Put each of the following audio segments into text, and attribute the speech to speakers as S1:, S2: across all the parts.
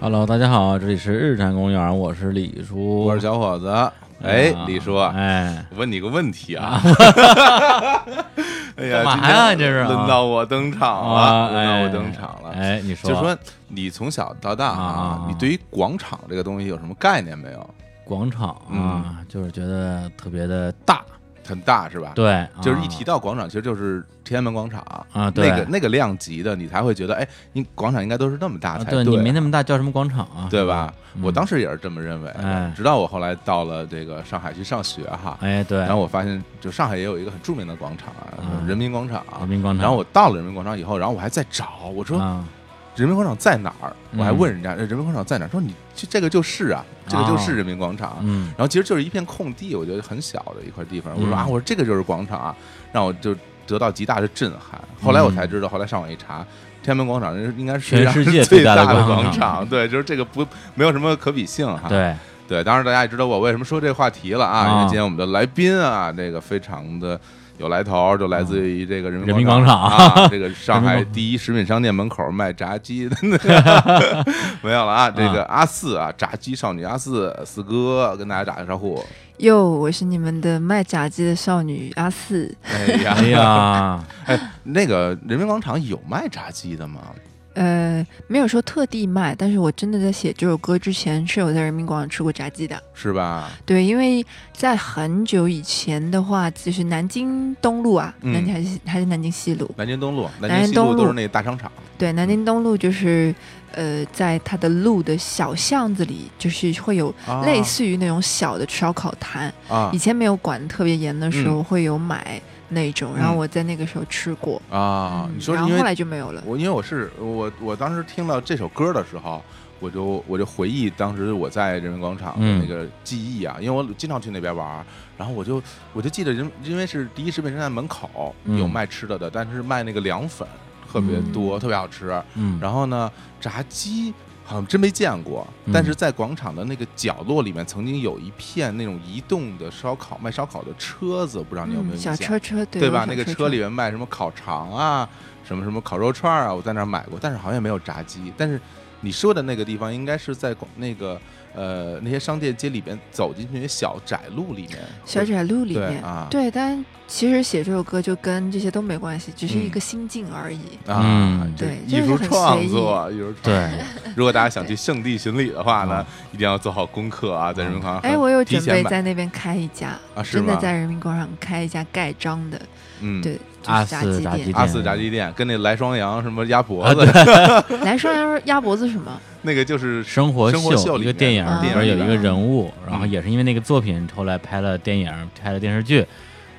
S1: Hello，大家好，这里是日坛公园，我是李叔，
S2: 我是小伙子。哎
S1: 啊，
S2: 李叔，
S1: 哎，
S2: 问你个问题啊！ 哎呀，
S1: 干嘛呀
S2: 今天
S1: 这是啊
S2: 轮到我登场了，
S1: 啊
S2: 轮到
S1: 哎
S2: 我登场了。
S1: 哎，你说，
S2: 就说你从小到大
S1: 啊啊
S2: 啊，你对于广场这个东西有什么概念没有？
S1: 广场啊，
S2: 嗯
S1: 就是觉得特别的大，
S2: 很大是吧？，
S1: 对，啊
S2: 就是一提到广场，其实就是天安门广场
S1: 啊对
S2: 那个那个量级的，你才会觉得，哎，你广场应该都是那么大
S1: 啊
S2: 才
S1: 对你没那么大，叫什么广场啊？
S2: 对吧？
S1: 嗯
S2: 我当时也是这么认为
S1: 哎，
S2: 直到我后来到了这个上海去上学哈，
S1: 哎，对，
S2: 然后我发现，就上海也有一个很著名的广场啊，
S1: 嗯
S2: 人民广场。
S1: 人民广场，
S2: 然后我到了人民广场以后，然后我还在找，我说
S1: 啊，
S2: 人民广场在哪儿？
S1: 嗯
S2: 我还问人家，哎人民广场在哪儿？说你这这个就是啊，这个就是人民广场。啊
S1: 嗯，
S2: 然后其实就是一片空地，我觉得很小的一块地方。我说
S1: 嗯
S2: 啊，我说这个就是广场啊，让我就得到极大的震撼。后来我才知道，后来上网一查，天安门广场应该是
S1: 嗯全世界最
S2: 最
S1: 大的
S2: 的
S1: 广
S2: 广
S1: 场
S2: 场，对，就是这个不没有什么可比性哈。
S1: 对，
S2: 对，当然大家也知道我为什么说这个话题了啊，
S1: 啊
S2: 因为今天我们的来宾啊，这个非常的有来头儿，就来自于这个嗯人
S1: 人民
S2: 民
S1: 广
S2: 场
S1: 场
S2: 啊，这个上
S1: 人
S2: 海
S1: 民广
S2: 第一食品商店门口卖炸鸡 的那个，没有了啊，这个阿四啊，炸鸡少女阿四四哥跟大家打个招呼，
S3: 哟，我是你们的卖炸鸡的少女阿四。
S2: 哎
S1: 哎
S2: 呀， 哎
S1: 呀，
S2: 那个人民广场有卖炸鸡的吗？
S3: 呃，没有说特地卖，但是我真的在写这首歌之前是有在人民广场吃过炸鸡的。
S2: 是吧？
S3: 对，因为在很久以前的话，就是南京东路啊，
S2: 嗯
S3: 南京还是、还是南京西路。
S2: 南京东路、
S3: 南
S2: 南京
S3: 京
S2: 西
S3: 东
S2: 路都
S3: 路
S2: 是那个大商场，
S3: 对，南京东路就是呃，在它的路的小巷子里，就是会有
S2: 啊
S3: 类似于那种小的烧烤摊。
S2: 啊
S3: 以前没有管得特别严的时候，会有买那种，然后
S2: 嗯
S3: 我在那个时候吃过。
S2: 啊，你说
S3: 嗯
S2: 是
S3: 然后
S2: 因为
S3: 后来就没有了。
S2: 我因为我是我我当时听到这首歌的时候，我就我就回忆当时我在人民广场的
S1: 嗯
S2: 那个记忆啊，因为我经常去那边玩儿，然后我就我就记得人因为是第一食品商店门口
S1: 嗯
S2: 有卖吃的的，但是卖那个凉粉特别多，特别好吃。
S1: 嗯，
S2: 然后呢，炸鸡。好像真没见过，
S1: 嗯
S2: 但是在广场的那个角落里面，曾经有一片那种移动的烧烤卖烧烤的车子，不知道你有没有
S3: 嗯
S2: 印
S3: 小
S2: 象？
S3: 车车对
S2: 对
S3: 有
S2: 吧？
S3: 小
S2: 那个
S3: 车
S2: 车里面卖什么烤肠啊，什么什么烤肉串啊，我在那儿买过，但是好像也没有炸鸡。但是你说的那个地方，应该是在广那个呃那些商店街里边走进去那些小窄路里面。
S3: 小窄路里
S2: 对
S3: 面，
S2: 啊
S3: 对，但其实写这首歌就跟这些都没关系，只是一
S2: 嗯
S3: 个心境而已。
S2: 啊
S1: 嗯，
S2: 这
S3: 对
S2: 艺术
S3: 就是很
S2: 创
S3: 随意
S2: 作，艺术创
S1: 对
S2: 作。如果大家想去圣地巡礼的话呢，一定要做好功课啊，在人民广场。
S3: 嗯哎，我有
S2: 提
S3: 准
S2: 前
S3: 备
S2: 买
S3: 在那边开一家，
S2: 啊是
S3: 真的
S2: 吗
S3: 在人民广场开一家盖章的，
S2: 嗯，
S3: 对，就
S1: 阿
S3: 是
S1: 四
S3: 鸡
S1: 炸鸡
S3: 店。
S2: 阿四炸鸡店跟那来双羊什么鸭脖
S1: 啊
S2: 子，
S3: 来说来说鸭脖子什么？
S2: 那个就是
S1: 生活
S2: 生活秀
S1: 秀
S2: 里嗯
S1: 一个
S2: 面
S1: 电影
S3: 啊
S1: 里边有一
S3: 电影
S1: 个
S3: 里面
S1: 人物，然后也是因为那个作品后来拍了电影，拍了电视剧，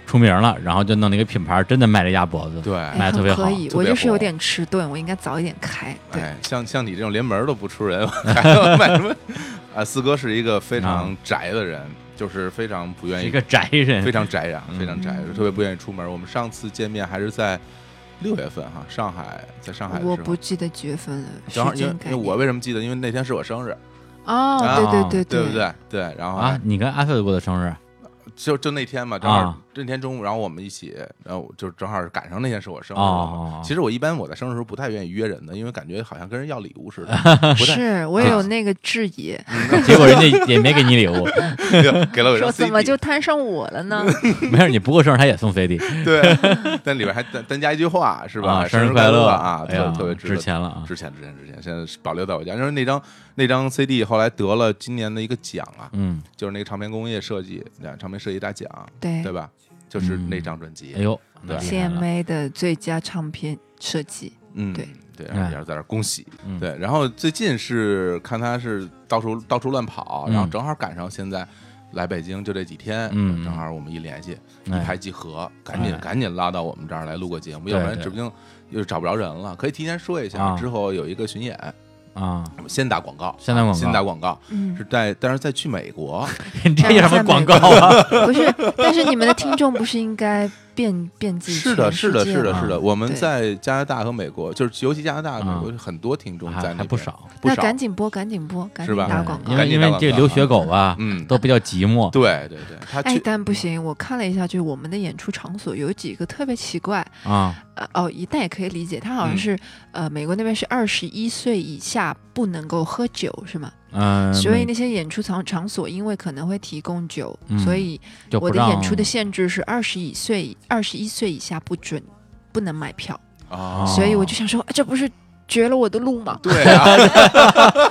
S1: 出名了，然后就弄了一个品牌，真的卖这鸭脖子。
S2: 对，
S3: 哎
S1: 卖得特
S3: 很
S1: 别好
S3: 可以，
S2: 特
S3: 我
S2: 别
S3: 就是有
S2: 火
S3: 点迟钝，我应该早一点开。对，
S2: 哎，像像你这种连门儿都不出人， 还要卖什么？啊，四哥是一个非常宅的人，就是非常不愿
S1: 是一
S2: 意，
S1: 个宅人，
S2: 非常宅呀，
S1: 嗯
S2: 非常宅，特别不愿意出门。我们上次见面还是在六月份哈，上海，在上海的时候。
S3: 我不记得几月份了，时
S2: 正好因为
S3: 间概
S2: 因为
S3: 念。
S2: 我为什么记得？因为那天是我生日，
S3: 哦，
S1: 啊
S3: 对
S2: 对
S3: 对对
S2: 不？对？对，然后
S1: 啊！你跟阿瑟过的生日，
S2: 就就那天嘛，正好
S1: 啊
S2: 那天中午，然后我们一起，然后就正好赶上那天是我生日
S1: 哦
S2: 嘛。其实我一般我在生日时候不太愿意约人的，因为感觉好像跟人要礼物 似的，不太。
S3: 是我也有那个质疑，
S1: 结果人家 也没给你礼物，
S2: 给 了我一张
S3: 说
S2: CD，
S3: 怎么就摊上我了 呢？
S1: 没事，你不过生日他也送 CD
S2: 对，但里边还单单加一句话是吧？
S1: 啊，生
S2: 日
S1: 快
S2: 乐啊，
S1: 啊！
S2: 特
S1: 哎呀
S2: 别特别值
S1: 值
S2: 得。
S1: 钱了啊！
S2: 之前之前之前，现在是保留在我家，因为那张那张 CD 后来得了今年的一个奖啊，
S1: 嗯，
S2: 就是那个唱片工业设计啊，唱片设计大奖，
S3: 对
S2: 对吧？就是
S1: 嗯
S2: 那张专辑
S1: 哎，呦，那
S2: 对
S1: 厉害了
S3: CMA 的最佳唱片设计，
S2: 嗯，
S3: 对
S2: 对，然后也是在这儿恭喜
S1: 哎嗯，
S2: 对。然后最近是看他是到处到处乱跑，
S1: 嗯
S2: 然后正好赶上现在来北京就这几天，
S1: 嗯
S2: 正好我们一联系，一
S1: 哎
S2: 拍即合，赶紧
S1: 哎
S2: 赶紧拉到我们这儿来录个节目，
S1: 对
S2: 要不然
S1: 对
S2: 指不定又找不着人了。可以提前说一下，
S1: 啊
S2: 之后有一个巡演，
S1: 啊！
S2: 我们先打广告，
S1: 先打广告
S2: 先打广告
S3: 嗯
S2: 是，在，但是在去美国，
S1: 你这有什么广告啊？
S3: 不是，但是你们的听众不是应该遍遍及
S2: 是的，
S3: 全
S2: 是
S3: 世
S2: 的，
S3: 界
S2: 是的，
S3: 嘛
S1: 嘛
S2: 是的。我们
S3: 对
S2: 在加拿大和美国，就是尤其加拿大、美国，很多听众在
S1: 啊还
S2: 那
S1: 还不
S2: 边，
S1: 少，
S2: 不
S3: 那
S2: 少。
S3: 赶紧播，赶紧播，赶
S2: 是
S3: 紧
S2: 吧嗯
S3: 打广告
S1: 因
S2: 赶
S1: 为
S2: 紧
S1: 因
S2: 打
S1: 为
S2: 广
S1: 这
S2: 告
S1: 留
S2: 啊
S1: 学狗吧，
S2: 嗯，
S1: 都比较寂寞。
S2: 对对对，他
S3: 哎
S2: 去，
S3: 但不行，我看了一下，就是我们的演出场所有几个特别奇怪，
S1: 啊，
S3: 呃哦，一但也可以理解，他好
S2: 嗯
S3: 像是、呃美国那边是二十一岁以下不能够喝酒，是吗？
S1: 嗯，
S3: 所以
S1: 没
S3: 那些演出场场所因为可能会提供酒，
S1: 嗯
S3: 所以
S1: 就
S3: 我
S1: 不
S3: 的演
S1: 让
S3: 出的限制是二十一岁二十一岁以下不准不能买票，
S2: 啊，？
S1: 哦
S3: 所以我就想说，啊这不是。绝了我的路 吗
S2: 对啊，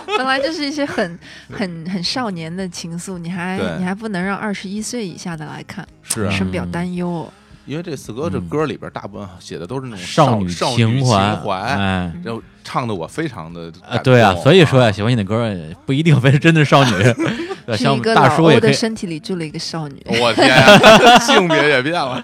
S3: 本来就是一些很很很少年的情愫，你还
S2: 对
S3: 你还不能让二十一岁以下的来看，
S2: 是啊，
S3: 是比较
S1: 嗯
S3: 担忧哦。
S2: 因为这四哥这
S1: 嗯
S2: 歌里边大部分写的都是那种
S1: 少
S2: 女少
S1: 情
S2: 怀，
S1: 哎。
S2: 然后唱的我非常的
S1: 啊，对啊，所以说呀、喜欢你的歌儿不一定非是真的 少女，对，
S3: 是
S1: 像我
S3: 一
S1: 们
S3: 个
S1: 大
S3: 老
S1: 叔也可
S3: 欧的
S1: 以，
S3: 身体里住了一个少女。
S2: 我 天啊，性别也变了，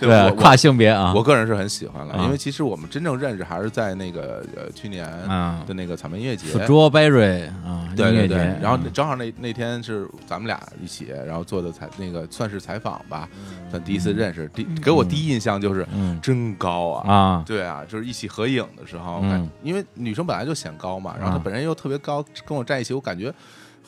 S1: 对啊，
S2: 我
S1: 跨性别啊，
S2: 我我个人是很喜欢了，
S1: 啊
S2: 因为其实我们真正认识还是在那个呃去年
S1: 嗯
S2: 的那个草莓音乐节。
S1: ，Strawberry 啊，音
S2: 对
S1: 乐
S2: 对
S1: 节嗯
S2: 对，然后正好那那天是咱们俩一起，然后做的采那个算是采访吧，算第一次认识。第
S3: 嗯
S2: 给我第一印象就是
S1: 嗯
S2: 真高啊，
S1: 啊，
S2: 对啊，就是一起合影的时候，
S1: 嗯
S2: 感因为女生本来就显高嘛，然后她
S1: 啊
S2: 本人又特别高，跟我在一起，我感觉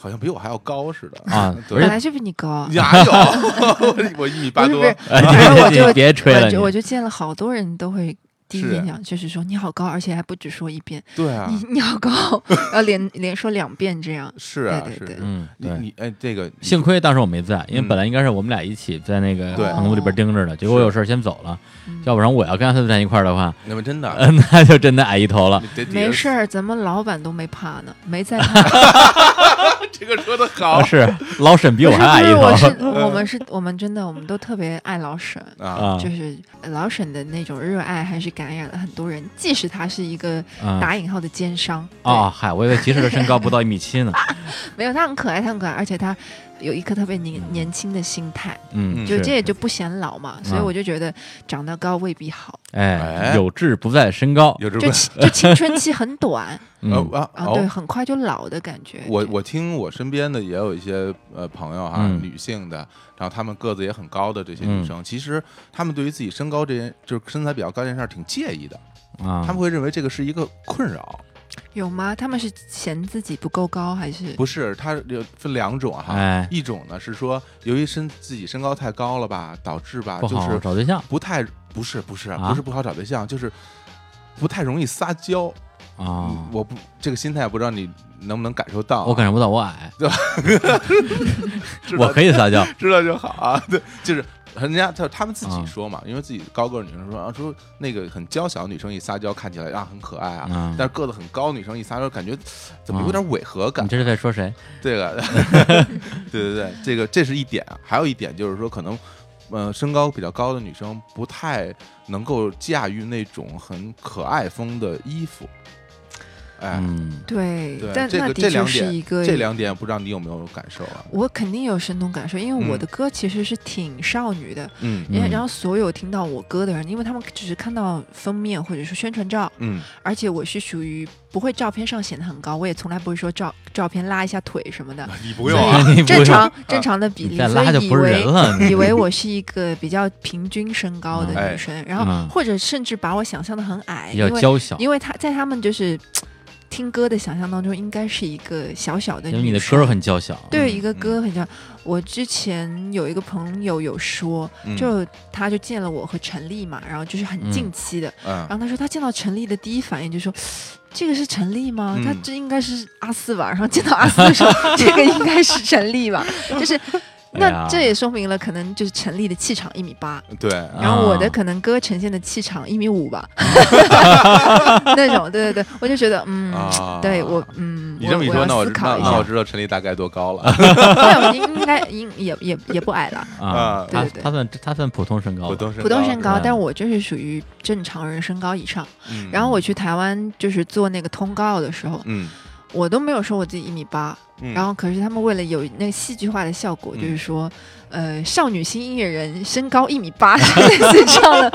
S2: 好像比我还要高似的
S1: 啊
S3: 本
S2: 对，
S3: 来就比你 高，
S2: 哪有 我我一米八
S3: 不是
S2: 多
S3: 不是，
S1: 哎
S3: 然后 我
S1: 你
S3: 就
S1: 别吹了
S3: 我
S1: 你
S3: 就我就见了好多人都会第一
S2: 是
S3: 印象就是说你好高，而且还不止说一遍，
S2: 对啊，
S3: 你你好高， 然后连连说两遍这样。
S2: 是啊
S3: 对对
S2: 是
S3: 对，
S1: 嗯，
S2: 你
S1: 对。
S2: 你哎这个你
S1: 幸亏当时我没在，因为
S2: 嗯
S1: 本来应该是我们俩一起在那个
S2: 对
S1: 棚子里边盯着的，结果我有事儿先走了，
S3: 嗯
S1: 要不然我要跟他在一块儿的话，
S2: 那么真的
S1: 呃， 那就真的矮一头了。
S2: 啊你得
S3: 没
S2: 得
S3: 事儿，咱们老板都没怕呢，没在怕。
S2: 这个说的好
S1: 啊，是老沈比
S3: 不
S1: 我
S3: 是
S1: 还矮 一
S3: 不是，
S1: 头
S3: 我是我们是我们真的我们都特别爱老沈，
S2: 啊，
S1: 啊
S3: 就是老沈的那种热爱还是感染了很多人，即使他是一个
S2: 啊
S1: 嗯
S3: 打引号的奸商对
S1: 啊！嗨，我以为即使他身高不到一米七呢，
S3: 没有，他很可爱，他很可爱，而且他有一颗特别年年轻的心态，
S1: 嗯，
S2: 嗯
S3: 就是这也就不显老嘛，所以
S2: 啊
S1: 嗯
S3: 我就觉得长得高未必好，
S1: 哎，
S2: 哎
S1: 有志不在身高，
S2: 有这
S3: 就
S2: 个
S3: 青就青春期很 短
S1: 嗯
S2: 啊
S3: 啊，
S2: 哦
S3: 对，很快就老的感觉。
S2: 我
S3: 对
S2: 我听我身边的也有一些呃朋友哈、
S1: 嗯
S2: 女性的，然后她们个子也很高的这些女
S1: 嗯
S2: 生，其实她们对于自己身高这件，就是身材比较高这件事儿挺介意的，
S1: 啊
S2: 她们会认为这个是一个困扰。
S3: 有吗？他们是嫌自己不够高，还是
S2: 不是，它有分两种哈，
S1: 哎
S2: 一种呢是说由于身自己身高太高了吧，导致吧
S1: 不
S2: 就
S1: 好
S2: 是
S1: 找对象
S2: 不太不是不是、
S1: 啊
S2: 不是不好找对象，就是不太容易撒娇。
S1: 啊
S2: 嗯！我不这个心态不知道你能不能感受到啊、
S1: 我感受不到我矮，
S2: 知道
S1: 我可以撒娇，
S2: 知道就好啊。对，就是人家他他们自
S1: 嗯
S2: 己说嘛，因为自己高个儿女生说啊，说那个很娇小的女生一撒娇看起来啊很可 爱啊，
S1: 嗯
S2: 但是个子很高的女生一撒娇感觉怎么有点违和感
S1: 你。这是在说谁？
S2: 这个， 对对对，这个这是一点啊。还有一点就是说，可能呃身高比较高的女生不太能够驾驭那种很可爱风的衣服。哎，
S1: 嗯，
S3: 对
S2: 对，
S3: 但
S2: 这
S3: 那
S2: 个
S3: 的
S2: 这
S3: 确
S2: 两
S3: 是
S2: 点
S3: 一个
S2: 这两点不知道你有没有感受啊？
S3: 我肯定有深同感受，因为我
S2: 嗯
S3: 的歌其实是挺少女的，
S2: 嗯
S1: 嗯
S3: 然后所有听到我歌的人，因为他们只是看到封面或者说宣传照，
S2: 嗯
S3: 而且我是属于不会照片上显得很高，我也从来不会说照照片拉一下腿什么的，
S2: 你不
S1: 用啊你不
S3: 正常
S2: 用
S3: 正常的比
S1: 你
S3: 例，
S1: 再
S3: 所
S1: 拉就
S3: 以以
S1: 不是人
S3: 为
S1: 了。
S3: 以为我是一个比较平均身高的
S1: 嗯
S2: 哎
S3: 女生，然后
S1: 嗯
S3: 或者甚至把我想象的很矮，
S1: 比较
S3: 因为
S1: 娇小，
S3: 因为她在他们就是听歌的想象当中，应该是一个小小的
S1: 因
S3: 女
S1: 为
S3: 生。
S1: 你的歌儿很娇小。
S2: 嗯
S3: 对一个
S2: 嗯
S3: 歌很像，我之前有一个朋友有说，
S2: 嗯
S3: 就他就见了我和陈丽嘛，然后就是很近
S1: 嗯
S3: 期的，
S2: 嗯
S3: 然后他说他见到陈丽的第一反应就说，这个是陈丽吗？他
S2: 嗯
S3: 这应该是阿四吧？然后见到阿四的 时候，这个应该是陈丽吧？就是。
S1: 哎
S3: 那
S1: 呀
S3: 这也说明了，可能就是陈丽的气场一米八，
S2: 对，
S3: 然后我的
S1: 啊
S3: 可能歌呈现的气场一米 五吧，那种，对对对，我就觉得，嗯，
S2: 啊
S3: 对我，嗯，
S2: 你这么一
S3: 我我
S2: 说，
S3: 要
S2: 那我
S3: 思
S2: 知
S3: 考
S2: 那
S3: 一
S2: 那
S3: 下
S2: 我，知道陈立大概多高了，
S3: 对，我应应该应也也也不矮了，
S1: 啊
S2: 啊，
S1: 他
S3: 对对对
S1: 他算他算普通身高吧，
S2: 普通身
S3: 普通身
S1: 是
S3: 高
S1: 吧，
S3: 但我就是属于正常人身高以上。
S2: 嗯
S3: 然后我去台湾就是做那个通告的时候，
S2: 嗯，
S3: 我都没有说我自己一米八，
S2: 嗯
S3: 然后可是他们为了有那个戏剧化的效果，
S2: 嗯
S3: 就是说，呃，少女心音乐人身高一米八， 类似这样的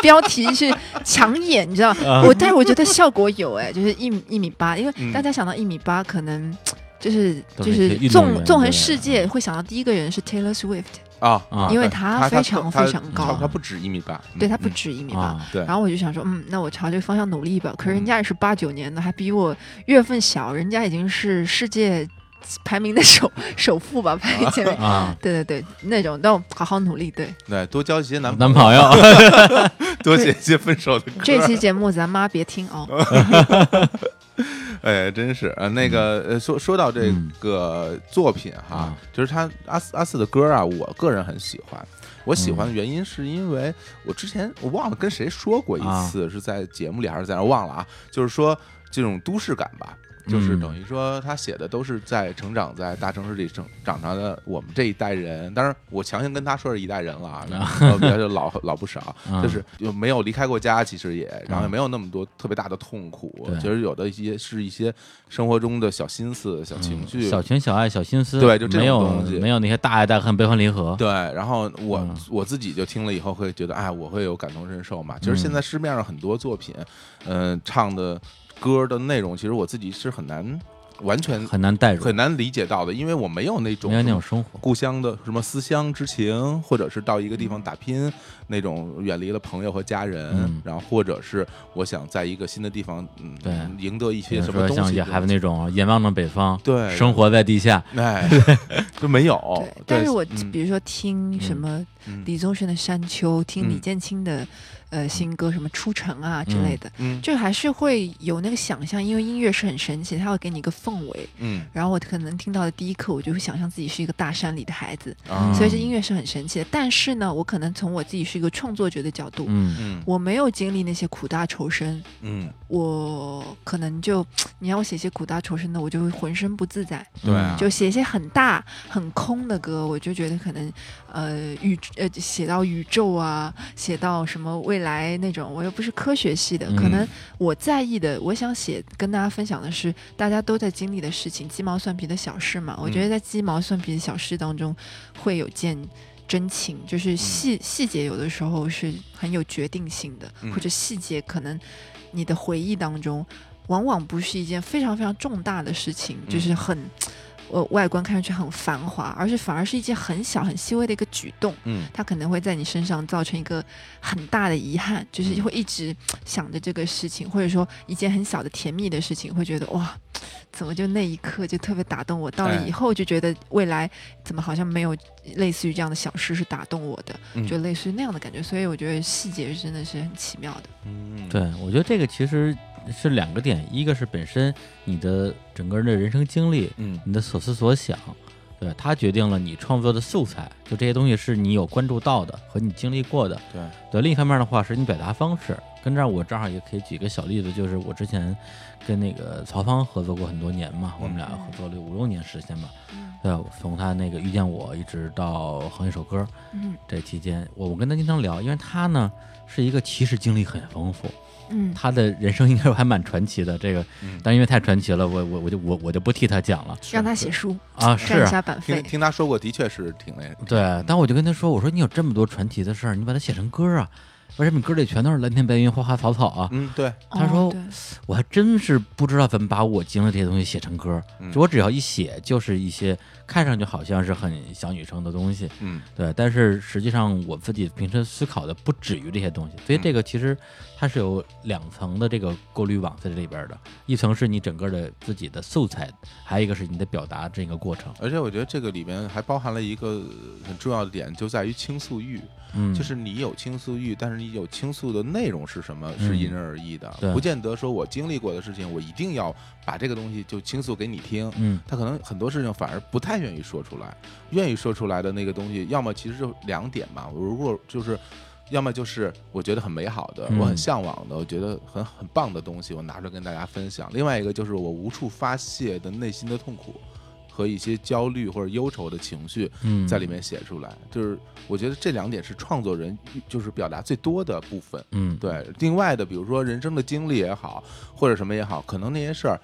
S3: 标题去抢眼，你知道？
S1: 啊嗯
S3: 我但是我觉得效果有哎，就是一米一米八，因为
S2: 嗯
S3: 大家想到一米八，可能就是
S1: 都
S3: 就
S1: 一
S3: 是
S1: 些
S3: 是
S1: 运动
S3: 纵
S1: 员
S3: 纵
S1: 对嗯
S3: 横世界会想到第一个人是 Taylor Swift，
S2: 啊
S1: 啊
S3: 因为
S2: 对
S3: 它
S2: 它
S3: 非常
S2: 它
S3: 非常
S2: 它
S3: 高
S2: 它不止一米八，嗯
S3: 对，它不
S2: 嗯
S3: 止一米八。
S1: 啊，
S2: 对嗯
S3: 然后我就想说，嗯，那我朝这个方向努力吧。可是人家也是八九年的，还比我月份小，人家已经是世界排名的首首富吧，排前 面。
S1: 啊，
S3: 对对对，那种，但我好好努力。对，
S2: 对，多交一些男
S1: 男朋友
S2: 多写一些分手的歌。
S3: 这期节目咱妈别听哦。
S2: 哎，真是啊，呃那个呃，说说到这
S1: 嗯
S2: 个作品哈
S1: 啊，
S2: 就是他阿四阿四的歌啊，我个人很喜欢。我喜
S1: 嗯
S2: 欢的原因是因为我之前我忘了跟谁说过一
S1: 啊
S2: 次，是在节目里还是在那儿忘了啊？就是说这种都市感吧，就是
S1: 嗯
S2: 等于说他写的都是在成长在大城市里成长大的我们这一代人，当然我强行跟他说是一代人了啊，我觉得老老 不少，
S1: 啊
S2: 就是就没有离开过家，其实也，然后也
S1: 嗯
S2: 没有那么多特别大的痛苦，
S1: 对
S2: 其实有的一些是一些生活中的小心思、小情绪，
S1: 嗯小情小爱、小心思，
S2: 对就这种
S1: 没有
S2: 东西
S1: 没有那些大爱大恨、悲欢离合，
S2: 对，然后我、
S1: 嗯
S2: 我自己就听了以后会觉得，哎，我会有感同身受嘛。其实
S1: 嗯
S2: 现在市面上很多作品，嗯、唱的歌的内容，其实我自己是很难完全
S1: 很难代入，
S2: 很难理解到的，因为我没有那种
S1: 没有那种生活。
S2: 故乡的什么思乡之情，或者是到一个地方打拼那种远离了朋友和家人，
S1: 嗯
S2: 然后或者是我想在一个新的地方，嗯，
S1: 对
S2: 赢得一
S1: 比
S2: 些
S1: 如
S2: 什么
S1: 嗯说
S2: 东
S1: 像
S2: 西
S1: 野
S2: 这
S1: 孩子
S2: 种，
S1: 那种眼望着北方，
S2: 对
S1: 生活在地下，
S2: 哎， 就没有。对，
S3: 对但是我
S2: 嗯
S3: 比如说听什
S1: 嗯
S3: 么
S2: 嗯
S3: 李宗盛的《山丘》，听李
S2: 嗯
S3: 建清的呃新歌什么《出城》啊之类的，
S2: 嗯
S3: 就还是会有那个想象，因为音乐是很神奇，它会给你一个氛围。
S2: 嗯
S3: 然后我可能听到的第一刻，我就会想象自己是一个大山里的孩子，
S1: 嗯
S2: 啊，
S3: 所以这音乐是很神奇的。但是呢，我可能从我自己是一个创作者的角度，
S1: 嗯
S2: 嗯
S3: 我没有经历那些苦大仇深，
S2: 嗯，
S3: 我可能就你让我写一些苦大仇深的，我就会浑身不自在。
S2: 对
S1: 嗯
S2: 啊，
S3: 就写一些很大很空的歌，我就觉得可能，呃，宇呃写到宇宙啊，写到什么未来那种，我又不是科学系的，可
S1: 嗯
S3: 能我在意的，我想写跟大家分享的是大家都在经历的事情，鸡毛蒜皮的小事嘛。我觉得在鸡毛蒜皮的小事当中，会有见。真情就是细细节，有的时候是很有决定性的，
S2: 嗯
S3: 或者细节可能你的回忆当中，往往不是一件非常非常重大的事情，
S2: 嗯
S3: 就是很，呃，外观看上去很繁华，而是反而是一件很小很细微的一个举动，
S2: 嗯
S3: 它可能会在你身上造成一个很大的遗憾，
S2: 嗯
S3: 就是会一直想着这个事情，或者说一件很小的甜蜜的事情，会觉得哇，怎么就那一刻就特别打动我？到
S2: 哎
S3: 了以后就觉得未来怎么好像没有类似于这样的小事是打动我的，
S2: 嗯
S3: 就类似于那样的感觉。所以我觉得细节真的是很奇妙的。
S2: 嗯，
S1: 对，我觉得这个其实是两个点，一个是本身你的整个人的人生经历，
S2: 嗯
S1: 你的所思所想，对它决定了你创作的素材，就这些东西是你有关注到的和你经历过的。
S2: 对，
S1: 对，另一方面的话是你表达方式。跟这儿我正好也可以举一个小例子，就是我之前跟那个曹芳合作过很多年嘛，我们俩
S3: 嗯
S1: 合作了有五六年时间吧。对，从他那个遇见我一直到哼一首歌，
S3: 嗯
S1: 这期间我我跟他经常聊，因为他呢是一个其实经历很丰富，
S3: 嗯
S1: 他的人生应该还蛮传奇的。这个
S2: 嗯，
S1: 但因为太传奇了，我我我就我我就不替他讲了
S3: 让他写书，
S1: 啊。
S3: 赚
S1: 是
S3: 一，下版
S2: 听
S3: 费。
S2: 听他说过，的确是挺那，
S1: 对，但我就跟他说，我说你有这么多传奇的事儿，你把它写成歌啊，为什么你歌里全都是蓝天白云、花花草草啊？
S2: 嗯，对，
S1: 他说
S3: 哦对
S1: 我还真是不知道怎么把我经历这些东西写成歌
S2: 嗯，
S1: 就我只要一写，就是一些看上去好像是很小女生的东西，
S2: 嗯
S1: 对，但是实际上我自己平时思考的不止于这些东西，所以
S2: 嗯
S1: 这个其实它是有两层的这个过滤网在这里边的，一层是你整个的自己的素材，还有一个是你的表达这个过程，
S2: 而且我觉得这个里面还包含了一个很重要的点，就在于倾诉欲。
S1: 嗯，
S2: 就是你有倾诉欲，但是你有倾诉的内容是什么，
S1: 嗯
S2: 是因人而异的，
S1: 对
S2: 不见得说我经历过的事情，我一定要把这个东西就倾诉给你听。
S1: 嗯
S2: 他可能很多事情反而不太愿意说出来，愿意说出来的那个东西，要么其实就两点嘛，我如果就是。要么就是我觉得很美好的，
S1: 嗯
S2: 我很向往的，我觉得很很棒的东西，我拿出来跟大家分享。另外一个就是我无处发泄的内心的痛苦和一些焦虑或者忧愁的情绪，
S1: 嗯
S2: 在里面写出来，就是我觉得这两点是创作人就是表达最多的部分。
S1: 嗯
S2: 对，另外的比如说人生的经历也好，或者什么也好，可能那些事儿，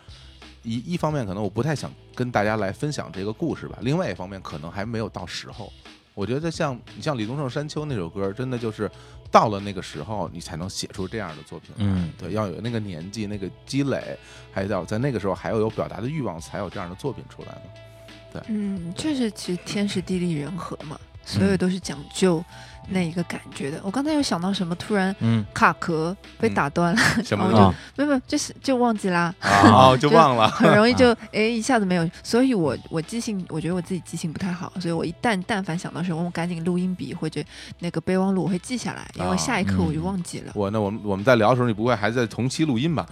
S2: 一一方面可能我不太想跟大家来分享这个故事吧，另外一方面可能还没有到时候。我觉得像你像李宗盛《山丘》那首歌，真的就是到了那个时候，你才能写出这样的作品来。
S1: 嗯
S2: 对，要有那个年纪、那个积累，还有在那个时候还要有表达的欲望，才有这样的作品出来嘛。
S3: 嗯，这是其实天时地利人和嘛，所有都是讲究那一个感觉的。我刚才有想到什么，突然
S1: 嗯
S3: 卡壳被打断了，
S2: 什
S3: 我
S2: 么
S3: 就
S2: 东
S1: 啊
S2: 西，
S3: 没有没有，就是就忘记啦，
S2: 啊哦，就
S3: 就
S2: 忘了，
S3: 很容易就哎一下子没有。所以我我记性，我觉得我自己记性不太好，所以我一旦但凡想到什么，我赶紧录音笔或者那个备忘录，我会记下来，因为下一刻我就
S1: 嗯
S3: 忘记了。
S2: 我那我们我们在聊的时候，你不会还在同期录音吧？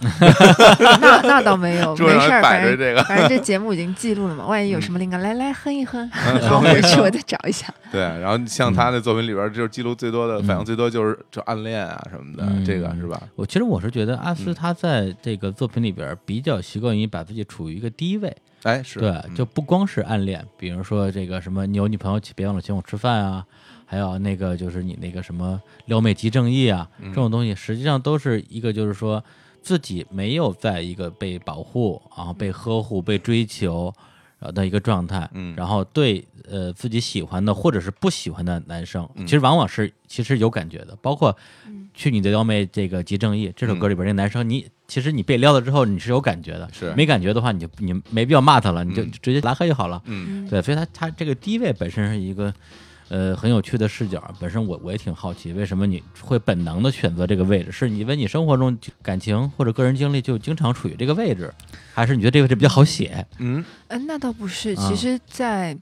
S3: 那那倒没 有，
S2: 桌
S3: 嗯没事
S2: 上
S3: 儿，
S2: 摆
S3: 反
S2: 着
S3: 正
S2: 这个，
S3: 反正这节目已经记录了嘛，万一有什么灵感，来来哼一哼，
S2: 嗯
S3: 然后
S2: 哼一
S3: 回去
S2: 哼
S3: 我再找一下。
S2: 对。然后像他的作品里边，就是记录最多的，
S1: 嗯
S2: 反应最多就是就暗恋啊什么的，
S1: 嗯
S2: 这个是吧？
S1: 我其实我是觉得阿斯
S2: 嗯
S1: 他在这个作品里边儿比较习惯于把自己处于一个低位，
S2: 哎，是
S1: 对，就不光是暗恋，比如说这个什么你有女朋友请别忘了请我吃饭啊，还有那个就是你那个什么撩妹即正义啊，这种东西实际上都是一个就是说自己没有在一个被保护啊、被呵护、被追求呃的一个状态，
S2: 嗯
S1: 然后对呃自己喜欢的或者是不喜欢的男生，
S2: 嗯
S1: 其实往往是其实有感觉的，包括
S3: 嗯
S1: 去你的撩妹这个即正义这首歌里边那男生，你其实你被撩了之后你是有感觉的，
S2: 是
S1: 没感觉的话你就你没必要骂他了，你就
S2: 嗯
S1: 直接拉黑就好了。
S2: 嗯
S1: 对，所以他他这个低位本身是一个呃很有趣的视角，本身我我也挺好奇，为什么你会本能的选择这个位置？是因为你生活中就感情或者个人经历就经常处于这个位置，还是你觉得这个位置比较好写？
S2: 嗯
S3: 嗯，那倒不是，
S1: 啊
S3: 其实，在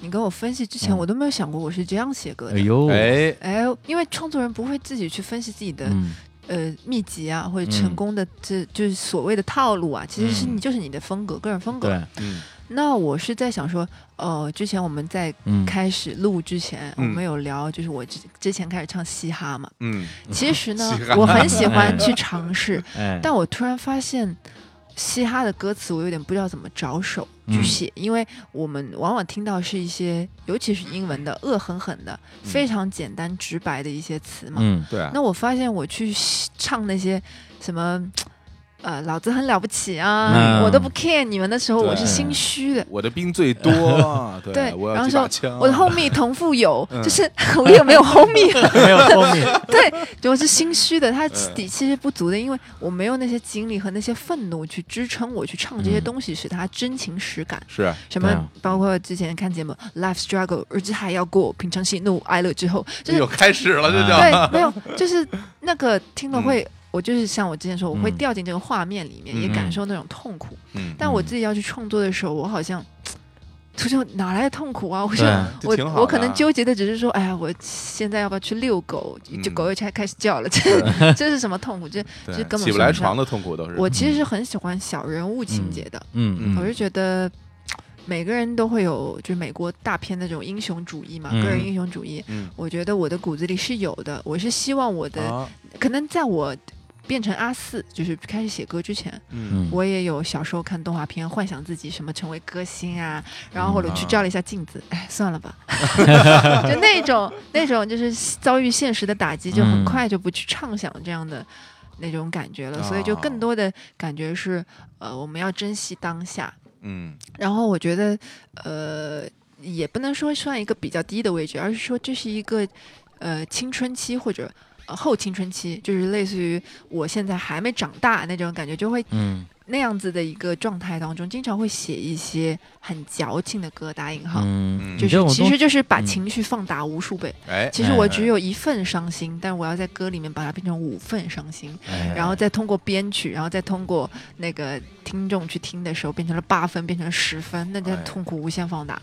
S3: 你跟我分析之前，
S1: 嗯
S3: 我都没有想过我是这样写歌
S1: 哎
S3: 的。
S1: 呦，
S2: 哎
S3: 哎，因为创作人不会自己去分析自己的、
S1: 嗯
S3: 呃秘籍啊，或者
S1: 嗯
S3: 成功的这、就是所谓的套路啊，其实是
S1: 嗯
S3: 你就是你的风格、个人风格。
S1: 对，
S2: 嗯
S3: 那我是在想说，呃，之前我们在
S1: 嗯，
S3: 开始录之前，
S2: 嗯
S3: 我们有聊，就是我之之前开始唱嘻哈嘛，
S2: 嗯，
S3: 其实呢
S2: 嘻哈，
S3: 我很喜欢
S1: 哎
S3: 去尝试，
S1: 哎，
S3: 但我突然发现，嘻哈的歌词我有点不知道怎么着手去
S1: 嗯
S3: 写，因为我们往往听到是一些，尤其是英文的恶狠狠的、
S2: 嗯
S3: 非常简单直白的一些词嘛。
S1: 嗯
S2: 对啊，
S3: 那我发现我去写唱那些什么。呃，老子很了不起啊！
S1: 嗯
S3: 我都不 care 你们的时候，
S2: 对
S3: 我是心虚的。
S2: 我的兵最 多，
S3: 对
S2: 我
S3: 然
S2: 有
S3: 后
S2: 几把枪，
S3: 说
S2: 啊
S3: 我的 homie 同父有，
S2: 嗯
S3: 就是我有没有 homie？
S1: 没有后面，
S3: 对，就我是心虚的，他
S2: 嗯
S3: 底气是不足的，因为我没有那些经历和那些愤怒去支撑我去唱这些
S1: 嗯
S3: 东西，使它真情实感。
S2: 是
S3: 什
S1: 对
S3: 么
S1: 啊，
S3: 包括之前看节目《Life Struggle》，日子还要过，品尝喜怒哀乐之后，就是
S2: 又开始了，这
S1: 啊
S2: 叫
S3: 对，没有，就是那个听了
S2: 嗯
S3: 会，我就是像我之前说，我会
S1: 嗯
S3: 掉进这个画面里面，也
S2: 嗯
S3: 感
S1: 嗯
S3: 受那种痛苦。
S2: 嗯，
S3: 但我自己要去创作的时候，我好像，就就哪来的痛苦啊？我就
S1: 对
S2: 这
S3: 我
S2: 挺好的啊
S3: 我可能纠结的只是说，哎呀，我现在要不要去遛狗？这
S2: 嗯
S3: 狗又开开始叫了，这 这是什么痛苦？这
S2: 对
S3: 就根本
S2: 起不来
S3: 睡不上
S2: 床的痛苦都是，
S3: 我其实是很喜欢小人物情节的，
S1: 嗯嗯
S2: 嗯
S3: 我是觉得每个人都会有，就是美国大片那种英雄主义嘛，
S1: 嗯
S3: 个人英雄主义。
S2: 嗯
S3: 我觉得我的骨子里是有的，我是希望我的，
S2: 啊
S3: 可能在我变成阿四，就是开始写歌之前，
S2: 嗯
S1: 嗯，
S3: 我也有小时候看动画片，幻想自己什么成为歌星啊，然后或者
S2: 嗯
S3: 去
S2: 啊
S3: 照了一下镜子，哎，算了吧， 就那种那种就是遭遇现实的打击，就很
S1: 嗯
S3: 快就不去畅想这样的那种感觉了，所以就
S2: 哦
S3: 更多的感觉是，呃，我们要珍惜当下。
S2: 嗯
S3: 然后我觉得，呃，也不能说算一个比较低的位置，而是说这是一个，呃，青春期或者。呃后青春期就是类似于我现在还没长大那种感觉，就会
S1: 嗯
S3: 那样子的一个状态当中，经常会写一些很矫情的歌，打引号，
S1: 嗯，
S3: 就
S1: 你这
S3: 是
S1: 种
S3: 其
S1: 东
S3: 实
S1: 西，
S3: 就是把
S1: 嗯
S3: 情绪放大无数倍。
S2: 哎，
S3: 其实我只有一份伤心，但我要在歌里面把它变成五份伤心，
S1: 哎
S3: 然后再通过编曲，然后再通过那个听众去听的时候，变成了八分，变成了十分，那就
S2: 哎
S3: 痛苦无限放大。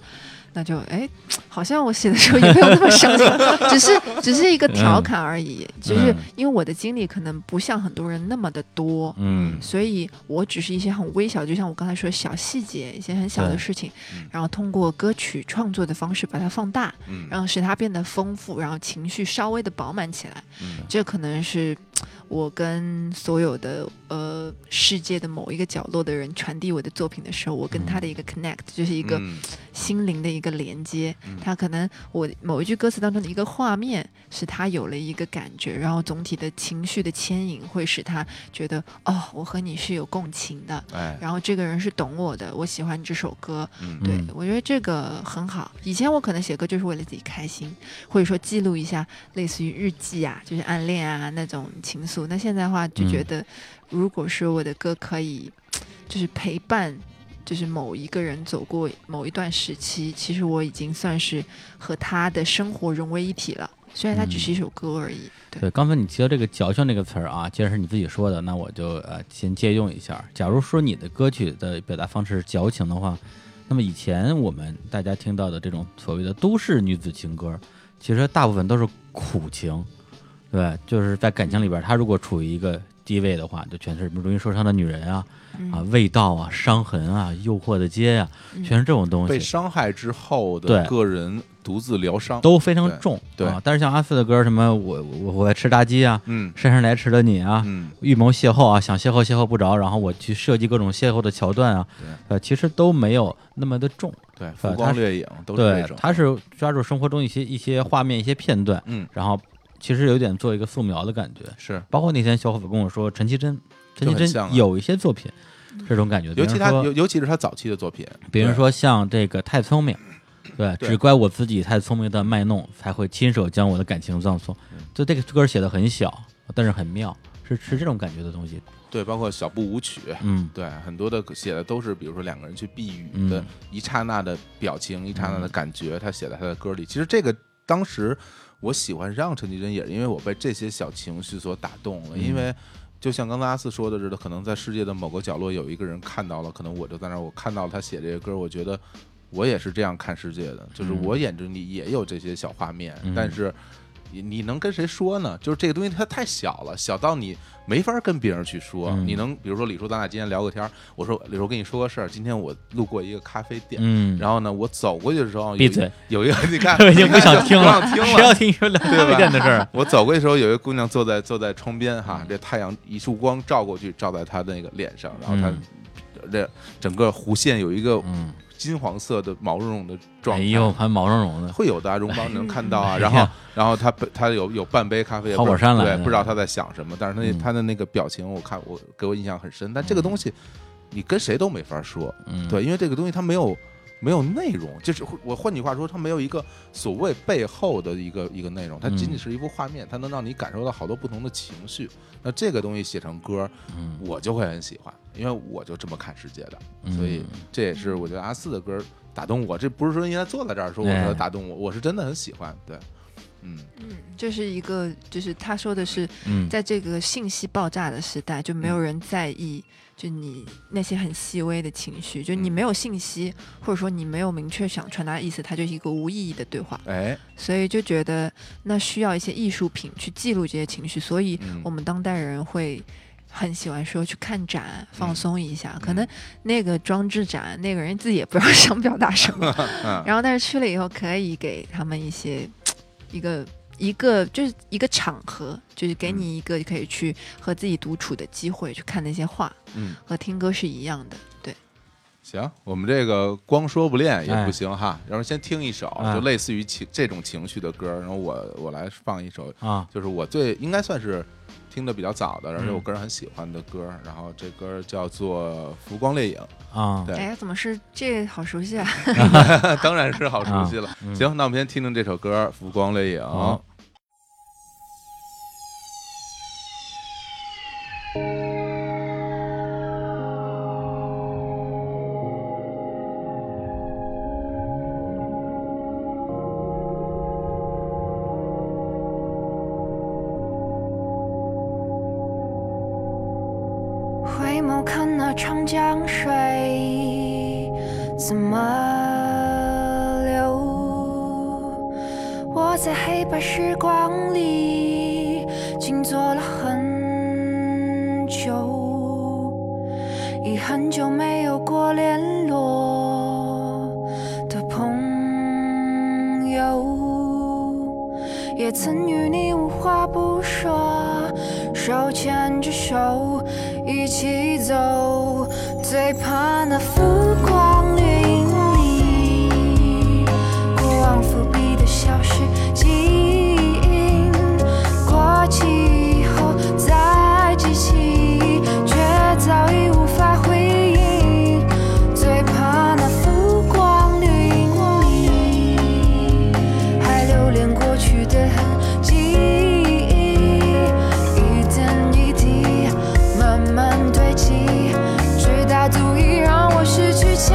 S3: 那就哎，好像我写的时候也没有那么伤心， 只是只是一个调侃而已。就是
S1: 嗯
S3: 因为我的经历可能不像很多人那么的多，
S1: 嗯
S3: 所以我只是一些很微小，就像我刚才说的小细节，一些很小的
S1: 对
S3: 事情
S2: 嗯，
S3: 然后通过歌曲创作的方式把它放大，
S2: 嗯
S3: 然后使它变得丰富，然后情绪稍微的饱满起来。
S2: 嗯
S3: 这可能是我跟所有的呃世界的某一个角落的人传递我的作品的时候，我跟他的一个 connect，就是一个
S2: 嗯
S3: 心灵的一个连接
S2: 嗯。
S3: 他可能我某一句歌词当中的一个画面，使他有了一个感觉，然后总体的情绪的牵引，会使他觉得哦，我和你是有共情的，
S2: 哎
S3: 然后这个人是懂我的，我喜欢这首歌。
S2: 嗯
S3: 对、
S1: 嗯
S3: 我觉得这个很好。以前我可能写歌就是为了自己开心，或者说记录一下类似于日记啊，就是暗恋啊那种情
S1: 嗯
S3: 愫。那现在的话就觉得，如果是我的歌可以，就是陪伴。就是某一个人走过某一段时期，其实我已经算是和他的生活融为一体了。虽然它只是一首歌而已，对
S1: 嗯对，刚才你提到这个“矫情”这个词儿啊，既然是你自己说的，那我就呃先借用一下。假如说你的歌曲的表达方式是矫情的话，那么以前我们大家听到的这种所谓的都市女子情歌，其实大部分都是苦情，对吧，就是在感情里边，她如果处于一个低位的话，就全是什么容易受伤的女人啊，啊，味道啊，伤痕啊，诱惑的街啊，
S3: 嗯
S1: 全是这种东
S2: 被
S1: 西。
S2: 伤害之后的
S1: 对
S2: 个人独自疗伤，
S1: 都非常重，
S2: 对对
S1: 啊。但是像阿四的歌，什么我我我爱吃炸鸡啊，
S2: 嗯
S1: 姗姗来迟的你啊，
S2: 嗯，
S1: 预谋邂逅啊，想邂逅邂逅不着，然后我去设计各种邂逅的桥段啊
S2: 对，
S1: 呃，其实都没有那么的重，
S2: 对，
S1: 它
S2: 浮光掠影都是
S1: 对
S2: 这，种，
S1: 它是抓住生活中一些一些画面、一些片段，
S2: 嗯
S1: 然后其实有点做一个素描的感觉。
S2: 是，
S1: 包括那天小伙伴跟我说，陈绮贞，陈
S2: 就
S1: 绮
S2: 很像啊
S1: 贞有一些作品这种感觉，
S2: 尤其他
S1: 比如
S2: 尤
S1: 说，
S2: 尤其是他早期的作品，
S1: 比如
S2: 对
S1: 说像这个太聪明。对，
S2: 对
S1: 只怪我自己太聪明的卖弄，才会亲手将我的感情葬送。
S2: 嗯
S1: 就这个歌写的很小，但是很妙，是是这种感觉的东西。
S2: 对，包括小步舞曲，
S1: 嗯，
S2: 对，很多的写的都是，比如说两个人去避雨的
S1: 嗯
S2: 一刹那的表情，一刹那的感觉，他写在他的歌里。其实这个当时我喜欢上陈绮贞，也是因为我被这些小情绪所打动了。
S1: 嗯
S2: 因为就像刚才阿四说的似的，可能在世界的某个角落有一个人看到了，可能我就在那儿，我看到了他写这些歌，我觉得我也是这样看世界的，就是
S1: 嗯
S2: 我眼中里也有这些小画面，
S1: 嗯
S2: 但是。你你能跟谁说呢？就是这个东西它太小了，小到你没法跟别人去说。
S1: 嗯
S2: 你能比如说李叔，咱俩今天聊个天儿，我说李叔跟你说个事儿，今天我路过一个咖啡店，
S1: 嗯，
S2: 然后呢，我走过去的时候，有
S1: 闭
S2: 一
S1: 嘴，
S2: 有一个你看，
S1: 我 已经不想
S2: 你看
S1: 听了
S2: 不 想听
S1: 谁要听你说聊
S2: 对吧
S1: 咖啡店的事 儿？
S2: 我走过去的时候，有一个姑娘坐在坐在窗边
S1: 嗯
S2: 哈，这太阳一束光照过去，照在她的那个脸上，然后她
S1: 嗯
S2: 这整个弧线有一个
S1: 嗯，
S2: 金黄色的毛茸茸的状
S1: 哎
S2: 态，
S1: 呦，还毛茸茸的，
S2: 会有的啊，绒包你能看到啊。
S1: 嗯 哎
S2: 然后
S1: 呀，
S2: 然后他被他有有半杯咖啡，也
S1: 跑
S2: 不
S1: 火山来
S2: 对
S1: 了，
S2: 不知道他在想什么，但是他那
S1: 嗯
S2: 他的那个表情，我看我给我印象很深。但这个东西，你跟谁都没法说，
S1: 嗯，
S2: 对，因为这个东西它没有没有内容，就是我换句话说，它没有一个所谓背后的一个一个内容，它仅仅
S1: 嗯
S2: 是一幅画面，它能让你感受到好多不同的情绪。那这个东西写成歌，
S1: 嗯，
S2: 我就会很喜欢，因为我就这么看世界的。
S1: 嗯，
S2: 所以这也是我觉得阿四的歌打动我。这不是说因为他坐在这儿说我
S1: 哎
S2: 说打动我，我是真的很喜欢。对，嗯，
S3: 嗯，这是一个，就是他说的是，
S1: 嗯，
S3: 在这个信息爆炸的时代，就
S2: 嗯
S3: 没有人在意，就你那些很细微的情绪，就你
S2: 嗯
S3: 没有信息，或者说你没有明确想传达的意思，它就是一个无意义的对话。
S2: 哎，
S3: 所以就觉得那需要一些艺术品去记录这些情绪，所以
S2: 嗯
S3: 我们当代人会很喜欢说去看展放松一下。可能
S2: 嗯
S3: 那个装置展那个人自己也不知道想表达什么，
S2: 嗯
S3: 然后但是去了以后可以给他们一些一个。一个就是一个场合，就是给你一个可以去和自己独处的机会，去看那些画，
S2: 嗯，
S3: 和听歌是一样的。对，
S2: 行，我们这个光说不练也
S1: 哎
S2: 不行哈，然后先听一首，
S1: 啊
S2: 就类似于情这种情绪的歌，然后我我来放一首，
S1: 啊，
S2: 就是我最应该算是。听的比较早的，而且
S1: 嗯
S2: 我个人很喜欢的歌，然后这歌叫做《浮光掠影
S1: 啊，
S2: 对
S3: 哎呀，怎么是这好熟悉啊？》，
S2: 当然是好熟悉了。
S1: 哎嗯
S2: 行，那我们先听听这首歌《浮光掠影》。
S1: 好
S4: 回眸看那长江水怎么流，我在黑白时光里静坐了很久，已很久没有过联络的朋友。也曾与你无话不说，手牵着手一起走，最怕那浮光掠影里，过往伏笔的消失记忆，过期后再记起，却早已无法回应，最怕那浮光掠影里。还留恋过去的痕迹，一点一滴慢慢堆积，直到足以让我失去记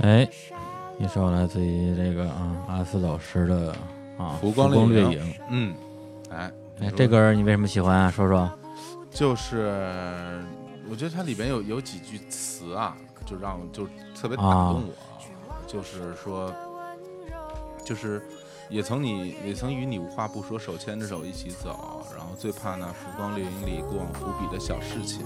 S1: 哎，一首来自于这个啊阿斯老师的啊《
S2: 浮光
S1: 光掠影》。
S2: 掠嗯，哎，
S1: 哎，这歌儿你为什么喜欢啊？说说。
S2: 就是我觉得它里边有有几句词啊，就让就特别打
S1: 啊
S2: 动我，就是说，就是也曾你也曾与你无话不说，手牵着手一起走，然后最怕那浮光掠影里过往伏笔的小事情，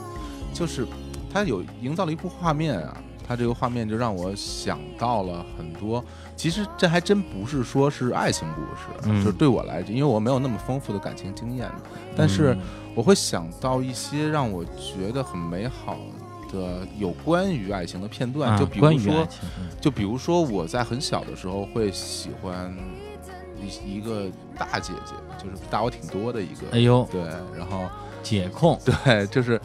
S2: 就是它有营造了一部画面啊。它这个画面就让我想到了很多，其实这还真不是说是爱情故事，
S1: 嗯
S2: 就对我来讲，因为我没有那么丰富的感情经验，但是、
S1: 嗯
S2: 我会想到一些让我觉得很美好的有关于爱情的片
S1: 嗯
S2: 段，
S1: 啊
S2: 就比
S1: 关
S2: 如
S1: 于爱
S2: 说，
S1: 情，嗯
S2: 就比如说我在很小的时候会喜欢一一个大姐姐，就是大我挺多的一个，
S1: 哎呦，
S2: 对，然后
S1: 解控，
S2: 对，就是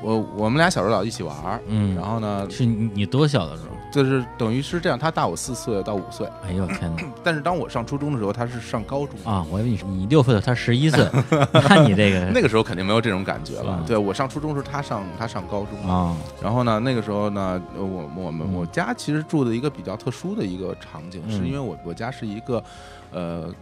S2: 我我们俩小时候老一起玩儿，
S1: 嗯，
S2: 然后呢，
S1: 是你你多小的时候？
S2: 就是等于是这样，她大我四岁到五岁，
S1: 哎呦天 哪！
S2: 但是当我上初中的时候，她是上高中。
S1: 啊，我以为你是你六岁的，他十一 岁，那你这个
S2: 那个时候肯定没有这种感觉了
S1: 嗯。
S2: 对我上初中的时候，她上她上高中，
S1: 啊，
S2: 然后呢，那个时候呢，呃我我们
S1: 嗯
S2: 我家其实住的一个比较特殊的一个场景，
S1: 嗯
S2: 是因为我我家是一个，呃，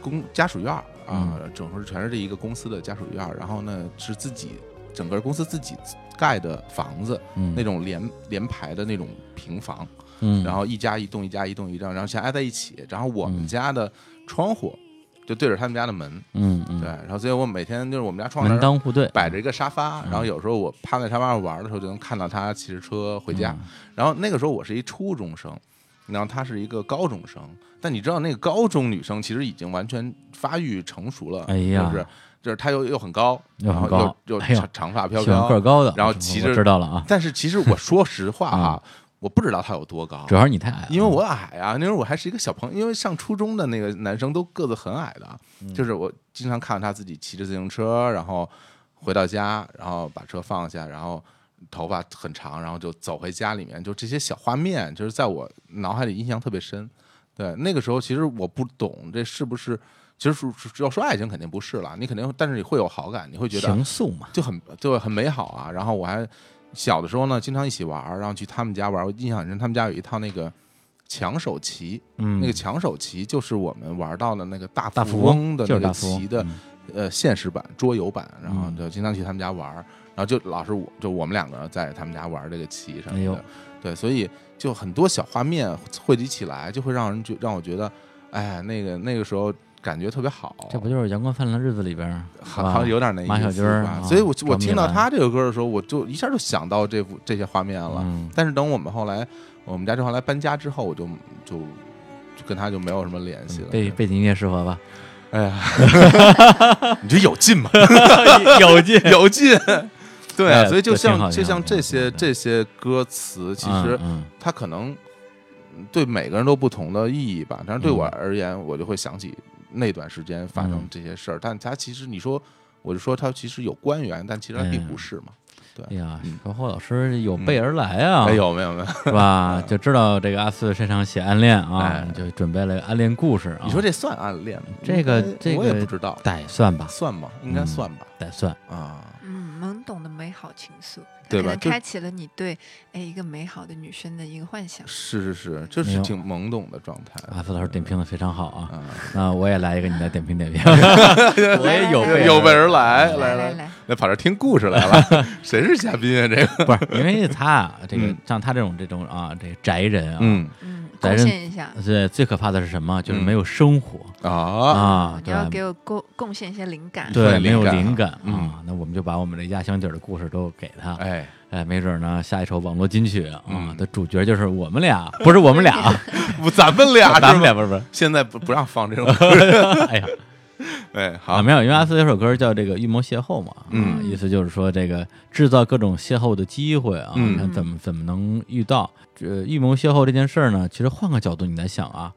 S2: 公家属院儿啊，
S1: 嗯
S2: 整个全是这一个公司的家属院儿，然后呢是自己整个公司自己盖的房子，
S1: 嗯，
S2: 那种连连排的那种平房，
S1: 嗯，
S2: 然后一家一栋，一家一栋，一张，然后全挨在一起，然后我
S1: 嗯
S2: 们家的窗户就对着他们家的门，
S1: 嗯嗯，
S2: 对，然后所以我每天就是我们家窗
S1: 门
S2: 帘
S1: 当户对，
S2: 摆着一个沙发，
S1: 嗯
S2: 然后有时候我趴在沙发上玩的时候，就能看到他骑着车回家。
S1: 嗯
S2: 然后那个时候我是一初中生，然后她是一个高中生，但你知道那个高中女生其实已经完全发育成熟了，
S1: 哎呀
S2: 就是就是她又又很高，
S1: 又很
S2: 然后
S1: 高
S2: 又又
S1: 哎呀
S2: 长长发飘
S1: 喜欢个儿
S2: 飘。
S1: 高的，
S2: 然后
S1: 我
S2: 骑
S1: 我
S2: 着
S1: 知道了啊，
S2: 但是其实我说实话啊，
S1: 嗯
S2: 我不知道她有多高
S1: 主。要是你太矮了，
S2: 因为我矮啊，那时候我还是一个小朋友，因为上初中的那个男生都个子很矮的啊，
S1: 嗯
S2: 就是我经常看到他自己骑着自行车，然后回到家，然后把车放下，然后头发很长，然后就走回家里面，就这些小画面，就是在我脑海里印象特别深。对，那个时候其实我不懂这是不是，其实说要说爱情肯定不是了，你肯定但是你会有好感，你会觉得
S1: 情愫嘛，
S2: 就很就很美好啊。然后我还小的时候呢，经常一起玩儿，然后去他们家玩儿。我印象很深，他们家有一套那个抢手棋，
S1: 嗯，
S2: 那个抢手棋就是我们玩到的那个大
S1: 大
S2: 富
S1: 富
S2: 翁的
S1: 就是大
S2: 那个
S1: 富
S2: 棋
S1: 翁
S2: 的，呃现实版桌游版，然后
S1: 嗯
S2: 就经常去他们家玩儿。然后就老是我就我们两个在他们家玩儿这个棋什
S1: 哎
S2: 么
S1: 呦
S2: 的，对，所以就很多小画面汇集起来，就会让人觉让我觉得，哎，那个那个时候感觉特别好。
S1: 这不就是《阳光灿烂的日子》里边儿
S2: 好好像有点那意思
S1: 马小军儿
S2: 吧
S1: 啊
S2: 所以我
S1: 赵
S2: 我
S1: 米
S2: 听到
S1: 兰
S2: 他这个歌的时候，我就一下就想到这幅这些画面了。
S1: 嗯
S2: 但是等我们后来我们家这后来搬家之后，我就就就跟他就没有什么联系了。
S1: 背背景音乐适合吧？
S2: 哎呀， 你这有劲吗？
S1: 有劲，
S2: 有劲。 对
S1: 哎
S2: 啊，
S1: 呀
S2: 所以就
S1: 这挺好
S2: 像就
S1: 挺好
S2: 像
S1: 挺
S2: 这
S1: 好
S2: 些
S1: 对
S2: 这些歌词，其实
S1: 嗯
S2: 它可能嗯对每个人都不同的意义吧。但是对我而言，我就会想起那段时间发生
S1: 嗯
S2: 这些事儿。但它其实你说，我就说它其实有关联，但其实它并不是嘛。
S1: 哎呀
S2: 嗯，
S1: 小霍老师有备而来啊，
S2: 哎，有没有没有？
S1: 是吧？就知道这个阿四身上写暗恋啊
S2: 哎，
S1: 就准备了暗恋故事啊。
S2: 你说这算暗恋吗？
S1: 这个
S2: 应该
S1: 这个
S2: 我也不知道，
S1: 得算吧？
S2: 算吗？应该算吧。
S1: 得算，
S2: 啊，
S3: 嗯，懵懂的美好情愫，它
S2: 对
S3: 可
S2: 吧
S3: 能
S2: 就
S3: 开启了你对哎一个美好的女生的一个幻想。
S2: 是是是，这
S1: 没
S2: 是
S1: 有
S2: 挺懵懂的状态
S1: 阿四老师点评的非常好啊。
S2: 啊。
S1: 那我也来一个，你来点评点评。 我也有
S3: 来来
S1: 备
S3: 来
S2: 有备而来，
S3: 来
S2: 来
S3: 来，
S2: 来，跑这儿听故事来了。谁是嘉宾啊？这个，
S1: 不是因为他啊，这个
S2: 嗯
S1: 像他这种这种啊，这个宅人啊，，
S2: 嗯
S3: 嗯，
S1: 咱
S3: 贡
S1: 这
S3: 献一下，
S1: 最最可怕的是什么？就是没有生活
S2: 啊，
S1: 啊，
S3: 你要给
S1: 对。
S3: 我贡贡献一些灵感。啊
S1: 对，
S2: 灵
S1: 没有
S2: 感
S1: 灵感
S2: 嗯
S1: 啊，那我们就把我们这压箱底儿的故事都给他，
S2: 哎，
S1: 哎，没准呢，下一首网络金曲啊
S2: 嗯
S1: 的主角就是我们俩，不是我们俩 啊，
S2: 不，咱们俩
S1: 咱
S2: 是
S1: 们俩不
S2: 吧？
S1: 是不是，
S2: 现在不不让放 这种
S1: 哎呀，
S2: 哎，好
S1: 啊，，没有，因为阿斯有首歌叫这个预谋邂逅嘛，
S2: 嗯
S1: 啊，意思就是说这个制造各种邂逅的机会啊，
S2: 嗯
S1: 看怎么怎么能遇到。这预谋邂逅这件事儿呢，其实换个角度你来想啊，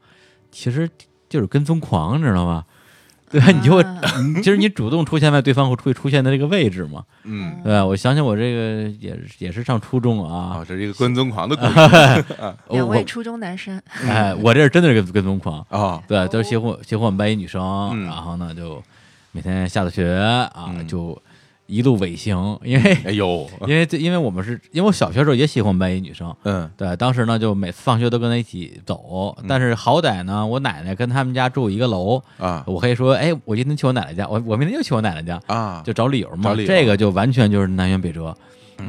S1: 其实就是跟踪狂，你知道吗？对吧？你就会，
S3: 啊
S1: 呃你其实你主动出现在对方会会出现的这个位置嘛。
S2: 嗯，
S1: 对吧，我想想，我这个也是也是上初中啊，
S2: 啊，
S1: 哦
S2: 这是一个跟踪狂的故 事
S3: 两
S1: 我
S3: 位初中男生，
S1: 哎，我这是真的是跟跟踪狂，
S2: 啊，
S1: 对，都是喜欢喜欢我们班一女生，
S2: 嗯
S1: 然后呢就每天下了学啊、
S2: 嗯
S1: 就一路尾行，因为
S2: 哎呦，
S1: 因为这因为我们是因为我小学时候也喜欢班一女生，
S2: 嗯
S1: 对，当时呢就每次放学都跟她一起走，但是好歹呢我奶奶跟他们家住一个楼，
S2: 啊
S1: 我可以说，哎，我今天去我奶奶家，我我明天又去我奶奶家，
S2: 啊，
S1: 就找理由嘛。
S2: 找理由嗯
S1: 这个就完全就是南辕北辙，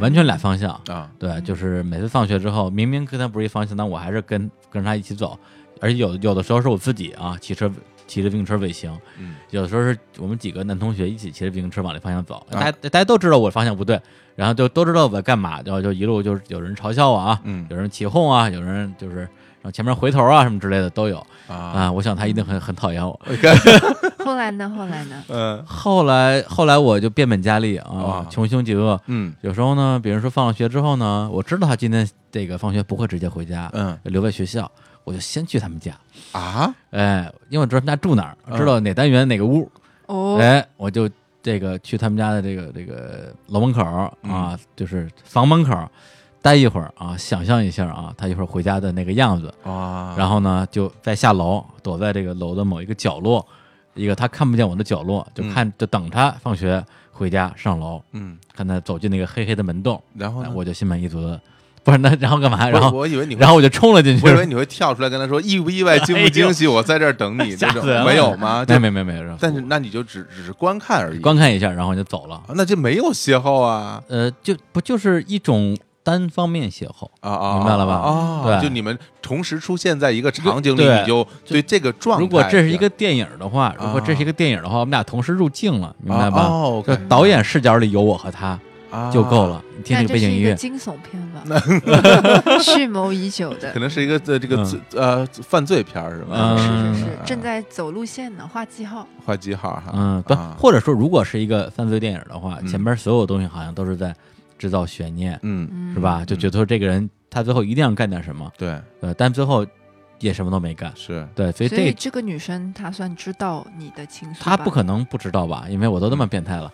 S1: 完全俩方向。
S2: 啊，
S1: 对，就是每次放学之后，明明跟他不是一方向，但我还是跟跟着他一起走，而且有有的时候是我自己啊骑车骑着自行车尾行，
S2: 嗯
S1: 有的时候是我们几个男同学一起骑着自行车往那方向
S2: 啊
S1: 走，大家大家都知道我方向不对，然后就都知道我在干嘛，然后就一路就是有人嘲笑我啊，
S2: 嗯
S1: 有人起哄啊，有人就是然后前面回头啊什么之类的都有
S2: 啊，
S1: 啊，我想他一定很很讨厌我。
S3: 后来呢？后来呢？
S2: 嗯
S1: 后来后来我就变本加厉啊
S2: 哇，
S1: 穷凶极恶。
S2: 嗯
S1: 有时候呢，比如说放了学之后呢，我知道他今天这个放学不会直接回家，
S2: 嗯
S1: 留在学校，我就先去他们家。
S2: 啊，
S1: 哎，因为我知道他们家住哪儿，
S2: 嗯
S1: 知道哪单元哪个屋，
S3: 哦，
S1: 哎，我就这个去他们家的这个这个楼门口
S2: 嗯
S1: 啊，就是房门口待一会儿啊，想象一下啊，他一会儿回家的那个样子，
S2: 哇，
S1: 然后呢，就再下楼，躲在这个楼的某一个角落，一个他看不见我的角落，就看、就等他放学回家上楼，
S2: 嗯，
S1: 看他走进那个黑黑的门洞，
S2: 然后
S1: 哎
S2: 呢
S1: 我就心满意足的，不是那然后干嘛？然
S2: 哦我
S1: 后
S2: 我以为你会
S1: 然。后我就冲了进去
S2: 我以，为你会跳出来跟他说意不 意外、惊不惊喜，我在这儿等你这
S1: 吓
S2: 种
S1: 死人了
S2: 没有吗？
S1: 没
S2: 就
S1: 有没有没有没有，然后
S2: 但是那你就只只是观看而已，
S1: 观看一下，然后我就走了
S2: 啊。那就没有邂逅啊
S1: 呃，就不就是一种单方面邂逅。
S2: 啊啊！
S1: 明白了吧
S2: 啊，
S1: 对
S2: 就你们同时出现在一个场景里，
S1: 对
S2: 你就对这个状态。啊
S1: 如果这是一个电影的话，如果这是一个电影的话，我们俩同时入镜了，明白吧？
S2: 哦
S1: 就
S2: ，OK，
S1: 导演视角里有我和他
S2: 啊
S1: 就够了，你听
S3: 那
S1: 这个
S3: 这
S1: 背
S3: 是
S1: 景音
S3: 一个
S1: 乐，
S3: 惊悚片吧？ 蓄谋已久
S2: 可
S3: 的，
S2: 能是一个呃这个
S1: 嗯
S2: 罪呃犯罪片儿是吧？
S1: 嗯
S3: 啊是
S1: 嗯
S3: 是正
S2: 啊
S3: 在走路线呢，画记号。
S2: 画记号哈，
S1: 嗯，不，
S2: 啊
S1: 或者说，如果是一个犯罪电影的话，
S2: 嗯
S1: 前面所有东西好像都是在制造悬念，
S2: 嗯，
S3: 嗯，
S1: 是？吧？就觉得说这个人他最后一定要干点什么，
S2: 对，
S1: 呃，但最后也什么都没干，
S2: 是
S1: 对，所以
S3: 所以
S1: 这
S3: 这个女生她算知道你的情绪吧，
S1: 他不可能不知道吧？因为我都那么变 态了，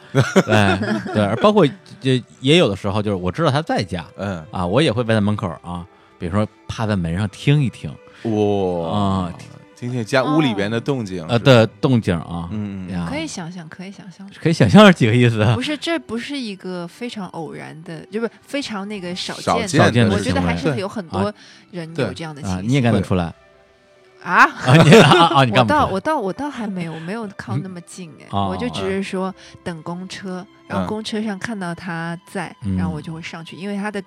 S1: 哎对对，而包括也也有的时候就是我知道他在家
S2: 嗯，
S1: 啊，我也会在他门口啊，比如说趴在门上听一听
S2: 哇
S1: 啊，
S2: 听听家屋里边的动静
S1: 呃，的动静啊，
S2: 嗯嗯
S1: 呀
S3: 可以想象，可以想象。
S1: 可以想象是几个意思啊
S3: 不是，这不是一个非常偶然的，就是非常那个少
S2: 少
S3: 见
S2: 见
S1: 的
S3: 我
S1: 事
S3: 觉得
S1: 情
S3: 还
S2: 对
S3: 是有很
S1: 啊
S3: 多人
S2: 对
S3: 有这样的情
S1: 啊，
S3: 形
S1: 你也干得出 来
S3: 啊？
S1: 啊？你啊啊，你
S3: 我
S1: 干不
S3: 倒
S1: 出来？
S3: 我倒我倒还没有，我没有靠那么近哎，
S1: 哦
S3: 我就只是说等公车，然
S2: 嗯
S3: 后公车上看到他在，
S1: 嗯
S3: 然后我就会上去，因为他的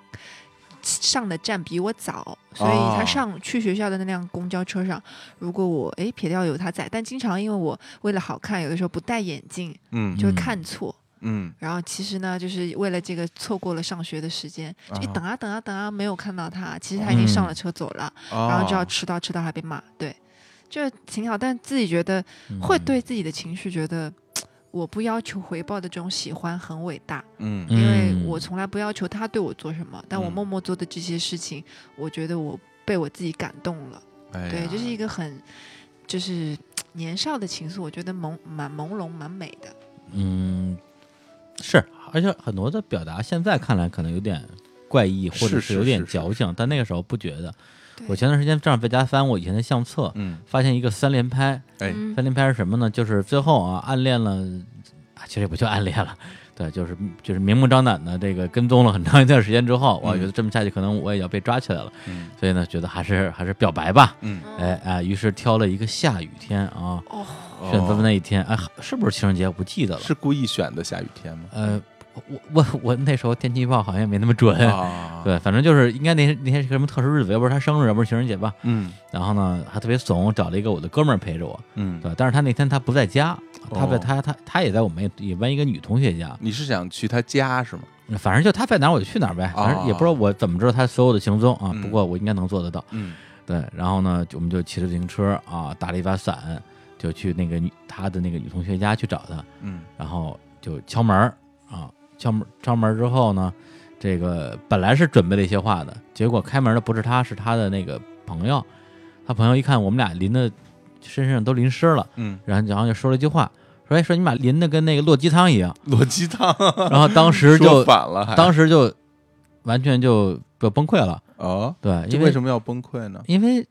S3: 上的站比我早，所以他
S2: 哦
S3: 上去学校的那辆公交车上，如果我哎撇掉有他在，但经常因为我为了好看，有的时候不戴眼镜
S2: 嗯
S3: 就会
S1: 嗯
S3: 看错，
S2: 嗯，
S3: 然后其实呢，就是为了这个错过了上学的时间，就一
S1: 哦
S2: 啊
S3: 等啊等啊等啊，没有看到他，其实他已经
S1: 嗯
S3: 上了车走了，然
S2: 啊
S3: 后就
S2: 哦
S3: 要迟到，迟到还被骂，对，就挺好。但自己觉得会
S2: 嗯
S3: 对自己的情绪觉得，我不要求回报的这种喜欢很伟大，
S2: 嗯
S1: 嗯
S2: 嗯
S3: 因为我从来不要求他对我做什么，但我
S2: 嗯
S3: 默默做的这些事情，我觉得我被我自己感动了，
S2: 哎
S3: 对，
S2: 呀
S3: 这是一个很就是年少的情愫，我觉得朦蛮朦胧蛮美的。
S1: 嗯，是，而且很多的表达现在看来可能有点怪异，或者是
S2: 是是
S1: 有点
S2: 是是
S1: 矫情，但那个时候不觉得。
S3: 对
S1: 我前段时间正好在家翻我以前的相册，
S2: 嗯，
S1: 发现一个三连拍，
S2: 哎
S3: 嗯
S1: 三连拍是什么呢？就是最后啊，暗恋了，啊其实也不叫暗恋了， 对，就是就是明目张胆的这个跟踪了很长一段时间之后，我
S2: 嗯
S1: 觉得这么下去可能我也要被抓起来了，
S2: 嗯
S1: 所以呢，觉得还是还是表白吧，
S2: 嗯，
S1: 哎啊，于是挑了一个下雨天啊，
S3: 哦。
S2: 哦
S1: 选择的那一天，哎，是不是情人节？我不记得了，
S2: 是故意选的下雨天吗？
S1: 呃，我我我那时候天气预报好像也没那么准。
S2: 啊，
S1: 对，反正就是应该那天那天是个什么特殊日子，要不是他生日，要不是情人节吧。
S2: 嗯
S1: 然后呢，还特别怂，找了一个我的哥们儿陪着我。
S2: 嗯，
S1: 对，但是他那天他不在家，他在
S2: 哦
S1: 他他他也在我们也班一个女同学家，
S2: 你是想去他家是吗？
S1: 反正就他在哪儿我就去哪儿呗，反正也不知道我怎么知道他所有的行踪啊，
S2: 哦嗯
S1: 不过我应该能做得到。
S2: 嗯
S1: 对，然后呢，就我们就骑着自行车啊，打了一把伞，就去那个女他的那个女同学家去找他，
S2: 嗯
S1: 然后就敲门儿啊，敲门敲门儿之后呢，这个本来是准备了一些话的，结果开门的不是他，是他的那个朋友，他朋友一看我们俩淋的身上都淋湿了。
S2: 嗯，
S1: 然后然后就说了一句话，说哎说你妈淋的跟那个落鸡汤一样，
S2: 裸鸡 汤，
S1: 然后当时
S2: 说
S1: 就
S2: 反了还，
S1: 当时就完全就就崩溃了，
S2: 哦，
S1: 对，
S2: 这
S1: 因
S2: 为
S1: 为
S2: 什么要崩溃呢？
S1: 因为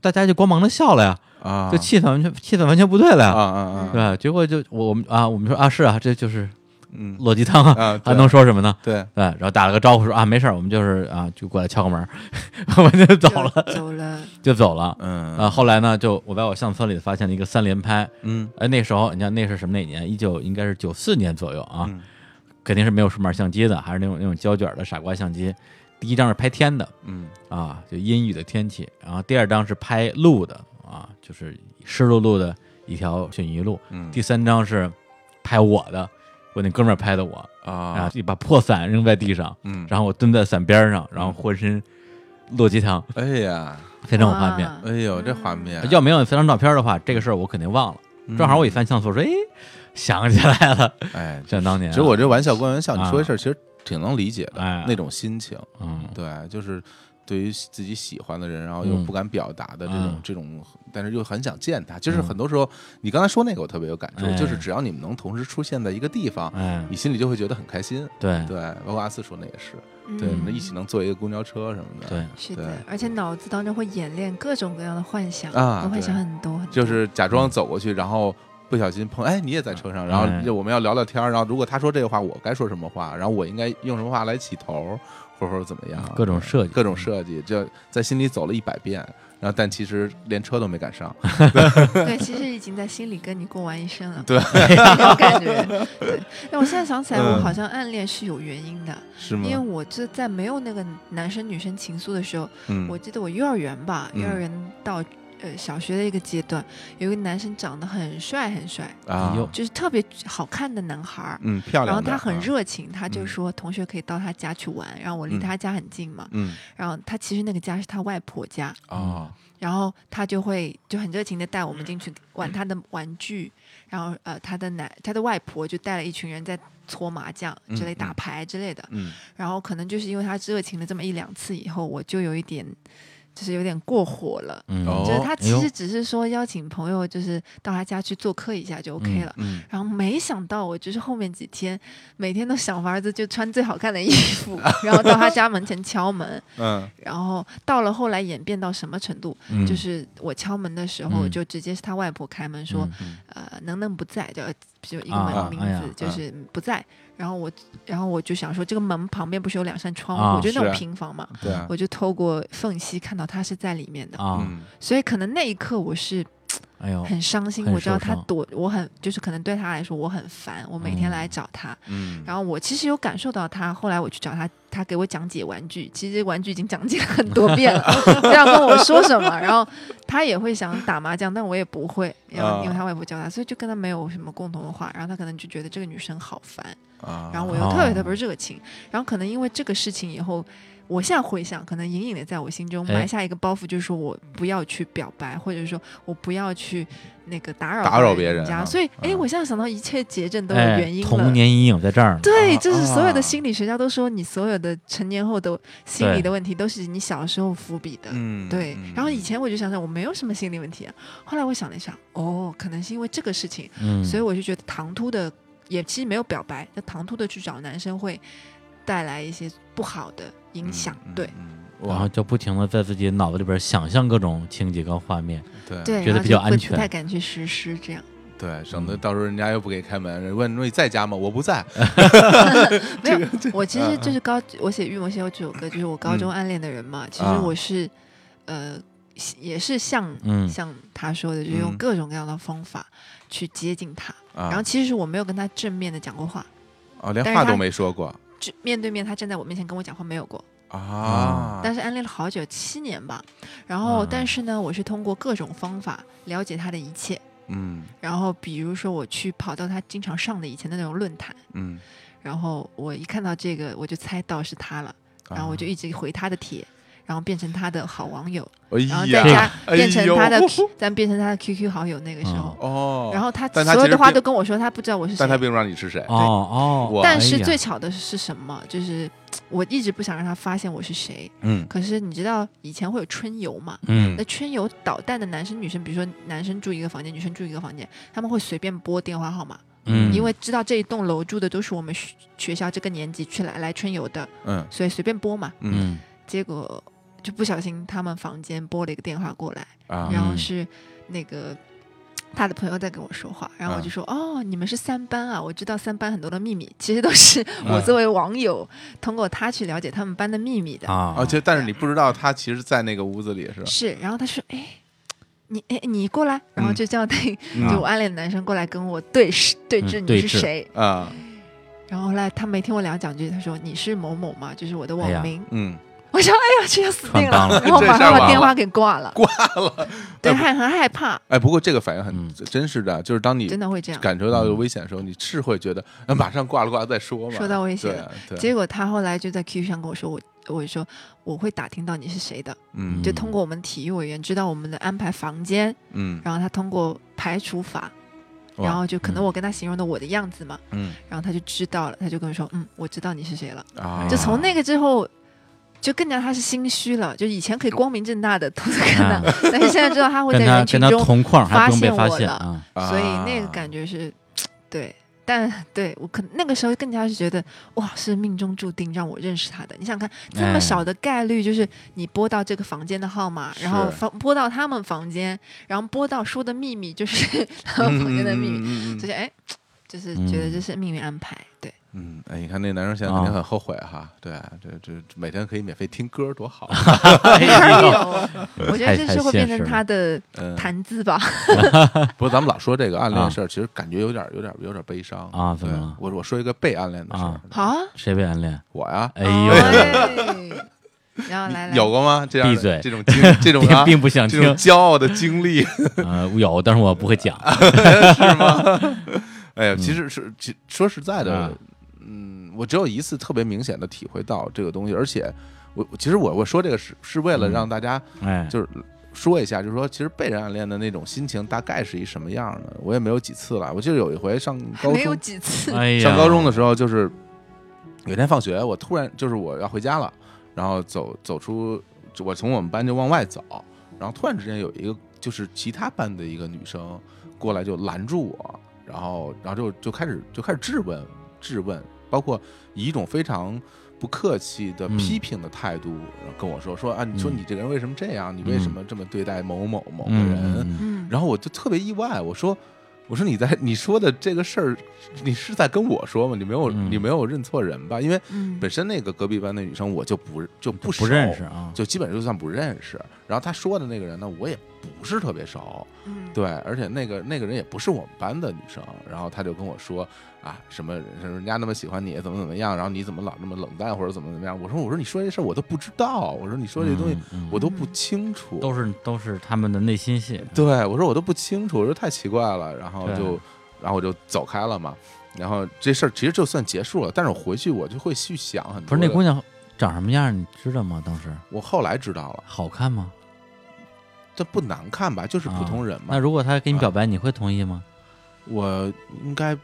S1: 大家就光芒的笑了呀，
S2: 啊，
S1: 就气氛完全气氛完全不对了
S2: 啊
S1: 呀，
S2: 啊啊，
S1: 对，结果就我我们啊我们说啊是啊这就是
S2: 嗯
S1: 落鸡汤啊，
S2: 啊，
S1: 还
S2: 对
S1: 能说什么呢？
S2: 对，
S1: 对，然后打了个招呼说啊，没事儿，我们就是啊，就过来敲个门儿， 我们就走
S3: 就
S1: 了，
S3: 走了，
S1: 就走了。
S2: 嗯
S1: 啊，后来呢，就我在我相册里发现了一个三连拍，
S2: 嗯
S1: 哎，那时候你看那是什么哪年？一九应该是九四年左右啊，
S2: 嗯
S1: 肯定是没有数码相机的，还是那种那种胶卷的傻瓜相机。第一张是拍天的
S2: 嗯
S1: 啊，就阴雨的天气，然后第二张是拍路的啊，就是湿漉漉的一条水泥路，
S2: 嗯
S1: 第三张是拍我的，我那哥们儿拍的我啊
S2: 啊，
S1: 一把破伞扔在地上，
S2: 嗯，
S1: 然后我蹲在伞边上，然后浑身落鸡汤，
S2: 哎呀，
S1: 非常有画面。
S3: 哇
S2: 哎呦，这画面，嗯
S1: 要没有那三张照片的话，这个事儿我肯定忘了。正好我一翻相册，说，哎，想起来了，
S2: 哎，
S1: 想当年啊。
S2: 其实我这玩笑归玩笑，你
S1: 啊
S2: 说这事儿其实挺能理解的
S1: 哎
S2: 那种心情，
S1: 嗯，
S2: 对，就是对于自己喜欢的人，然后又
S1: 嗯
S2: 不敢表达的这
S1: 嗯
S2: 种这种，但是又很想见他。就
S1: 嗯
S2: 是很多时候，你刚才说那个我特别有感触
S1: 哎，
S2: 就是只要你们能同时出现在一个地方，
S1: 哎，
S2: 你心里就会觉得很开心。
S1: 对
S2: 对，包括阿四说那也是，对，
S1: 嗯
S2: 那一起能坐一个公交车什么的，，
S1: 对，
S3: 是
S2: 对
S3: 的，而且脑子当中会演练各种各样的幻想，
S2: 啊
S3: 我
S2: 对
S3: 幻想很多，很多
S2: 就是假装走过去，然后。不小心碰，哎，你也在车上，
S1: 嗯
S2: 然
S1: 哎
S2: 后就我们要聊聊天儿，然后如果他说这个话，我该说什么话，然后我应该用什么话来起头，或者说怎么样，
S1: 各种设计，
S2: 各种设计，就在心里走了一百遍，然后但其实连车都没赶上。
S3: 对，其实已经在心里跟你过完一生了，
S2: 对，
S3: 有 感觉。对，但我现在想起来，我
S2: 嗯
S3: 好像暗恋是有原因的，
S2: 是吗？
S3: 因为我就在没有那个男生女生情愫的时候，
S2: 嗯，
S3: 我记得我幼儿园吧，
S2: 嗯
S3: 幼儿园到呃小学的一个阶段，有一个男生长得很帅很帅，
S2: 啊
S1: 哎呦，
S3: 就是特别好看的男孩儿。
S2: 嗯，漂亮的。
S3: 然后他很
S2: 啊，
S3: 热情，他就
S2: 嗯
S3: 说同学可以到他家去玩，然后我离
S2: 嗯
S3: 他家很近嘛，
S2: 嗯
S3: 然后他其实那个家是他外婆家，
S2: 哦，
S3: 然后他就会就很热情的带我
S2: 嗯
S3: 们进去玩他的玩具，然后呃，他的奶他的外婆就带了一群人在搓麻将之类、
S2: 嗯嗯
S3: 打牌之类的。
S2: 嗯
S3: 然后可能就是因为他热情了这么一两次以后，我就有一点就是有点过火了。
S1: 嗯，
S2: 哦
S3: 就是他其
S1: 哎
S3: 实
S1: 呦
S3: 只是说邀请朋友，就是到他家去做客一下就 OK 了。
S2: 嗯，
S3: 然后没想到，我就是后面几天每天都想法子就穿最好看的衣 服，然后到他家门前敲门，
S2: 嗯
S3: 然后到了后来演变到什么程度？
S1: 嗯
S3: 就是我敲门的时候，
S1: 嗯
S3: 就直接是他外婆开门说，
S2: 嗯
S3: 呃，能能不在，就就一个
S1: 啊
S3: 门
S2: 啊
S3: 名
S1: 哎呀
S3: 字，
S2: 啊
S3: 就是不在。然后我，然后我就想说，这个门旁边不是有两扇窗
S1: 啊
S3: 户，就那
S2: 是
S3: 种
S2: 啊
S3: 平房嘛，
S2: 对啊，
S3: 我就透过缝隙看到他是在里面的，
S1: 啊，
S2: 嗯
S3: 所以可能那一刻我是
S1: 哎呦，
S3: 很伤心，
S1: 很
S3: 我知道
S1: 受
S3: 他
S1: 伤
S3: 躲，我很就是可能对他来说我很烦，我每天来找他，
S2: 嗯，
S3: 然后我其实有感受到他，后来我去找他，他给我讲解玩具，其实玩具已经讲解了很多 遍了，不知道跟我说什么。然后他也会想打麻将，但我也不会，因为
S2: 啊
S3: 因为他外婆教他，所以就跟他没有什么共同的话。然后他可能就觉得这个女生好烦，
S2: 啊，
S3: 然后我又特别特别热情，然后可能因为这个事情以后。我现在回想，可能隐隐的在我心中
S1: 哎
S3: 埋下一个包袱，就是说我不要去表白，或者说我不要去那个打扰
S2: 打扰别人
S3: 家。
S2: 啊
S3: 所以，哎，
S2: 啊
S3: 我现在想到一切结症都有
S1: 哎
S3: 原因了。
S1: 童年阴影在这儿呢，
S3: 对，
S2: 啊
S3: 就是所有
S2: 啊
S3: 的心理学家都说，你所有的成年后的心理
S1: 对
S3: 的问题都是你小时候伏笔的。
S2: 嗯，
S3: 对
S2: 嗯，
S3: 然后以前我就想想，我没有什么心理问题啊。后来我想了一下，哦，可能是因为这个事情，
S1: 嗯，
S3: 所
S1: 以
S3: 以我就觉得唐突的，也其实没有表白，但唐突的去找男生会带来一些不好的影响。
S2: 嗯
S3: 对，，
S2: 嗯嗯
S1: 然后
S2: 哇，
S1: 就不停的在自己脑子里边想象各种情节跟画面，
S2: 对
S3: 对，
S1: 觉得
S3: 然后
S1: 比
S3: 就
S1: 较安
S3: 不
S1: 全
S3: 不太敢去实施这样。
S2: 对，省得到时候人家又不给开门，人问你说你在家吗？我不在，
S3: 没有，我其实就是高，我写《预谋邂逅》这首歌，就是我高中
S2: 嗯
S3: 暗恋的人嘛。其实
S2: 啊
S3: 我是，呃，也是像
S1: 嗯
S3: 像他说的，就是用
S2: 嗯啊
S3: 各种各样的方法去接近他。
S2: 然
S3: 然后其实是我没有跟他正面的讲过话，
S2: 哦，连
S3: 但是
S2: 话
S3: 他
S2: 都没说过
S3: 就面对面他站在我面前跟我讲话没有过。
S2: 啊，
S3: 嗯但
S2: 是
S3: 是暗恋了好久，七年吧。然后
S1: 嗯
S3: 但是呢，我是通过各种方法了解他的一切。
S2: 嗯
S3: 然后比如说我去跑到他经常上的以前的那种论坛，
S2: 嗯，
S3: 然后我一看到这个我就猜到是他了。
S2: 啊
S3: 然后我就一直回他的帖，然后变成他的好网友，
S2: 哎
S3: 然后
S2: 呀，
S3: 再加
S2: 哎
S3: 变成他的
S2: 呦
S3: Q，再变成他的 QQ 好友那个时候，
S2: 哦，
S3: 然后他
S2: 但他
S3: 所有
S2: 其实
S3: 的话
S2: 并
S3: 都跟我说他不知道我是谁
S2: 但，他并不让你是谁，
S1: 哦哦，
S2: 我
S3: 但是
S1: 哎呀
S3: 最巧的是什么？就是我一直不想让他发现我是谁，
S2: 嗯
S3: 可是你知道以前会有春游嘛？
S1: 嗯
S3: 那春游导弹的男生女生，比如说男生住一个房间，女生住一个房间，他们会随便拨电话号码，
S1: 嗯，
S3: 因为知道这一栋楼住的都是我们学学校这个年级去来来春游的，
S2: 嗯
S3: 所以随便拨嘛。
S2: 嗯
S1: 嗯
S3: 结果就不小心他们房间拨了一个电话过来，
S2: 啊
S3: 然后是那个他的朋友在跟我说话，
S2: 嗯
S3: 然后我就说、哦，你们是三班啊，我知道三班很多的秘密，其实都是
S2: 嗯
S3: 我作为网友、通过他去了解他们班的秘密的。
S1: 啊，
S2: 而且但是你不知道他其实，在那个屋子里是吧？
S3: 是，然后他说，哎。你哎，你过来，然后就叫那、
S2: 嗯
S3: 就我暗恋的男生过来跟我对视对峙，
S1: 嗯
S3: 你
S1: 对
S3: 是
S1: 峙
S3: 谁？
S2: 啊，
S3: 然后后来他没听我聊两句，他说你是某某嘛，就是我的网
S1: 哎呀
S3: 名。
S2: 嗯，
S3: 我说哎呀，这要死定
S1: 穿帮了
S3: 然后马
S2: 这下
S3: 上
S2: 完
S3: 把
S2: 了
S3: 电话给挂了，
S2: 挂了。
S3: 对，
S2: 哎不
S3: 还很害怕，
S2: 哎，不过这个反应很
S1: 嗯
S2: 真实的，就是当你
S3: 真的会这样。
S2: 感受到有危险的时候，你是会觉得，那马上挂了挂了再说嘛。
S3: 说到危险
S2: 对啊对啊，
S3: 结果他后来就在 Q 上跟我说，我我说我会打听到你是谁的，
S2: 嗯
S3: 就通过我们体育委员知道我们的安排房间，
S2: 嗯，
S3: 然后他通过排除法，
S2: 哇
S3: 然后就可
S1: 嗯
S3: 能我跟他形容的我的样子嘛，
S2: 嗯
S3: 然后他就知道了，他就跟我说，嗯，我知道你是谁了。
S2: 啊，
S3: 就从那个之后。就更加他是心虚了，就以前可以光明正大的偷偷看
S2: 啊
S3: 他，但是现在知道他会在
S1: 跟他
S3: 人
S1: 跟
S3: 群
S1: 他
S3: 中
S1: 同框还不用被
S3: 发
S1: 发
S3: 现我
S1: 现
S3: 了
S1: 啊，
S3: 所以那个感
S2: 觉
S3: 觉是，对，但对我可那个时候更加是觉得，哇，是命中注定让我认识他的。你想看这
S1: 哎
S3: 么少的概率，就是你拨到这个房间的号码，然后
S2: 是
S3: 房拨到他们房间，然后拨到说的秘密，就是 他们房间的秘密，
S1: 嗯
S2: 密
S3: 这些哎，就是觉得这是命运安排， 对，
S2: 嗯，哎，你看那男生现在肯定很后悔哈，对啊，这这这每天可以免费听歌多好，
S1: 哎
S3: 哪有？ 哎我觉
S1: 太
S3: 得这
S1: 太
S3: 是会
S1: 现
S3: 变
S1: 实
S3: 成
S1: 了
S3: 他的
S2: 嗯，
S3: 谈资吧。
S2: 不过咱们老说这个暗恋
S1: 啊
S2: 的事儿，其实感觉有点有点有点悲伤
S1: 啊怎么
S2: 对
S1: 了
S2: 我我说一个被暗恋的事儿
S1: 啊，
S3: 好啊，
S1: 谁被暗恋？
S2: 我呀，
S1: 哎呦，
S3: 哦 哎 然后
S2: 你
S3: 来来，
S2: 有过吗？这样的
S1: 闭嘴
S2: 这种经这 种啊
S1: 并并不想
S2: 这
S1: 听
S2: 种，骄傲的经历
S1: 呃，有，但是我不会讲，
S2: 是吗？哎呀，其实是其说实在的
S1: 嗯，
S2: 嗯，我只有一次特别明显的体会到这个东西，而且我其实我我说这个是是为了
S1: 嗯
S2: 让大家
S1: 哎，
S2: 就是说一下，就是说，其实被人暗恋的那种心情大概是一什么样的？我也没有几次了。我记得有一回上高
S3: 没有
S2: 中，
S3: 几次，
S1: 哎呀，
S2: 上高中的时候，就是有一天放学，我突然就是我要回家了，然后走走出，我从我们班就往外走，然后突然之间有一个就是其他班的一个女生过来就拦住我，然后然后就就开始就开始质问质问，包括以一种非常。不客气的
S1: 嗯
S2: 批评的态度然后跟我说说啊，你说
S1: 嗯
S2: 你这个人为什么这样？你为什么这么对待某某某个
S1: 嗯
S2: 人？
S1: 嗯嗯
S3: 嗯，
S2: 然后我就特别意外，我说。我说你在你说的这个事儿，你是在跟我说吗？你没有、
S1: 嗯
S2: 你没有认错人吧？因为
S3: 嗯
S2: 本身那个隔壁班的女生我就不就不
S1: 不
S2: 熟
S1: 认识，啊，
S2: 就基本就算不认识。然后她说的那个人呢，我也不是特别熟，
S3: 嗯
S2: 对，而且那个那个人也不是我们班的女生。然后她就跟我说啊，什么人什么人家那么喜欢你，怎么怎么样，然后你怎么老那么冷淡或者怎么怎么样？我说我说你说这事儿我都不知道，我说你说这东西
S1: 嗯嗯
S2: 我都不清楚，
S1: 都是都是他们的内心戏，
S2: 对，我说我都不清楚，我说太奇怪了，然后
S1: 对
S2: 就，然后我就走开了嘛。然后这事儿其实就算结束了，但是我回去我就会去想很多。
S1: 不是那姑，娘长什么样，你知道吗？当时
S2: 我后来知道了，
S1: 好看吗？
S2: 这不难看吧？就是普通人嘛。
S1: 那如果她跟你表白，你会同意吗？
S2: 我应该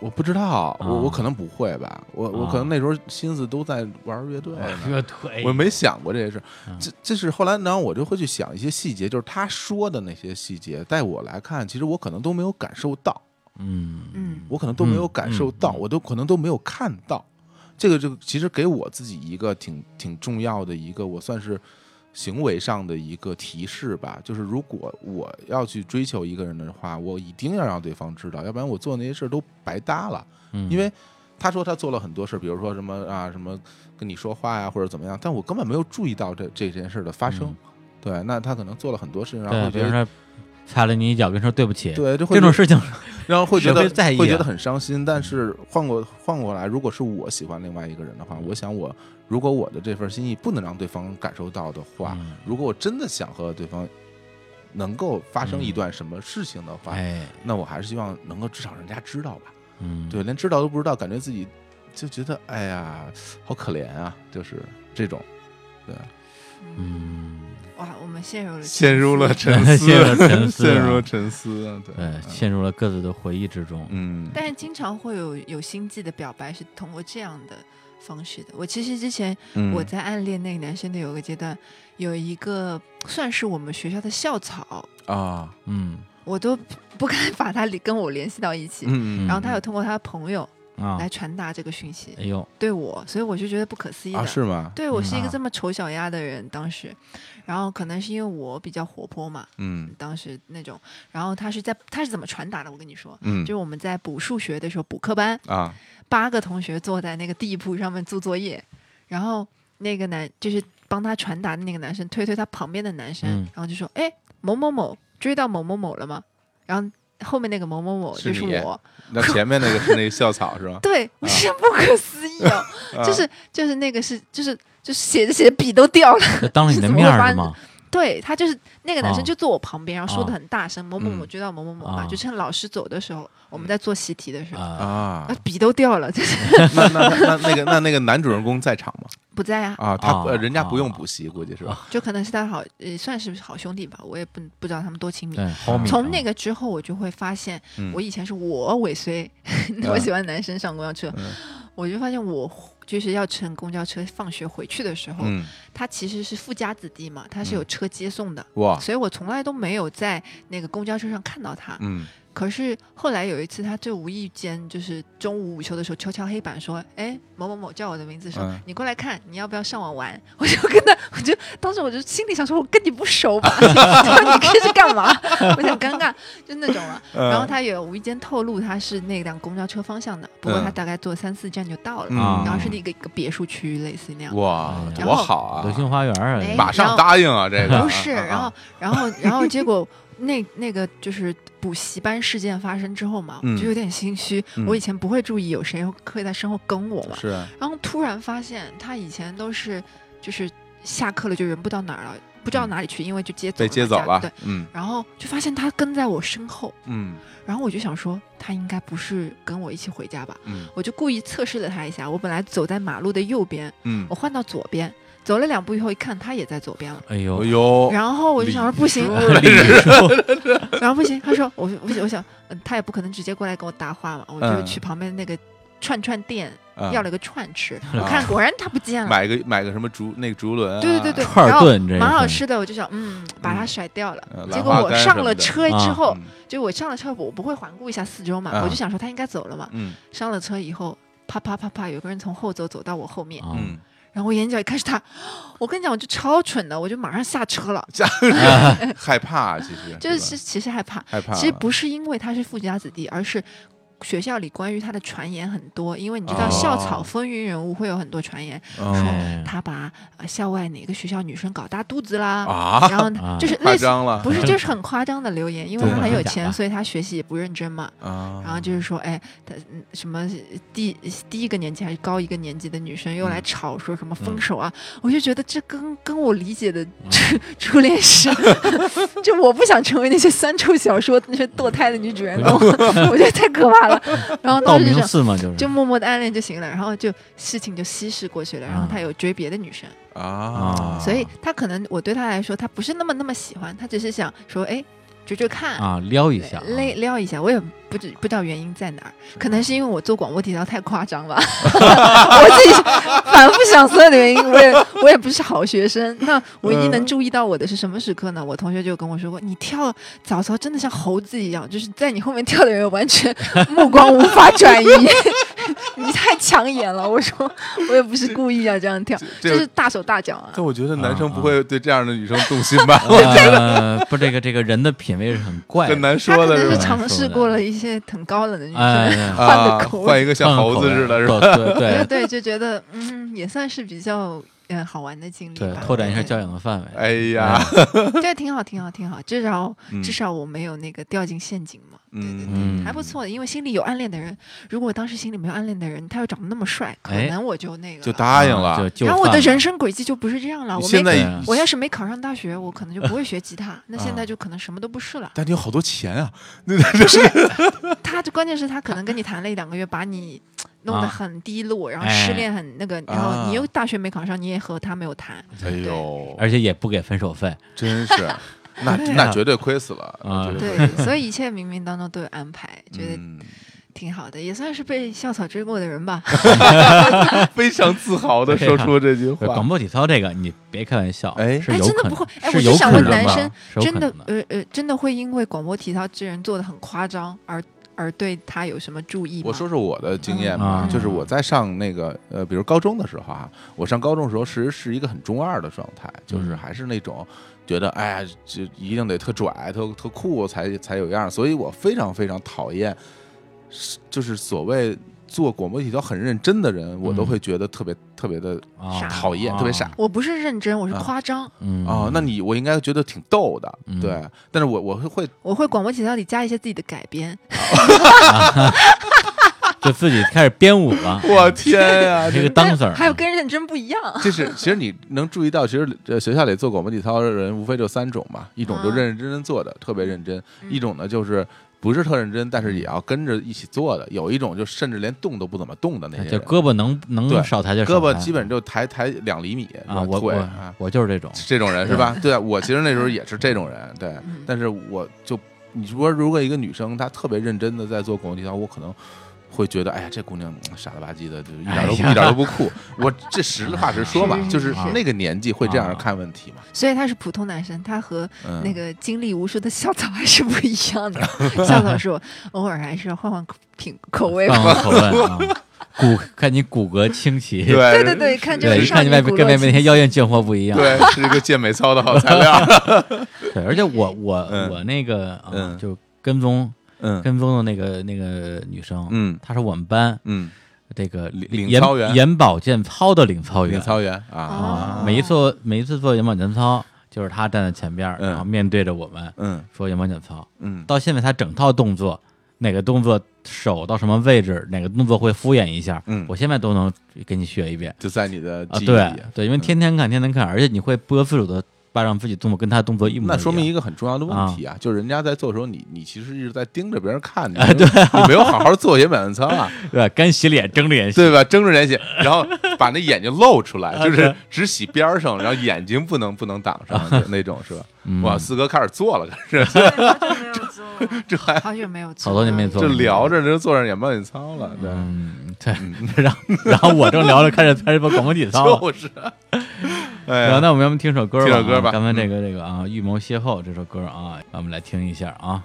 S2: 我不知道，我我
S1: 啊
S2: 可能不会吧，我我
S1: 啊
S2: 可能那时候心思都在玩乐队呢。
S1: 腿
S2: 我没想过这些事儿
S1: 嗯，
S2: 这这是后来呢，我就会去想一些细节，就是他说的那些细节，在我来看，其实我可能都没有感受到。
S1: 嗯
S3: 嗯
S2: 我可能都没有
S1: 嗯
S2: 感
S1: 嗯
S2: 受到，
S1: 嗯
S2: 我都可能都没有看到。这个就其实给我自己一个挺挺重要的一个，我算是行为上的一个提示吧。就是如果我要去追求一个人的话，我一定要让对方知道，要不然我做那些事儿都白搭了。
S1: 嗯，
S2: 因为他说他做了很多事，比如说什么啊什么跟你说话呀或者怎么样，但我根本没有注意到这这件事儿的发生。
S1: 嗯
S2: 对，那他可能做了很多事情，然后
S1: 对，
S2: 会
S1: 比
S2: 觉
S1: 如
S2: 得
S1: 说踩了你一脚，跟你说对不起，
S2: 对，就会
S1: 这种
S2: 觉得
S1: 事情嗯
S2: 然后会觉
S1: 谁
S2: 得
S1: 会在意啊
S2: 觉得很伤心。但是换过换过来，如果是我喜欢另外一个人的话，我想我如果我的这份心意不能让对方感受到的话，
S1: 嗯
S2: 如果我真的想和对方能够发生一段什么事情的话，
S1: 哎，
S2: 那我还是希望能够至少人家知道吧。
S1: 嗯，
S2: 对，连知道都不知道，感觉自己就觉得哎呀，好可怜啊，就是这种。对，
S1: 嗯，
S3: 哇，我们陷入了
S2: 陷入了沉思，
S1: 陷入了沉思啊
S2: 陷入了沉思啊。
S1: 对，
S2: 对，
S1: 陷入了各自的回忆之中，
S2: 嗯，
S3: 但是经常会有有心计的表白是通过这样的方式的。我其实之前
S2: 嗯
S3: 我在暗恋那个男生的有个阶段，有一个算是我们学校的校草，
S2: 啊，
S1: 嗯
S3: 我都不敢把他跟我联系到一起。
S2: 嗯，
S3: 然后他有通过他的朋友
S1: 啊
S3: 来，传达这个讯息
S1: 哎呦，
S3: 对我，所以我就觉得不可思议的。
S2: 啊，是吗？
S3: 对我是一
S1: 嗯啊
S3: 个这么丑小鸭的人，当时，然后可能是因为我比较活泼嘛，
S2: 嗯
S3: 当时那种，然后他是在他是怎么传达的？我跟你说，
S2: 嗯
S3: 就是我们在补数学的时候，补课班，
S2: 啊，
S3: 八个同学坐在那个地铺上面做作业，然后那个男就是帮他传达的那个男生推推他旁边的男生，
S1: 嗯
S3: 然后就说：“哎，某某某追到某某某了吗？”然后后面那个某某某
S2: 是
S3: 就是
S2: 你
S3: 我，
S2: 那前面那 个是那个校草是吗？
S3: 对我是不可思议哦，
S2: 啊
S3: 就是就是那个是就是就是写着写着笔都掉了，
S1: 这当着你的面儿的吗？
S3: 对他就是那个男生
S1: 哦
S3: 就坐我旁边，然后说的
S1: 哦
S3: 很大声，某某某
S2: 嗯
S3: 追到某某某嘛，
S1: 哦
S3: 就趁老师走的时候，我们在做习题的时候，
S1: 啊，
S2: 啊嗯
S3: 啊，笔都掉了，就是
S2: 那那那那个那那个男主人公在场吗？
S3: 不在啊，
S2: 啊，他
S1: 啊
S2: 呃人家不用
S1: 啊
S2: 补习，估计是吧？
S3: 就可能是他好，也算是好兄弟吧，我也不不知道他们多亲密
S1: 对。，homie，
S3: 从那个之后，我就会发现，
S2: 嗯啊
S3: 我以前是我尾随、我喜欢男生上公交车，
S2: 嗯
S3: 我就发现我就是要乘公交车放学回去的时候，
S2: 嗯，
S3: 他其实是富家子弟嘛，他是有车接送的，
S2: 哇，
S3: 所以我从来都没有在那个公交车上看到他。
S2: 嗯
S3: 可是后来有一次，他就无意间就是中午午休的时候敲敲黑板说：“哎，某某某叫我的名字，说、
S2: 嗯
S3: 你过来看，你要不要上网玩？” 我就跟他，我就当时我就心里想说，我跟你不 熟吧，就是你这是干嘛？ 我想尴尬，就那种了。
S2: 嗯
S3: 然后他也无意间透露他是那辆公交车方向的，不过
S2: 嗯
S3: 他大概坐三四站嗯就到了，
S1: 啊
S3: 然后是一个一个别墅区，类似于那样。
S2: 呃哇
S1: 哎呀，
S2: 多好啊
S1: 德！兴花园儿
S3: 哎
S2: 马上答应啊，这个
S3: 不是，
S2: 啊啊
S3: 然后，然后，然后，结果那那个就是补习班事件发生之后嘛，
S2: 嗯
S3: 我就有点心虚。
S2: 嗯
S3: 我以前不会注意有谁会在身后跟我嘛，
S2: 是啊
S3: 然后突然发现他以前都是就是下课了就人不到哪儿了，不知道哪里去，因为就接走
S2: 被接走
S3: 嘛
S2: 了
S3: 对，，
S2: 嗯
S3: 然后就发现他跟在我身后，
S2: 嗯
S3: 然后我就想说他应该不是跟我一起回家吧，
S2: 嗯
S3: 我就故意测试了他一下。我本来走在马路的右边，
S2: 嗯
S3: 我，换到左边，走了两步以后一看他也在左边了。
S1: 哎呦
S2: 哎，呦，
S3: 然后我就想说不 行，
S1: 李叔，
S3: 然后不行，他说我我我想，嗯，他也不可能直接过来跟我搭话嘛，我就
S2: 嗯
S3: 去旁边那个串串店、
S2: 嗯
S3: 要了个串吃，
S2: 嗯
S3: 我看果然他不见了。
S2: 买个买个什么竹那个竹轮啊，
S3: 对对对对，
S1: 串
S3: 然
S1: 儿
S3: 后
S1: 炖这
S3: 蛮好
S1: 是
S3: 吃的，我就想嗯把它甩掉了。
S2: 嗯
S3: 结
S2: 兰
S3: 果
S2: 花
S3: 我
S2: 干
S3: 上
S2: 什么
S3: 了
S2: 的
S3: 车之
S1: 啊
S3: 后，
S2: 嗯
S3: 就我上了车，我不会环顾一下四周嘛，
S2: 嗯
S3: 我就想说他应该走了嘛。
S2: 嗯
S3: 上了车以后，啪啪啪啪，有个人从后走走到我后面，
S1: 啊，
S2: 嗯，
S3: 然后我眼角一看是他， 我跟你讲，我就超蠢的，我就马上下车了，
S2: 这样害怕啊其实
S3: 就是
S2: 嗯吧
S3: 是其实害怕，
S2: 害怕，
S3: 其实不是因为他是富家子弟，而是学校里关于他的传言很多。因为你知道
S2: 哦
S3: 校草风云人物会有很多传言，
S2: 嗯
S1: 哎
S3: 他把呃校外哪个学校女生搞大肚子啦，
S2: 啊，
S3: 然后
S1: 啊
S3: 就是
S2: 夸
S3: 类似。
S2: 张 了，
S3: 不是，就是很夸张的留言，因为
S2: 对
S3: 他很有
S1: 真假吧
S3: 钱，所以他学习也不认真嘛。
S2: 啊，
S3: 然后就是说，哎，他嗯什么低低一个年级还是高一个年级的女生又来
S2: 嗯
S3: 吵说什么分
S2: 嗯
S3: 手啊，我就觉得这跟跟我理解的初初恋是， 就我不想成为那些酸臭小说那些堕胎的女主人 公，我觉得太可怕了。然后
S1: 道
S3: 当时
S1: 明
S3: 就
S1: 寺嘛，就是
S3: 就默默的暗恋就行了，然后就事情就稀释过去了。然后他有追别的女生，
S2: 啊，
S3: 所以他可能我对他来说，他不是那么那么喜欢，他只是想说，哎，追追看
S1: 啊，撩一下啊，
S3: 撩撩一下，我也不知不知道原因在哪儿，可能是因为我做广播体操太夸张吧， 我自己反复想所有的原因，我也我也不是好学生。那唯一
S2: 嗯
S3: 能注意到我的是什么时刻呢？我同学就跟我说过，你跳早操真的像猴子一样，就是在你后面跳的人完全目光无法转移， 你太抢眼了。我说我也不是故意要这样跳，
S2: 这
S3: 就是大手大脚啊。
S2: 但我觉得男生不
S1: 啊
S2: 会对这样的女生动心 吧？
S1: 呃，不，这个这个人的品味是很怪的，
S2: 很难
S3: 他
S2: 说
S3: 可
S2: 的
S3: 能
S2: 是
S3: 是
S2: 吧？
S3: 尝试过了一些很高冷的女 生，
S1: 哎，哎
S3: 换个
S2: 啊，
S3: 口味
S2: 换一个像
S1: 换个
S2: 猴
S1: 口
S2: 子
S1: 味啊
S2: 似的，是吧？
S1: 对对
S3: 对
S1: 对
S3: 啊对，就觉得嗯，也算是比较嗯好玩的经历
S1: 对
S3: 吧，，
S1: 拓展一下
S3: 对
S1: 教养的范围。
S2: 哎呀，
S3: 对，挺好，挺好，挺好，至少
S2: 嗯
S3: 至少我没有那个掉进陷阱嘛，对对对，
S1: 嗯
S3: 还不错的，因为心里有暗恋的人，如果我当时心里没有暗恋的人，他又长得那么帅，可
S1: 哎
S3: 能我就那个
S2: 就
S3: 了
S2: 答应
S1: 啊就
S2: 了。
S1: 就
S3: 然后我
S1: 范
S3: 的
S1: 了
S3: 人生轨迹就不是这样了，
S2: 你
S3: 我
S2: 现
S3: 没。
S2: 在
S1: 对
S2: 已
S1: 啊
S3: 我要是没考上大学，我可能就不会学 吉他，那现在就可能什么都不是了。
S2: 但你有好多钱啊！
S3: 他关键是他可能跟你谈了一两个月，把你弄
S1: 啊
S3: 得很低落，然后失
S1: 哎
S3: 恋很那个，然后
S2: 啊
S3: 你又大学没考上，你也和他没有谈，
S2: 哎呦，
S1: 而且也不给分手费，
S2: 真是，那那绝对亏死了。
S1: 啊
S2: 绝亏
S3: 对，所以一切冥冥当中都有安排，觉得
S2: 嗯，
S3: 挺好的，也算是被校草追过的人吧。
S2: 非常自豪的说出这句话
S1: 广。播体操这个你别开玩笑，
S2: 哎
S1: 是
S3: 哎
S1: 有
S3: 真的
S1: 可
S3: 不会哎
S1: 能，是
S3: 我
S1: 有
S3: 就想
S1: 可
S3: 问
S1: 能
S3: 男
S1: 的
S3: 生
S1: 是有
S3: 真
S1: 可
S3: 的
S1: 能，
S3: 呃呃，真的会因为广播体操之人做的很夸张而而对他有什么注意吗？
S2: 我说说我的经验吧，
S1: 嗯
S2: 就是我在上那个呃，比如高中的时候啊，我上高中的时候，其实是一个很中二的状态，就是
S1: 嗯
S2: 还是那种觉得哎呀，这一定得特拽、特特酷才才有样儿，所以我非常非常讨厌，是就是所谓做广播体操很认真的人，我都
S1: 嗯
S2: 会觉得特别特别的
S1: 啊
S3: 傻
S2: 讨厌，特别傻。。
S3: 我不是认真，我是
S2: 啊
S3: 夸张。
S1: 嗯
S2: 哦，那你我应该觉得挺逗的，
S1: 嗯
S2: 对，但是我我会会。
S3: 我会广播体操里加一些自己的改编，
S1: 就自己开始编舞了
S2: 我天呀、
S1: 这个当啊 sir
S3: 还有跟认真不一样。
S2: 就是其实你能注意到，其实呃学校里做广播体操的人无非就三种嘛，一种就
S3: 啊
S2: 认认真真做的，特别认真；
S3: 嗯
S2: 一种呢就是不是特认真，但是也要跟着一起做的；有一种就甚至连动都不怎么动的那些
S1: 啊就
S2: 人，
S1: 胳膊能
S2: 对
S1: 能少抬就少
S2: 胳膊
S1: 抬
S2: 基本就抬抬两厘米是吧
S1: 啊，我
S2: 腿
S1: 我
S2: 啊，
S1: 我就是这 种，
S2: 这种人是吧？对啊，我其实那时候也是这种人，对
S3: 嗯，
S2: 但是我就你说如果一个女生她特别认真的在做广播体操，我可能。会觉得，哎呀，这姑娘嗯傻了吧唧的，就一点儿都不、
S1: 哎呀
S2: 一点儿都不酷。我这实话实说嘛，
S3: 是
S2: 就是
S1: 是
S2: 那个年纪会这样
S1: 啊
S2: 看问题嘛。
S3: 所以他是普通男生，他和
S2: 嗯，
S3: 那个经历无数的校草还是不一 样的。校草是我偶尔还是要换换口品口味吧。
S1: 放口问啊，骨看你骨骼清奇，
S2: 对
S3: 对对对，看这
S1: 对，
S3: 个
S1: 一看
S3: 少
S1: 你
S3: 女
S1: 外面
S3: 骨
S1: 跟外面那
S3: 骼
S1: 些
S3: 清
S1: 妖艳贱货不一样。
S2: 对，是一个健美操的好材 料。
S1: 对，而且我我
S2: 嗯
S1: 我那个啊
S2: 嗯
S1: 就跟踪
S2: 嗯
S1: 跟踪的那个那个女生，
S2: 嗯
S1: 她是我们班
S2: 嗯，
S1: 这个
S2: 领
S1: 眼
S2: 操员
S1: 眼保健操的领操
S2: 领
S1: 员
S2: 操员
S1: 啊
S3: 哦
S2: 啊，，
S1: 每一次每一次做眼保健操，就是她站在前边儿，
S2: 嗯
S1: 然后面对着我们
S2: 嗯
S1: 说眼保健操。
S2: 嗯，
S1: 到现在她整套动作，哪个动作手到什么位置，哪个动作会敷衍一下，
S2: 嗯
S1: 我现在都能给你学一遍。
S2: 就在你的
S1: 啊，
S2: 记忆
S1: 对
S2: 里。
S1: 对，因为天天看，天天看，而且你会不由自主的把让自己动作跟他动作一模一样。
S2: 那说明一个很重要的问题啊，就是人家在做的时候，你你其实一直在盯着别人看，
S1: 啊
S2: 你对，你没有好好做眼保健操 啊，
S1: 对，干洗脸睁着眼洗，
S2: 对吧？睁着眼睛，然后把那眼睛露出
S1: 啊
S2: 来，就是只洗边儿上，然后眼睛不能不能挡 上就那种，是吧？
S1: 嗯
S2: 哇，四哥开始做了，开始这还
S3: 奇好久没有做
S1: 好多年没
S3: 了
S1: 做
S2: 这
S1: 了。
S2: 聊着这做上眼保健操了，对，
S1: 嗯，对， 然后然后我正聊着开始开始播广播体操 了。
S2: 就是，哎
S1: 嗯然后
S2: 呀，
S1: 那我们要不听首歌吧啊？
S2: 听首歌吧嗯
S1: 刚才这个这个啊，《预谋邂逅》这首歌啊，让我们来听一下啊。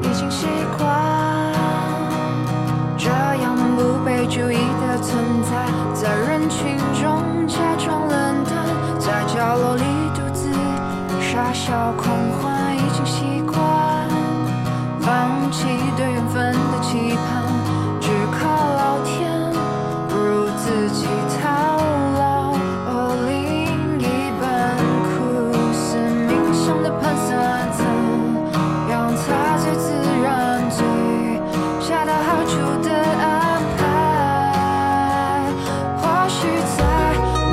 S4: 已经习惯这样不被注意的存在，在人群中假装冷淡，在角落里独自傻笑狂欢，已经习惯放弃对缘分的期盼，只靠老天，不如自己套牢。哦，另一半苦思冥想的盘算怎。让它最自然、最恰到好处的安排。或许在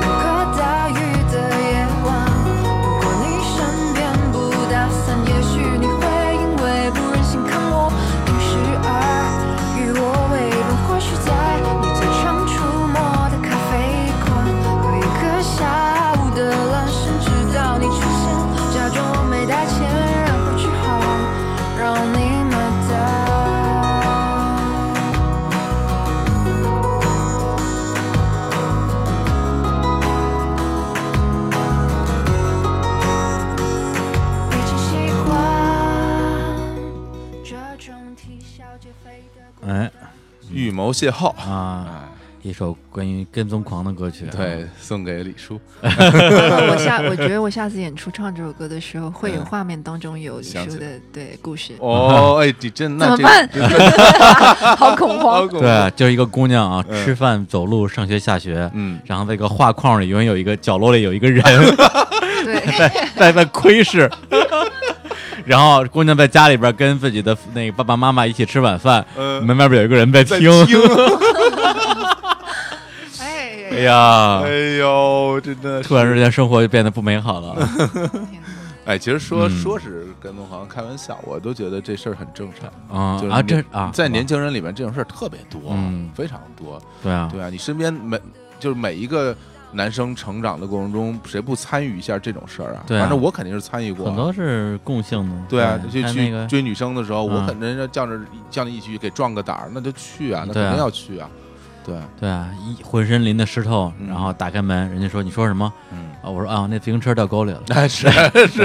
S4: 某个大雨的夜晚，如果你身边不打伞，也许你会因为不忍心看我淋湿而与我为伴。或许在你最常出没的咖啡馆，有一个下午的阑珊，直到你出现，假装我没带钱，然后只好让你买单。已经习惯这种啼笑皆非的孤单
S1: 哎
S2: 预谋邂逅
S1: 啊，
S2: 啊，
S1: 一首关于跟踪狂的歌曲。
S2: 对，，送给李叔，
S3: 我下我觉得我下次演出唱这首歌的时候，会有
S2: 嗯
S3: 画面当中有李
S2: 想
S3: 叔
S2: 起
S3: 的对故事，
S2: 哦，哎，你真那
S3: 怎么
S2: 这
S3: 办
S2: 这 这
S3: 好恐
S2: 好
S3: 慌。
S2: 恐怖
S1: 对，就是一个姑娘啊，
S2: 嗯
S1: 吃饭、走路、上学、下学，
S2: 嗯，
S1: 然后那个画框里永远有一个角落里有一个人，
S3: 对，
S2: 哎
S1: 在在窥视。 然后姑娘在家里边跟自己的那个爸爸妈妈一起吃晚饭，
S2: 嗯
S1: 门外边有一个人在
S2: 在
S1: 听。哎
S3: 哎，
S1: 呀，
S2: 哎呦，真的
S1: 啊
S2: 是
S1: 突然之间生活就变得不美好 了。
S3: 天哪
S2: 哎，其实说
S1: 嗯
S2: 说是跟东皇开玩笑，我都觉得这事儿很正常。
S1: 啊
S2: 就是
S1: 啊，
S2: 你
S1: 这啊，
S2: 在年轻人里面这种事儿特别多
S1: 嗯，
S2: 非常多。
S1: 对啊，
S2: 对啊，你身边每就是每一个男生成长的过程中，谁不参与一下这种事儿啊？
S1: 对啊
S2: 反正我肯定是参与过
S1: 很
S2: 啊。
S1: 多是共性的，
S2: 对啊，
S1: 还
S2: 就
S1: 有
S2: 去
S1: 那个
S2: 追女生的时候，我
S1: 嗯
S2: 肯定要叫着叫你一起给壮个胆儿，那就去啊，那
S1: 对
S2: 肯
S1: 啊
S2: 定要去啊。 对，
S1: 对啊，一浑身淋的湿透，
S2: 嗯
S1: 然后打开门，人家说你说什么
S2: 嗯，
S1: 啊？我说啊，那自行车掉沟里了。
S2: 但是啊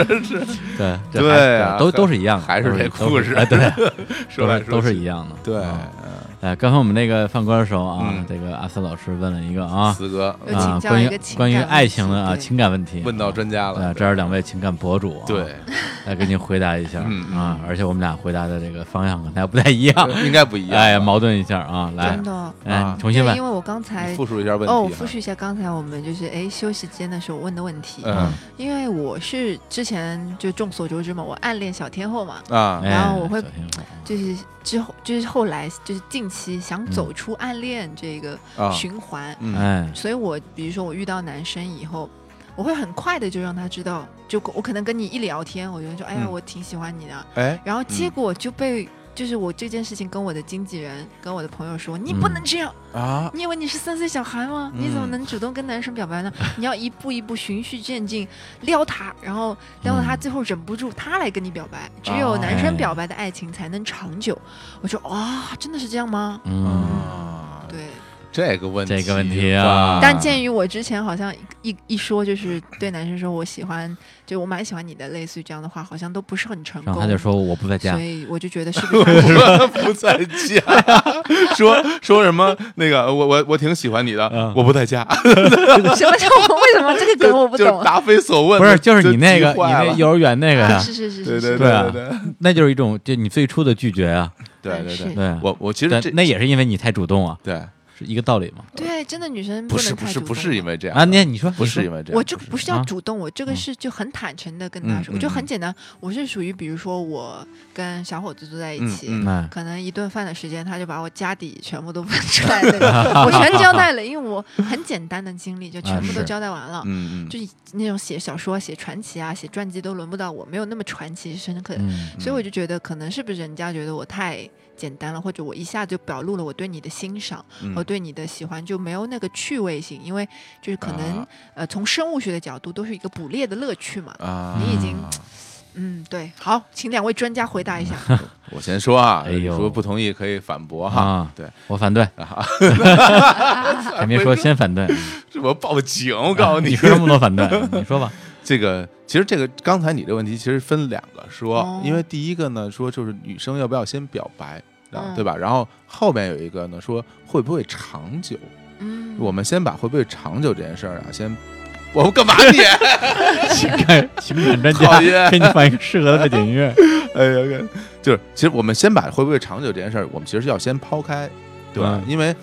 S1: 对这
S2: 对
S1: 还
S2: 啊
S1: 都
S2: 还
S1: 都是一样的，
S2: 还是
S1: 都
S2: 这故
S1: 都
S2: 事
S1: 是哎，对， 都
S2: 说来
S1: 是
S2: 说
S1: 都是
S2: 去
S1: 一样的。
S2: 对，
S1: 啊
S2: 嗯
S1: 哎，刚才我们那个放歌的时候啊
S2: 嗯，
S1: 这个阿瑟老师问了一个啊
S2: 四哥
S3: 有
S2: 嗯
S3: 呃请
S1: 啊，
S3: 教
S1: 关
S3: 一个
S1: 于
S3: 情
S1: 关于
S3: 感问
S1: 爱情
S3: 题
S1: 的啊
S3: 对
S1: 情感问题，
S2: 问到专家了
S1: 对，。哎这儿两位情感博主啊，
S2: 对，
S1: 来给您回答一下
S2: 嗯
S1: 啊，而且我们俩回答的这个方向可能还不太一样，
S2: 应该不一样。
S1: 哎，矛盾一下啊，来
S3: 真，的。哦
S1: 哎
S2: 啊，
S1: 重新
S3: 对，
S1: 问
S3: 因为我刚才
S2: 你复述一下问题。啊
S3: 哦，我复述，一下刚才我们就是哎休息间的时候问的问题，
S2: 嗯
S3: 因为我是之前就众所周知嘛，我暗恋小天后嘛，
S2: 啊，
S1: 哎
S3: 然后我会
S1: 小心一会儿
S2: 嗯
S3: 就是之后就是后来就是近期想走出暗恋这个
S2: 啊
S3: 循环，
S2: 嗯
S1: 哎，
S3: 所以我比如说我遇到男生以后，我会很快的就让他知道，就我可能跟你一聊天，我就说哎呀
S2: 嗯
S3: 我挺喜欢你的，
S2: 哎，
S3: 然后结果就被。就是我这件事情跟我的经纪人、跟我的朋友说，你
S2: 嗯
S3: 不能这样，
S2: 啊，
S3: 你以为你是三岁小孩吗？
S2: 嗯
S3: 你怎么能主动跟男生 表白呢？你要一步一步循序渐进，撩他，然后撩到他最后忍不住，他来跟你表白。
S2: 嗯
S3: 只有男
S2: 哦
S3: 生
S2: 哎
S3: 表白的爱情才能长久。我说哇、真的是这样吗？
S1: 嗯，
S2: 啊，
S3: 对，
S2: 这个问题，
S1: 这个问题啊
S3: 但鉴于我之前好像一一一说就是对男生说我喜欢，就我蛮喜欢你的，类似于这样的话，好像都不是很成
S1: 然后
S3: 功。
S1: 他就说我不在家
S3: 所，以我就觉得是不是
S2: 我 不在家，说说什么那个，我我我挺喜欢你的，
S1: 嗯
S2: 我不在家，
S3: 什么叫我为什么这个梗我 不
S2: 就
S3: 懂
S2: 是？答非所 问，
S1: 不是就是你那个
S2: 急
S1: 你
S2: 坏了
S1: 那幼儿园那个呀
S3: 啊，是是是
S2: 对
S3: 是
S2: 对
S3: 是，
S1: 对啊
S2: 对对
S1: 那就是一种就你最初的拒绝啊，
S2: 对
S3: 但
S2: 对
S3: 是
S2: 对，
S1: 对，
S2: 我我其实
S1: 但
S2: 这
S1: 那也是因为你太主动啊，
S2: 对，
S1: 是一个道理嘛。
S3: 对，真的女生
S2: 不是
S3: 能
S2: 不
S3: 太
S2: 是
S3: 主
S2: 不
S3: 动
S2: 是因为这样
S1: 啊，你你说
S2: 不是因
S1: 为
S2: 为这样，
S3: 我这个不是叫
S1: 啊
S3: 主动，我这个
S1: 嗯
S3: 是就很坦诚的跟他
S2: 嗯
S3: 说，我就
S2: 嗯
S3: 很
S2: 嗯
S3: 简单，我是属于比如说我跟小伙子坐在一
S2: 嗯
S3: 起。
S2: 嗯
S1: 哎，
S3: 可能一顿饭的时间，他就把我家底全部都 问出 来那个，我全交代了，因为我很简单的经历就全部都
S1: 是
S3: 交代完了。
S2: 啊嗯嗯，
S3: 就那种写小说、写传奇啊、写传记都轮不到我，没有那么传奇深刻。
S1: 嗯，
S3: 所以我就觉得，可能是不是人家觉得我太简单了，或者我一下就表露了我对你的欣赏，
S2: 嗯
S3: 我对你的喜欢就没有那个趣味性，因为就是可能、
S2: 啊
S3: 呃，从生物学的角度都是一个捕猎的乐趣嘛。
S2: 啊，
S3: 你已经嗯，对。好，请两位专家回答一下。
S2: 我先说啊，
S1: 哎呦
S2: 如果不同意可以反驳哈
S1: 啊，
S2: 对，哎
S1: 我反对，还没说先反对，嗯
S2: 这我报警，我告诉
S1: 你
S2: 你，
S1: 说这么多反 对，你说吧，
S2: 这个其实这个刚才你这问题其实分两个说，
S3: 哦
S2: 因为第一个呢说就是女生要不要先表白。啊，
S3: 嗯
S2: 对吧？然后后面有一个呢，说会不会长久？
S3: 嗯，
S2: 我们先把会不会长久这件事儿啊，先我们干嘛 你？哎
S1: 情感情感专
S2: 讨
S1: 家
S2: 厌
S1: 给你放一个适合的背景音 乐，
S2: 哎呀，就是其实我们先把会不会长久这件事儿，我们其实要先抛开，对吧？
S1: 嗯
S2: 因为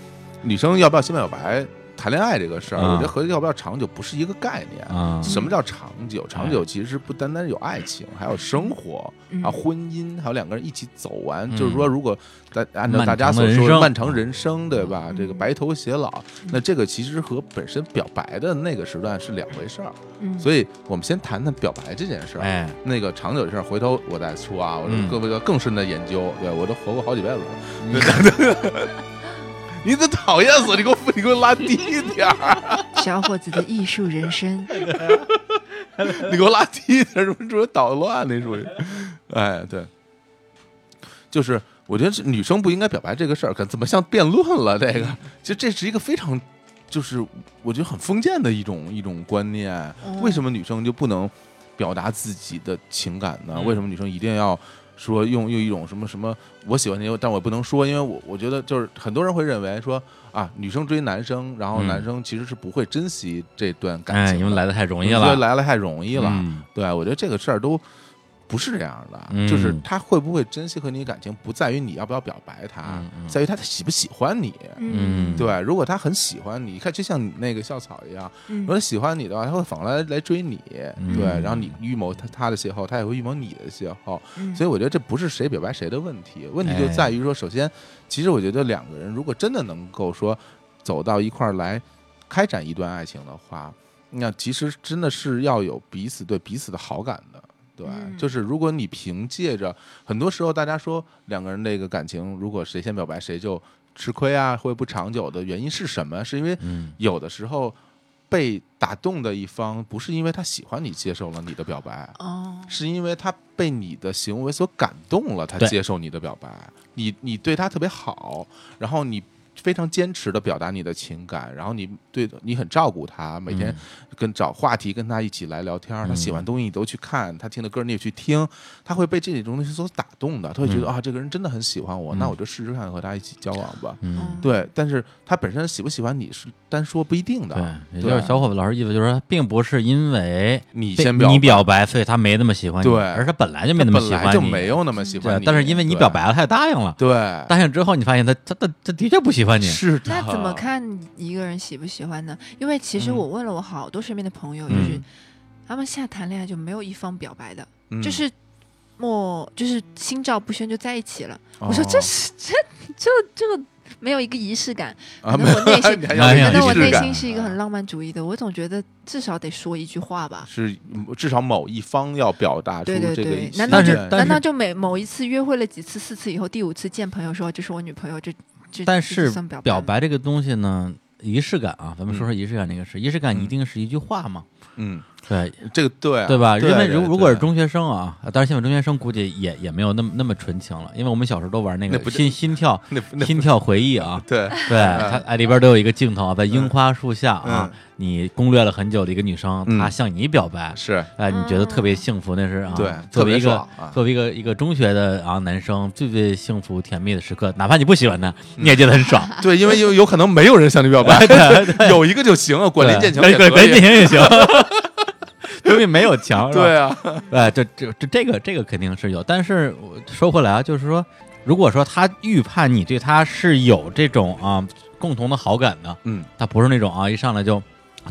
S2: 女生要不要先表白谈恋爱这个事儿，
S1: 嗯
S2: 我觉得和要不要长久不是一个概念。
S1: 啊，
S2: 什么叫长久？长久其实不单单有爱情，还有生活，
S3: 嗯
S2: 还有啊婚姻，还有两个人一起走完。
S1: 嗯
S2: 就是说，如果大按照
S1: 漫
S2: 大家
S1: 长的
S2: 所
S1: 人
S2: 说的
S1: 生嗯
S2: 漫长人生，对吧？
S3: 嗯
S2: 这个白头偕老，那这个其实和本身表白的那个时段是两回事儿。
S3: 嗯，
S2: 所以我们先谈谈表白这件事儿。
S1: 哎，
S2: 那个长久的事儿，回头我再说啊。我
S1: 嗯
S2: 这各位要更深的研究，对我都活过好几辈子了。
S1: 嗯
S2: 你这讨厌死！你给我，你给我拉低一点儿，
S3: 小伙子的艺术人 生，
S2: 你给我拉低一点儿，什么属于捣乱？那属于，哎，对，就是我觉得是女生不应该表白这个事儿，可怎么像辩论了？这个，其实这是一个非常，就是我觉得很封建的一种一种观念。
S1: 嗯
S3: 哦
S2: 为什么女生就不能表达自己的情感呢？
S1: 嗯
S2: 为什么女生一定要说用用一种什么什么我喜欢你，但我不能说，因为我我觉得就是很多人会认为说啊，女生追男生，然后
S1: 嗯
S2: 男生其实是不会珍惜这段感
S1: 哎，
S2: 情的，
S1: 因为来的太容易
S2: 因为
S1: 了，
S2: 来了太容易了。
S1: 嗯
S2: 对，我觉得这个事儿都不是这样的，
S1: 嗯
S2: 就是他会不会珍惜和你感情，不在于你要不要表白他，
S1: 嗯嗯
S2: 在于他喜不喜欢你。
S1: 嗯，
S2: 对，如果他很喜欢你，看就像你那个校草一样，
S3: 嗯
S2: 如果喜欢你的话，他会反过来来追你，
S1: 嗯
S2: 对，然后你预谋他他的邂逅，他也会预谋你的邂逅，
S3: 嗯
S2: 所以我觉得这不是谁表白谁的问题，问题就
S1: 哎
S2: 在于说，首先，其实我觉得两个人如果真的能够说走到一块儿来开展一段爱情的话，那其实真的是要有彼此对彼此的好感的。对，
S3: 嗯
S2: 就是如果你凭借着，很多时候大家说两个人这个感情，如果谁先表白谁就吃亏啊，会不长久的原因是什么？是因为
S1: 嗯
S2: 有的时候被打动的一方，不是因为他喜欢你接受了你的表白，
S3: 哦，
S2: 是因为他被你的行为所感动了，他
S1: 对
S2: 接受你的表白，你你对他特别好，然后你非常坚持的表达你的情感，然后你对你很照顾他，每天跟找话题跟他一起来聊天儿，他喜欢东西你都去看，他听的歌你也去听，他会被这种东西所打动的，他会觉得、啊这个人真的很喜欢我，那我就试试看和他一起交往吧。
S3: 哦
S1: 嗯，
S2: 对，但是他本身喜不喜欢你是单说不一定
S1: 对
S2: 的，，
S1: 也就是小伙子老师意思就是说，并不是因为
S2: 你
S1: 被
S2: 先
S1: 你
S2: 白
S1: 表白，所以他没那么喜欢你，
S2: 对
S1: 而他本来就没
S2: 他
S1: 那么喜
S2: 本
S1: 欢你，
S2: 来就没有那么喜欢
S1: 对
S2: 你，，
S1: 但是因为你
S2: 对
S1: 表，白了，他也答应了，
S2: 对，
S1: 答应之后，你发现他他他他的确不喜欢你，
S2: 是的，
S3: 那怎么？看一个人喜不喜欢呢？因为其实
S2: 啊嗯
S3: 我问了我好多身边的朋友，就是
S1: 嗯
S3: 他们现在谈恋爱就没有一方表白的，
S2: 嗯
S3: 就是莫就是心照不宣就在一起了。我说这
S2: 哦
S3: 是这这这个没有一个仪式感，
S2: 啊
S3: 可能
S2: 没
S3: 我内 心
S2: 你还
S1: 没
S2: 要有
S3: 可
S1: 有
S3: 能我
S2: 仪式
S3: 内
S2: 感
S3: 心是一个很浪漫主义的，我总觉得至少得说一句话吧。
S2: 是至少某一方要表达出
S3: 对对
S2: 啊这个
S3: 对
S2: 意，思，
S3: 难道就
S1: 但是但
S3: 难道就每某一次约会了几次四次以后，第五次见朋友说哦这是我女朋友，这这
S1: 但
S3: 这
S1: 是
S3: 就算表
S1: 表
S3: 白
S1: 白
S3: 吗
S1: 这个东西呢，仪式感啊，咱们说说仪式感这个事，仪式感一定是一句话嘛，
S2: 嗯，
S1: 对
S2: 这个对啊
S1: 对吧？因为
S2: 对
S1: 如如果是
S2: 对
S1: 中学生啊，当然现在中学生估计也也没有那么那么纯情了，因为我们小时候都玩那
S2: 那不
S1: 个
S2: 就
S1: 心心跳
S2: 那那。
S1: 心跳回忆啊
S2: 对
S1: 对，它哎里边都有一个镜头啊，在樱花树下啊
S2: 嗯，
S1: 你攻略了很久的一个女生，
S2: 嗯
S1: 她向你表白，
S2: 是嗯
S1: 哎，你觉得特别幸福，那是啊，
S2: 对
S1: 作
S2: 特
S1: 为
S2: 别
S1: 一个、
S2: 爽啊
S1: 作为一个一个中学的啊男生，最最幸福甜蜜的时刻，哪怕你不喜欢他，你也觉得很爽。
S2: 对，因为有有可能没有人向你表白， 有一个就行了，管林
S1: 对
S2: 建强
S1: 对
S2: 也可
S1: 管林
S2: 以
S1: 建，强 也行，因为没有强，是吧
S2: 对啊，
S1: 哎，这这这这个这个肯定是有，但是我说回来啊，就是说，如果说他预判你对他是有这种啊共同的好感的，
S2: 嗯
S1: 他不是那种啊一上来就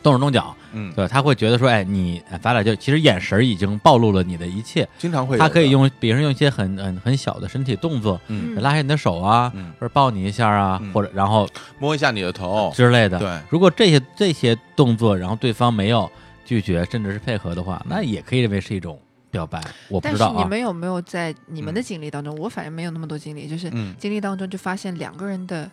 S1: 动手动脚，
S2: 嗯，
S1: 对，他会觉得说，哎，你哎咱俩就其实眼神儿已经暴露了你的一切，
S2: 经常会有
S1: 他可以
S2: 的，
S1: 用，比如说用一些很很很小的身体动作，
S2: 嗯
S1: 拉下你的手啊，
S2: 嗯
S1: 或者抱你一下啊，
S2: 嗯
S1: 或者然后
S2: 摸一下你的头，
S1: 之类的。
S2: 对
S1: 如果这些这些动作，然后对方没有拒绝，甚至是配合的话，那也可以认为是一种表白。我不
S3: 但
S1: 知
S3: 是
S1: 道
S3: 你
S1: 啊，嗯
S3: 们有没有在你们的经历当中，我反正没有那么多经历，就是
S2: 嗯
S3: 经历当中就发现两个人的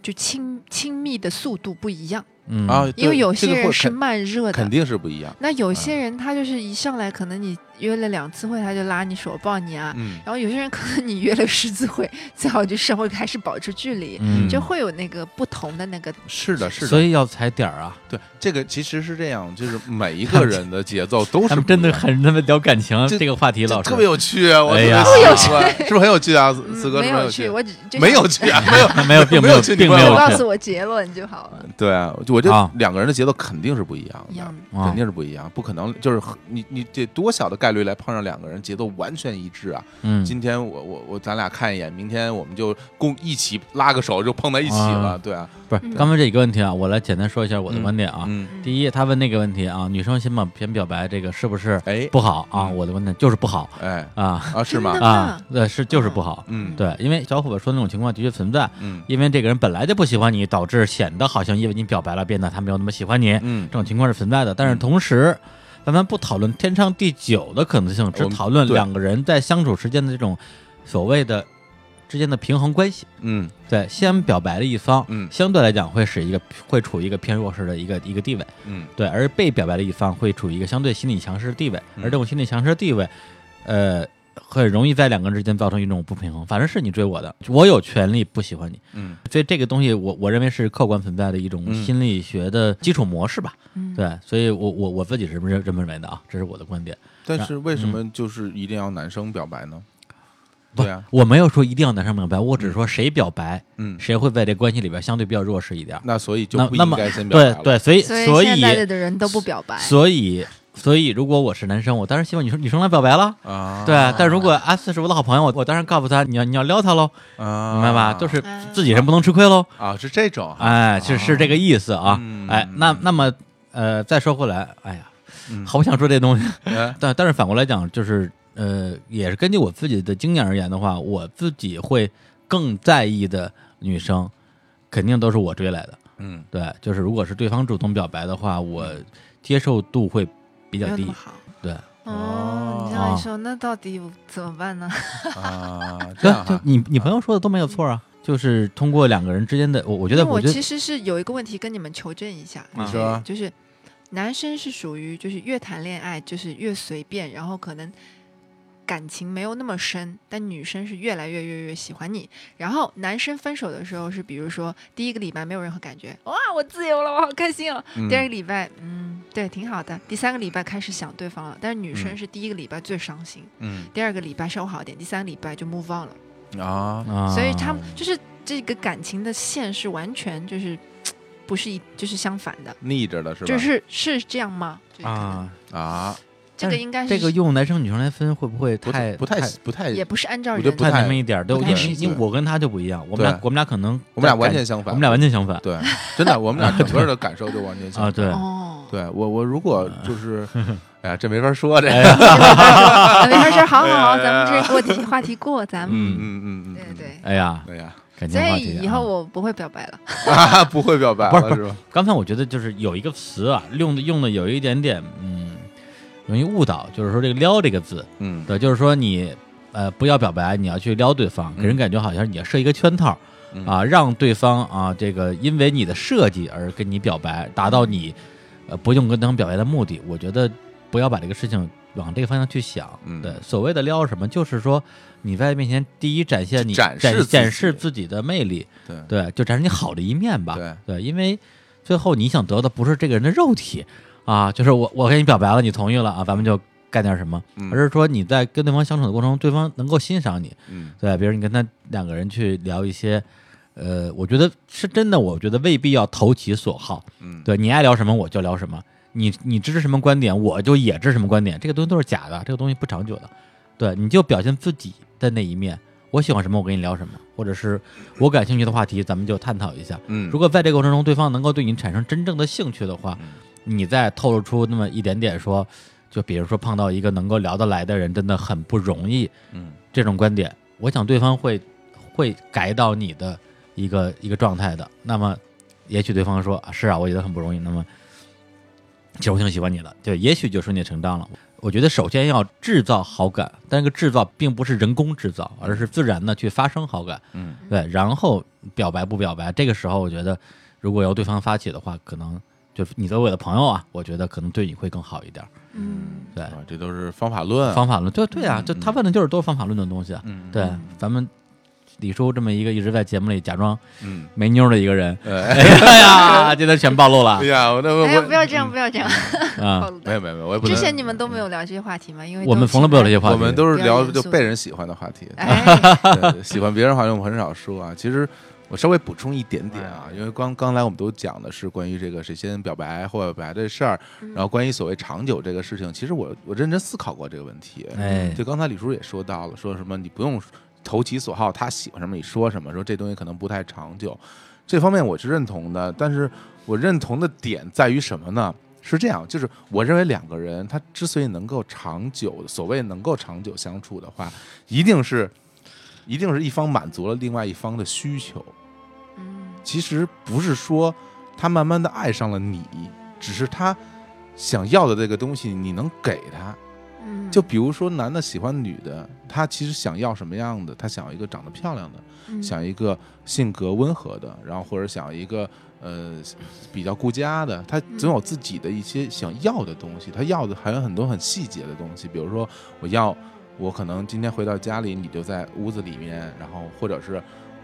S3: 就亲亲密的速度不一样，
S1: 嗯
S2: 啊，
S3: 因为
S2: 对
S3: 有
S2: 这
S3: 些
S2: 个会
S3: 人是
S2: 肯
S3: 慢热
S2: 肯
S3: 的。
S2: 定是不一样，
S3: 那有些人他就是一上来，可能你约了两次会，他就拉你手抱你啊。
S2: 嗯
S3: 然后有些人可能你约了十次会，最好就稍微还是保持距离，
S1: 嗯，
S3: 就会有那个不同的那个。
S2: 是的，是的，
S1: 所以要踩点儿啊。
S2: 对这个其实是这样，就是每一个人的节奏都
S1: 他
S2: 是
S1: 们真
S2: 不一
S1: 的
S2: 样
S1: 很他们聊感情
S2: 这
S1: 这个话题，
S2: 这
S1: 老师
S2: 特别有趣啊，我
S1: 哎
S2: 特
S1: 呀
S2: 别
S1: 有
S2: 喜欢是不是很有趣啊？四四哥
S3: 嗯没
S2: 是不是很
S3: 有
S2: 有
S3: 去，
S2: 趣？
S3: 我只就
S2: 没
S3: 想
S2: 有趣啊，没有
S1: 没有，并
S2: 没
S1: 有
S2: 有去，
S1: 并
S2: 你
S1: 没
S2: 没
S1: 有
S2: 有
S3: 就告诉
S1: 去。
S3: 我结论就好了。嗯
S2: 对啊，就我这
S1: 啊
S2: 两个人的节奏肯定是不一样
S3: 一样
S2: 的
S3: 的，
S1: 啊
S2: 肯定是不一样，不可能就是很你你得多小的概率来碰上两个人节奏完全一致啊！
S1: 嗯，
S2: 今天我我我咱俩看一眼，明天我们就共一起拉个手就碰在一起了，
S1: 啊
S2: 对啊，
S1: 不是
S3: 嗯
S1: 刚才这一个问题啊，我来简单说一下我的观点啊。
S2: 嗯，
S1: 第一，他问那个问题啊，女生先表先表白这个是不是
S2: 哎
S1: 不好啊？
S2: 嗯
S1: 我的观点就是不好
S2: 哎
S1: 啊
S2: 啊是吗
S3: 真？的
S1: 啊，呃是就是不好，
S2: 嗯
S1: 对，因为小伙伴说那种情况的确存在，
S2: 嗯
S1: 因为这个人本来就不喜欢你，导致显得好像因为你表白了，变得他没有那么喜欢你，
S2: 嗯
S1: 这，种情况是存在的。但是同时，咱们不讨论天长地久的可能性，只
S2: 我们
S1: 讨论
S2: 嗯对
S1: 两个人在相处时间的这种所谓的之间的平衡关系。
S2: 嗯
S1: 对，先表白的一方，
S2: 嗯
S1: 相对来讲会是一个会处于一个偏弱势的一个一个地位，
S2: 嗯
S1: 对，而被表白的一方会处于一个相对心理强势的地位，而
S2: 嗯
S1: 这种心理强势的地位，呃，很容易在两个人之间造成一种不平衡。反正是你追我的，我有权利不喜欢你，
S2: 嗯
S1: 所以这个东西我我认为是客观存在的一种
S2: 嗯
S1: 心理学的基础模式吧。
S3: 嗯，
S1: 对，所以我我我自己是这么认这么认为的啊，这是我的观点。
S2: 但是为什么就是一定要男生表白呢？
S1: 嗯不
S2: 对啊，
S1: 我没有说一定要男生表白，我只是说谁表白，
S2: 嗯，
S1: 谁会在这关系里边相对比较弱势一点儿。
S2: 那所以就
S1: 那
S2: 不
S1: 那
S2: 应
S1: 么
S2: 该先表白
S1: 对
S2: 了，
S1: 对，所以
S3: 所以
S1: 所
S3: 现在
S1: 以
S3: 的人都不表白。
S1: 所以所以，如果我是男生，我当然希望女生女生来表白了。
S2: 啊，
S1: 对，但如果阿四是我的好朋友，我我当然告诉他你要你要撩他喽，
S2: 啊，
S1: 明白吧？就是
S3: 啊
S1: 自己人不能吃亏喽。
S2: 啊，是这种啊，
S1: 哎，是是这个意思啊。
S2: 嗯
S1: 哎，那那么呃，再说回来，哎呀
S2: 嗯，
S1: 好想说这东西。
S2: 哎
S1: 但但是反过来讲，就是呃，也是根据我自己的经验而言的话，我自己会更在意的女生，肯定都是我追来的。
S2: 嗯
S1: 对，就是如果是对方主动表白的话，我接受度会比
S3: 没
S1: 较
S3: 有那
S1: 低
S3: 么。好。
S1: 对，
S3: 哦，你这样一说，那到底怎么办呢？
S2: 啊，这
S1: 对
S2: 样，
S1: 就
S2: 哈，
S1: 你你朋友说的都没有错啊，就是通过两个人之间的，我我觉
S3: 因为
S1: 得
S3: 我
S1: 觉
S3: 其
S1: 得
S3: 实是有一个问题跟你们求证一下，
S1: 啊
S2: 你说
S3: 就是男生是属于就是越谈恋爱就是越随便，然后可能感情没有那么深，但女生是越来越越越喜欢你。然后男生分手的时候是，比如说第一个礼拜没有任何感觉，哇，我自由了，我好开心哦。
S2: 嗯
S3: 第二个礼拜，嗯，对，挺好的。第三个礼拜开始想对方了，但是女生
S2: 嗯
S3: 是第一个礼拜最伤心，
S2: 嗯
S3: 第二个礼拜稍微好一点，第三个礼拜就 move on 了。
S2: 啊，
S1: 啊，
S3: 所以他们就是这个感情的线是完全就是不是一就是相反的，
S2: 逆着的是吧？
S3: 就是是这样吗？就是可能
S1: 啊，
S2: 啊，
S3: 这个应该是
S1: 这个用男生女生来分会不会
S2: 不
S1: 太
S2: 不太不太，
S3: 也不是按照
S2: 我觉得
S3: 人
S2: 不
S1: 太
S2: 太
S1: 难为一点儿？对，
S3: 不
S1: 因
S3: 太
S1: 为
S3: 实
S1: 因为
S2: 际
S1: 我跟他就不一样，我们
S2: 对
S1: 俩我们俩可能
S2: 我们俩完
S1: 感
S2: 全相
S1: 我
S2: 反，
S1: 们俩完全相反
S2: 对，真的，我们俩整个的感受就完全
S1: 啊，
S2: 相反。
S1: 对，
S3: 哦，
S2: 对我我如果 就是，哎呀，这没法说这个，
S3: 啊没事事，好好好，
S2: 哎呀
S3: 咱们这个话题话题过，咱们
S2: 嗯嗯嗯嗯，
S3: 对
S2: 嗯，
S3: 对。
S1: 哎呀，
S2: 哎呀，
S1: 感情
S3: 所
S1: 话
S3: 以
S1: 题
S3: 以
S1: 啊
S3: 后我不会表白了，
S2: 啊， 不会表白
S1: 不是
S2: 了
S1: 不
S2: 是吧？
S1: 刚才我觉得就是有一个词啊，用的用的有一点点嗯，容易误导，就是说这个“撩”这个字，
S2: 嗯
S1: 对，就是说你呃不要表白，你要去撩对方，给人
S2: 嗯
S1: 感觉好像你要设一个圈套
S2: 嗯
S1: 啊，让对方啊这个因为你的设计而跟你表白，达
S2: 嗯
S1: 到你呃不用跟对方表白的目的。我觉得不要把这个事情往这个方向去想。
S2: 嗯
S1: 对，所谓的撩是什么，就是说你在面前第一展现你
S2: 展示
S1: 展
S2: 自
S1: 展
S2: 己
S1: 示自己的魅力，
S2: 对
S1: 对，就展示你好的一面吧。
S2: 对
S1: 因为最后你想得到的不是这个人的肉体啊，就是我我跟你表白了，你同意了啊，咱们就干点什么，
S2: 嗯
S1: 而是说你在跟对方相处的过程中，对方能够欣赏你。
S2: 嗯
S1: 对，比如你跟他两个人去聊一些，呃，我觉得是真的，我觉得未必要投其所好。
S2: 嗯，
S1: 对你爱聊什么我就聊什么，你你支持什么观点我就也支持什么观点，这个东西都是假的，这个东西不长久的。对，你就表现自己的那一面，我喜欢什么我跟你聊什么，或者是我感兴趣的话题咱们就探讨一下。
S2: 嗯，
S1: 如果在这个过程中对方能够对你产生真正的兴趣的话，你再透露出那么一点点说，就比如说碰到一个能够聊得来的人真的很不容易
S2: 嗯
S1: 这种观点，我想对方会会改到你的一个一个状态的。那么，也许对方说、啊、是啊，我觉得很不容易。那么，其实我挺喜欢你的，对，也许就顺理成章了。我觉得首先要制造好感，但这个制造并不是人工制造，而是自然的去发生好感。
S2: 嗯
S1: 对，然后表白不表白，这个时候我觉得，如果由对方发起的话，可能就你作为我的朋友啊，我觉得可能对你会更好一点。
S3: 嗯，
S1: 对，
S2: 啊，这都是方法论啊，
S1: 方法论，对对啊，
S2: 嗯
S1: 就他问的就是都是方法论的东西啊。
S2: 嗯
S1: 对，咱们李叔这么一个一直在节目里假装
S2: 嗯，
S1: 没妞的一个 人，
S2: 哎
S1: 哎呀，今天全暴露了
S2: 哎呀，我那我嗯
S3: 哎呀，不要这样，不要这样，暴
S1: 啊！
S3: 露
S2: 没有没有没有，我也不
S3: 之
S2: 能，嗯
S3: 前你们都没有聊这些话题吗？因为
S1: 我们从来不有这些
S3: 话，
S1: 话题，
S2: 我们都是
S3: 比较
S2: 聊
S3: 严
S2: 就
S3: 肃
S2: 被人喜欢的话 题，
S3: 哎，
S2: 对喜欢别人的话题我们很少说啊。其实我稍微补充一点点
S1: 哎
S2: 啊，因为刚刚来我们都讲的是关于这个谁先表白或表白的事儿，
S3: 嗯
S2: 然后关于所谓长久这个事情，其实我我认真思考过这个问题。
S3: 嗯
S1: 哎，
S2: 就刚才李叔也说到了，说什么你不用投其所好，他喜欢什么你说什么，说这东西可能不太长久，这方面我是认同的。但是我认同的点在于什么呢？是这样，就是我认为两个人他之所以能够长久，所谓能够长久相处的话，一定是，一定是一方满足了另外一方的需求。
S3: 嗯
S2: 其实不是说他慢慢的爱上了你，只是他想要的这个东西你能给他，
S3: 嗯，
S2: 就比如说男的喜欢女的，他其实想要什么样的？他想要一个长得漂亮的，
S4: 呃
S3: 嗯
S2: 想要一个性格温和的，然后或者想要一个呃比较顾家的。他总有自己的一些想要的东西，他要的还有很多很细节的东西，比如说我要我可能今天回到家里，你就在屋子里面，然后或者是。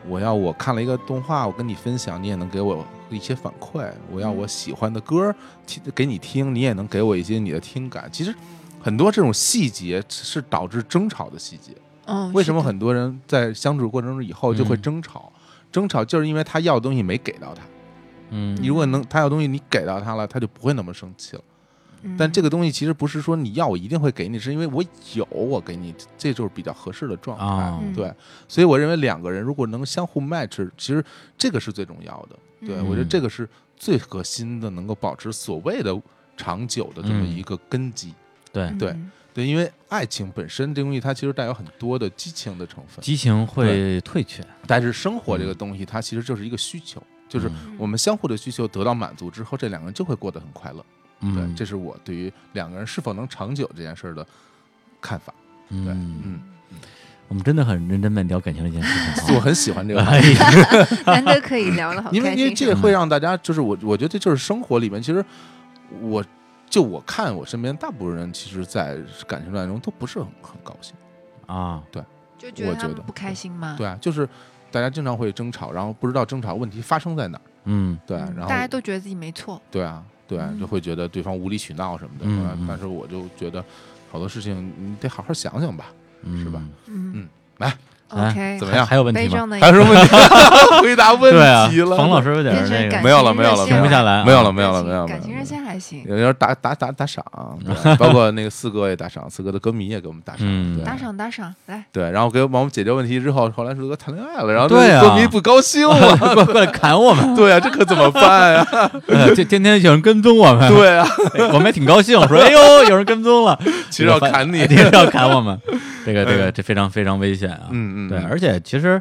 S2: 我要我看了一个动画，我跟你分享，你也能给我一些反馈。我要我喜欢的歌，听给你听，你也能给我一些你的听感。其实很多这种细节是导致争吵的细节。
S3: 嗯，
S2: 为什么
S3: 是的
S2: 很多人在相处过程中以后就会
S1: 嗯
S2: 争吵？争吵就是因为他要的东西没给到他。
S1: 嗯
S2: 你如果能他要东西你给到他了，他就不会那么生气了。
S3: 嗯
S2: 但这个东西其实不是说你要我一定会给你，是因为我有我给你，这就是比较合适的状态。
S1: 啊
S3: 嗯
S2: 对，所以我认为两个人如果能相互 match，其实这个是最重要的。对、
S3: 嗯
S2: 我觉得这个是最核心的，能够保持所谓的长久的这么
S1: 嗯
S2: 一个根基。
S1: 对
S3: 嗯，
S2: 对
S3: 嗯
S2: 对，因为爱情本身这东西，它其实带有很多的激情的成分，
S1: 激情会退却，
S2: 但是生活这
S1: 嗯
S2: 个东西，它其实就是一个需求，就是我们相互的需求得到满足之后，这两个人就会过得很快乐。对，
S1: 嗯，
S2: 这是我对于两个人是否能长久这件事儿的看法。对，
S1: 嗯，
S2: 嗯，
S1: 我们真的很认真在聊感情这件事
S2: 我
S1: 情啊。
S2: 很喜 欢这个话
S1: 哎嗯
S2: 题，
S1: 呀
S3: 难得可以聊了，好
S2: 因为
S3: 开
S2: 因为
S3: 心
S2: 这个会让大家就是我，我觉得这就是生活里面，其实我就我看我身边大部分人，其实，在感情状态中都不是很很高兴。
S1: 啊，
S3: 就觉得
S2: 我
S3: 他
S2: 觉
S3: 们
S2: 得
S3: 不开心吗？
S2: 对啊，就是大家经常会争吵，然后不知道争吵问题发生在哪儿。
S1: 嗯
S2: 对啊，
S3: 嗯
S2: 然后
S3: 大家都觉得自己没错，
S2: 对啊，对啊，就
S3: 嗯
S2: 会觉得对方无理取闹什么的。
S1: 嗯
S2: 对吧
S1: 嗯
S2: 但是我就觉得好多事情你得好好想想吧。
S1: 嗯，
S2: 是吧
S3: 嗯
S2: 来
S1: 哎
S3: ，OK，
S2: 怎么样
S1: 还有问题
S3: 悲
S1: 吗？
S3: 壮的一
S2: 还有什么问题？ 回答问
S1: 对啊
S2: 题，了。
S1: 冯老师有点
S3: 变成
S1: 那
S3: 感
S1: 个
S3: 情
S2: 没有了没有了
S3: 热线
S1: 停不下来啊，
S2: 没有了，没有了，
S3: 感情
S2: 没有了，
S3: 感
S2: 没
S3: 情
S2: 有
S3: 热
S2: 了
S3: 线还行，
S2: 有人打打打 打赏，对包括那个四哥也打赏，四哥的歌迷也给我们打赏，
S1: 嗯
S2: 对
S3: 打赏打赏，来，
S2: 对，然后给我们解决问题之后，后来四哥谈恋爱了，然后那
S1: 对啊
S2: 歌迷不高 兴了，
S1: 过过来砍我们，
S2: 对啊，这可怎么办呀？
S1: 呃这天天有人跟踪我们，
S2: 对啊，
S1: 我们也挺高兴，说哎呦，有人跟踪了，
S2: 其实要砍 你嗯
S1: 其实要砍我们，这个这个这非常非常危险啊，
S2: 嗯嗯，
S1: 对，而且其实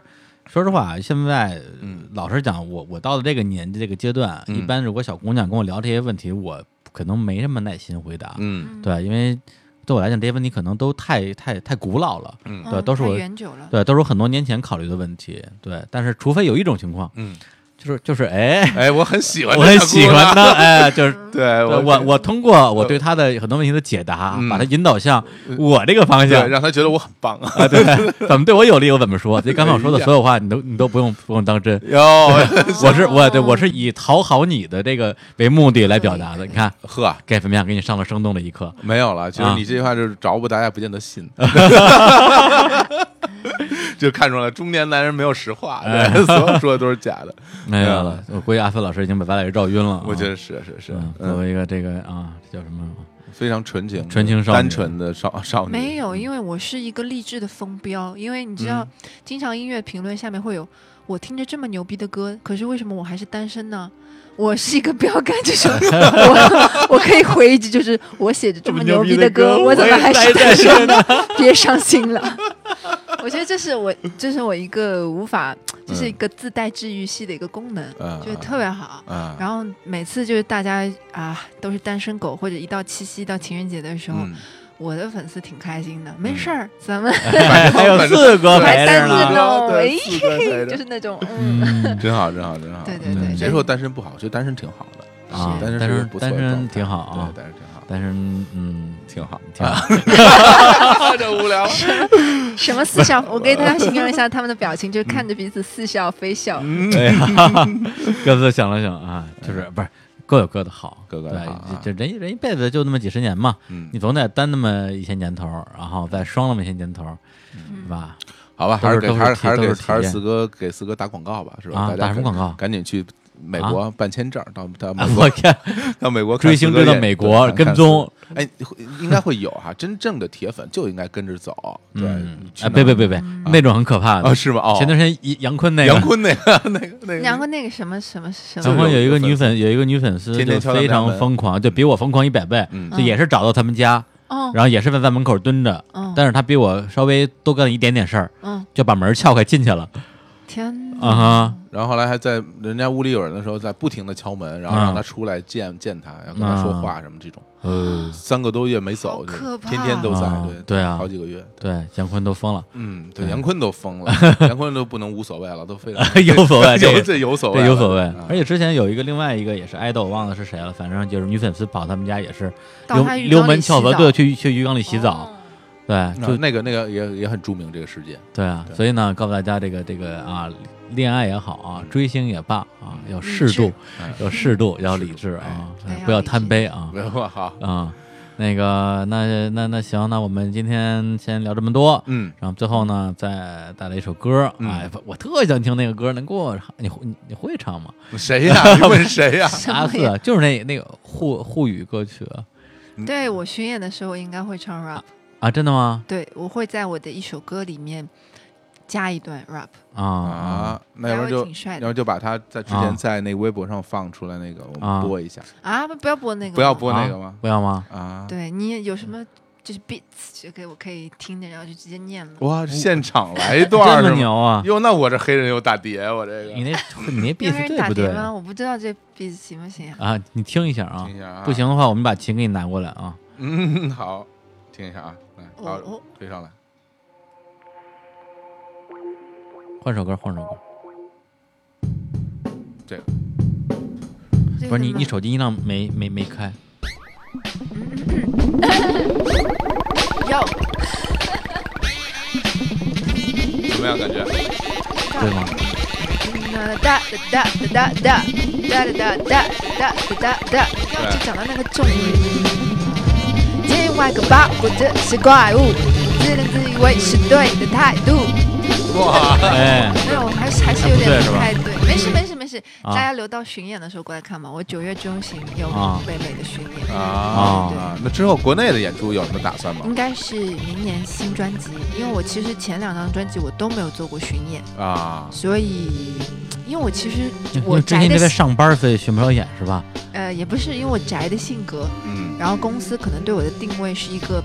S1: 说实话，啊现在
S2: 嗯
S1: 老实讲，我我到了这个年纪这个阶段，
S2: 嗯
S1: 一般如果小姑娘跟我聊这些问题，我可能没什么耐心回答，
S2: 嗯
S1: 对，因为对我来讲这些问题可能都太太太古老了，
S2: 嗯
S1: 对都是
S3: 太
S1: 我
S3: 远久了，
S1: 对，都是我很多年前考虑的问题，对，但是除非有一种情况，
S2: 嗯，
S1: 就是就是哎，
S2: 哎，我很喜欢，
S1: 我很喜欢，她，哎，就是。
S2: 对
S1: 对我我通过我对她的很多问题的解答，啊
S2: 嗯
S1: 把她引导向我这个方
S2: 对
S1: 向，
S2: 让他觉得我很 棒啊，
S1: 啊，对，怎么对我有利我怎么说，所以刚才我
S2: 哎
S1: 说的所有话，你都你都不用不用当真。
S2: 哟，
S1: 我是我对我是以讨好你的这个为目的来表达的。
S3: 对
S1: 你看，
S2: 呵，
S1: 该怎么样给你上了生动的一课？
S2: 没有了，其实
S1: 啊
S2: 你这句话就是着不，大家不见 得信。就看出来，中年男人没有实话，
S1: 哎
S2: 对所有说的都是假 的。
S1: 没有了，哎我估计阿飞老师已经把咱俩给绕晕了啊。
S2: 嗯我觉得是是是
S1: 嗯，，作
S2: 嗯，
S1: 为一个这个啊，这叫什么？
S2: 非常纯情、
S1: 纯情少女
S2: 单纯的少少女。
S3: 没有，因为我是一个励志的风标，因为你知道，经常音乐评论下面会有我听着这么牛逼的歌，可是为什么我还是单身呢？我是一个标杆，就是我我可以回一句，就是我写着这么牛逼的歌，我怎么还是单身呢？ 别伤心 了。我觉得这是我，这是我一个无法，这是一个自带治愈系的一个功能，
S2: 嗯，
S3: 就是特别好。
S2: 啊，
S3: 然后每次就是大家啊都是单身狗，或者一到七夕到情人节的时候，
S2: 嗯
S3: 我的粉丝挺开心
S1: 嗯
S3: 的，没事儿，咱们
S1: 哎还有四哥陪
S3: 还
S1: 着
S3: 单身
S1: 呢。
S3: 呢，
S2: 对
S3: 喂，
S2: 四个陪着
S3: 就是那种嗯，
S1: 嗯
S2: 真好，真好，真好。
S3: 对对
S1: 对
S2: 谁说单身不好？我觉得单身挺好的，
S1: 啊，
S2: 单身
S1: 单
S2: 是个
S1: 身
S2: 不错
S1: 单
S2: 的状
S1: 身
S2: 态
S1: 挺好啊
S2: 对，，单身挺好，
S1: 单身 嗯
S2: 挺好，
S1: 挺好。
S2: 啊， 这无 聊。
S3: 嗯什么似笑，我给大家形容一下他们的表情，就是看着彼此似笑非笑。
S1: 哎呀，各自想了想啊，就是不是各有各的好，
S2: 嗯各有各的好啊
S1: 对，这这人人一辈子就那么几十年嘛，
S2: 嗯
S1: 你，总得担那么一些年头，然后再双那么一些年头，
S3: 嗯
S1: 是吧？
S2: 好吧，还
S1: 都是
S2: 给
S1: 都是
S2: 还是
S1: 体
S2: 还是给
S1: 都是体
S2: 还是
S1: 验
S2: 四哥给四哥打广告吧，是吧？
S1: 啊
S2: 大，
S1: 打
S2: 家
S1: 什么
S2: 赶
S1: 广告？
S2: 赶紧去美国办签证，到到美
S1: 啊
S2: 国
S1: 我天，
S2: 到美国看
S1: 追星
S2: 四哥
S1: 追到
S2: 演
S1: 美
S2: 对
S1: 国
S2: 看
S1: 跟
S2: 看
S1: 踪，
S2: 四哥哎，会应该会有哈，真正的铁粉就应该跟着走，对，
S1: 嗯
S2: 你，去
S1: 啊，
S2: 哪
S1: 别别别别，那种很可怕
S2: 啊，
S1: 的。
S2: 是吗？哦，
S1: 前段时间一杨坤那个
S2: 杨，坤那个那个那个，
S3: 然后那个什么什么什
S1: 杨
S3: 么，
S1: 坤有一个女粉，有一个女粉丝
S2: 天
S1: 就
S2: 天敲他
S1: 非
S2: 们家
S1: 常
S2: 门啊
S1: 疯狂，就比我疯狂一百倍，
S2: 嗯
S1: 就也是找到他们家，
S3: 哦，
S1: 然后也是在在门口蹲着，
S3: 嗯
S1: 但是他比我稍微多干了一点点事儿，
S3: 嗯，
S1: 就把门撬开进去了
S3: 天哪
S1: 啊哈。
S2: 然后后来还在人家屋里有人的时候，在不停的敲门，
S1: 啊
S2: 然后让他出来见见他，要跟他说话什么这种，
S3: 嗯
S1: 呃，
S2: 三个多月没走，
S3: 好可怕
S2: 天天都在
S1: 啊，
S2: 对
S1: 对啊
S2: 好几个月，
S1: 对，姜昆都疯了，
S2: 嗯，对，
S1: 对
S2: 杨坤都疯 了，杨坤都不能无所谓了，都非常
S1: 有所谓，
S2: 有
S1: 这
S2: 这有所谓
S1: 这
S2: 了，
S1: 有所谓哎
S2: 啊。
S1: 而且之前有一个另外一个也是爱豆，我忘了是谁了，反正就是女粉丝跑他们家也是
S3: 到
S1: 溜
S3: 他浴缸
S1: 溜
S3: 里
S1: 门
S3: 洗
S1: 撬
S3: 澡
S1: 河对，去去浴缸里洗澡，
S3: 哦
S1: 对，
S2: 那
S1: 就
S2: 那个那个也也很著名这个 事件，
S1: 对啊。
S2: 对
S1: 所以呢，告诉大家这个这个啊，恋爱也好啊，追星也罢啊，要适度
S3: 理智，
S1: 要适度，要理智
S2: 哎
S1: 啊，
S3: 对
S1: 哎
S3: 要
S1: 不要
S3: 理智
S1: 贪杯啊
S2: 没有好，
S1: 啊。那个，那那那行，那我们今天先聊这么多。
S2: 嗯，
S1: 然后最后呢，再带来一首歌，
S2: 嗯
S1: 哎，我特想听那个歌，能给我唱？你会你你会唱吗？
S2: 嗯谁呀？ 你问谁呀？
S3: 什
S1: 阿
S3: 么
S1: 四
S3: 呀
S1: 啊就是那那个沪沪语歌曲
S3: 对我巡演的时候，我应该会唱 rap，
S1: 啊，真的吗？
S3: 对我会在我的一首歌里面加一段 rap，
S1: 啊
S2: 啊，那要不
S3: 还
S2: 然
S3: 会
S2: 就
S3: 挺帅
S2: 然
S3: 的
S2: 后就把他在之
S1: 啊
S2: 前在那微博上放出来那个，我
S1: 啊
S2: 们播一下，
S3: 啊！不不要播那个，
S2: 不要。播
S1: 啊
S2: 那个吗？
S1: 不要吗？
S2: 啊，
S3: 对你有什么就是 beats 就可以我可以听着，然后就直接念了。
S2: 哇，现场来一段
S1: 这
S2: 儿
S1: 么
S2: 是吗？
S1: 牛啊！
S2: 哟，那我这黑人有打碟，啊我这个
S1: 你那你 那
S3: 有
S1: beat
S3: 人
S1: 对
S3: 打
S1: 不
S3: 碟
S1: 对
S3: 吗？
S1: 啊？
S3: 我不知道这 beats 行不行啊？
S1: 啊你听一下啊
S2: 听，一下啊，
S1: 不行，的话，我们把琴给你拿过来啊。
S2: 嗯，好，听一下啊，来，
S3: 我
S2: 好，
S3: 我
S2: 推上来，
S1: 换首歌，换首歌。
S2: 这个
S3: 这个
S1: 不是你
S3: 怎么
S1: 你手机音量没没没开
S3: 哟，
S2: 怎么样感觉？
S1: 对吗？
S3: 哒哒哒哒哒哒哒哒哒哒哒哒，就讲到那个重音。见外个把我真是怪物，自认自以为是对的态度。
S2: 哇，
S1: 哎，
S3: 没有，我还是还是有
S1: 还
S3: 点
S1: 不对是
S3: 不
S1: 吧
S3: 太对。没事没事没事，
S1: 啊
S3: 大家留到巡演的时候过来看嘛。我九月中旬有
S1: 啊
S3: 北美的巡演，
S2: 啊
S1: 对
S2: 啊！那之后国内的演出有什么打算吗
S3: 应？该是明年新专辑，因为我其实前两张专辑我都没有做过巡演，
S2: 啊，
S3: 所以因为我其实
S1: 因
S3: 我
S1: 为之前
S3: 宅
S1: 你
S3: 的
S1: 在
S3: 性
S1: 上班，所以巡不了演是吧？
S3: 呃也不是因为我宅的性格，
S2: 嗯，
S3: 然后公司可能对我的定位是一个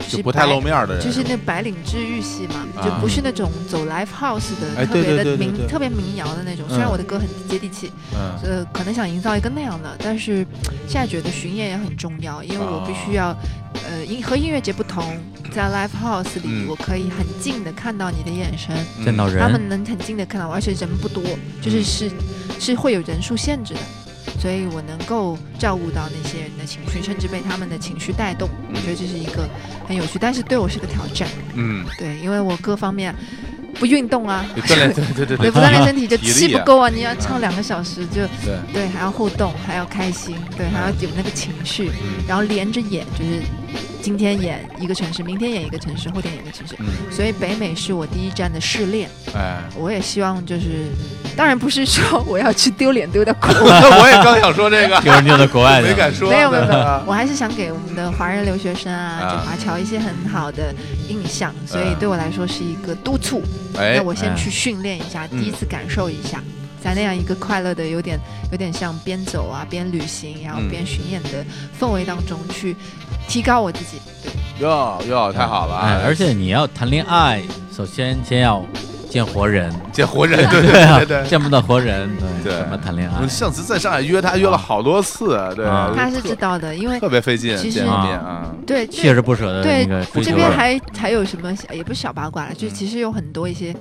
S3: 就是
S2: 就不太
S3: 白
S2: 露面的人，
S3: 嗯就是那白领治愈系嘛，
S2: 啊
S3: 就不是那种走 live house
S2: 哎
S3: 的特
S2: 对对
S3: 别
S2: 对对
S3: 的民
S2: 对
S3: 特别民谣的那种。虽然
S2: 嗯
S3: 我的歌很接地气，
S2: 嗯
S3: 呃，可能想营造一个那样的，但是现在觉得巡演也很重要，因为
S2: 啊
S3: 我必须要，呃，音和音乐节不同，在 live house
S2: 嗯
S3: 里，我可以很近的看到你的眼神，
S2: 嗯
S1: 见到
S3: 他
S1: 人，
S3: 们能很近的看到我，而且人不多，
S2: 嗯
S3: 就是是是会有人数限制的。所以我能够照顾到那些人的情绪，甚至被他们的情绪带动，我觉得这是一个很有趣，但是对我是个挑战。
S2: 嗯，
S3: 对，因为我各方面不运动啊，
S2: 就锻炼，对对对
S3: 对，
S2: 对
S3: 不锻炼身体就
S2: 体力
S3: 气不
S2: 啊
S3: 够啊，你要唱两个小时就
S2: 对，
S3: 对，还要互动，还要开心，对，还要有那个情绪，
S2: 嗯
S3: 然后连着演，就是今天演一个城市，明天演一个城市，后天演一个城市。
S2: 嗯，
S3: 所以北美是我第一站的试炼，
S2: 哎，
S3: 我也希望就是，当然不是说我要去丢脸丢到国外，
S2: 我也刚想说这个，
S1: 有人就在国外去
S2: 没
S1: 了，
S2: 敢说，
S3: 没有没有没
S2: 对
S3: 有
S2: 啊，
S3: 我还是想给我们的华人留学生啊，
S2: 啊
S3: 就华侨一些很好的印象，所以
S2: 嗯
S3: 对我来说是一个督促。
S2: 哎
S3: 那，我先
S1: 哎
S3: 去训练一下，
S2: 嗯
S3: 第一次感受一下，在那样一个快乐的、有点有点像边走啊边旅行，然后
S2: 嗯
S3: 边巡演的氛围当中去提高我自己。
S2: 哟哟，太好了
S1: 哎
S2: 啊，，
S1: 而且你要谈恋爱，首先先要见活人，
S2: 见活人， 对对
S1: 啊
S2: 对对，对。
S1: 见不到活人，对，
S2: 对
S1: 怎么谈恋
S2: 我
S1: 爱
S2: 们？上次在上海约他约了好多次，对，
S1: 啊
S3: 他是知
S2: 特
S3: 道的，因为
S2: 特别费劲
S3: 其实
S2: 见个面啊，
S3: 对
S1: 锲
S3: 这
S1: 而不舍的那
S3: 对
S1: 个追求
S3: 这
S1: 者，
S3: 边还还有什么小也不是小八卦了，就
S2: 嗯
S3: 其实有很多一些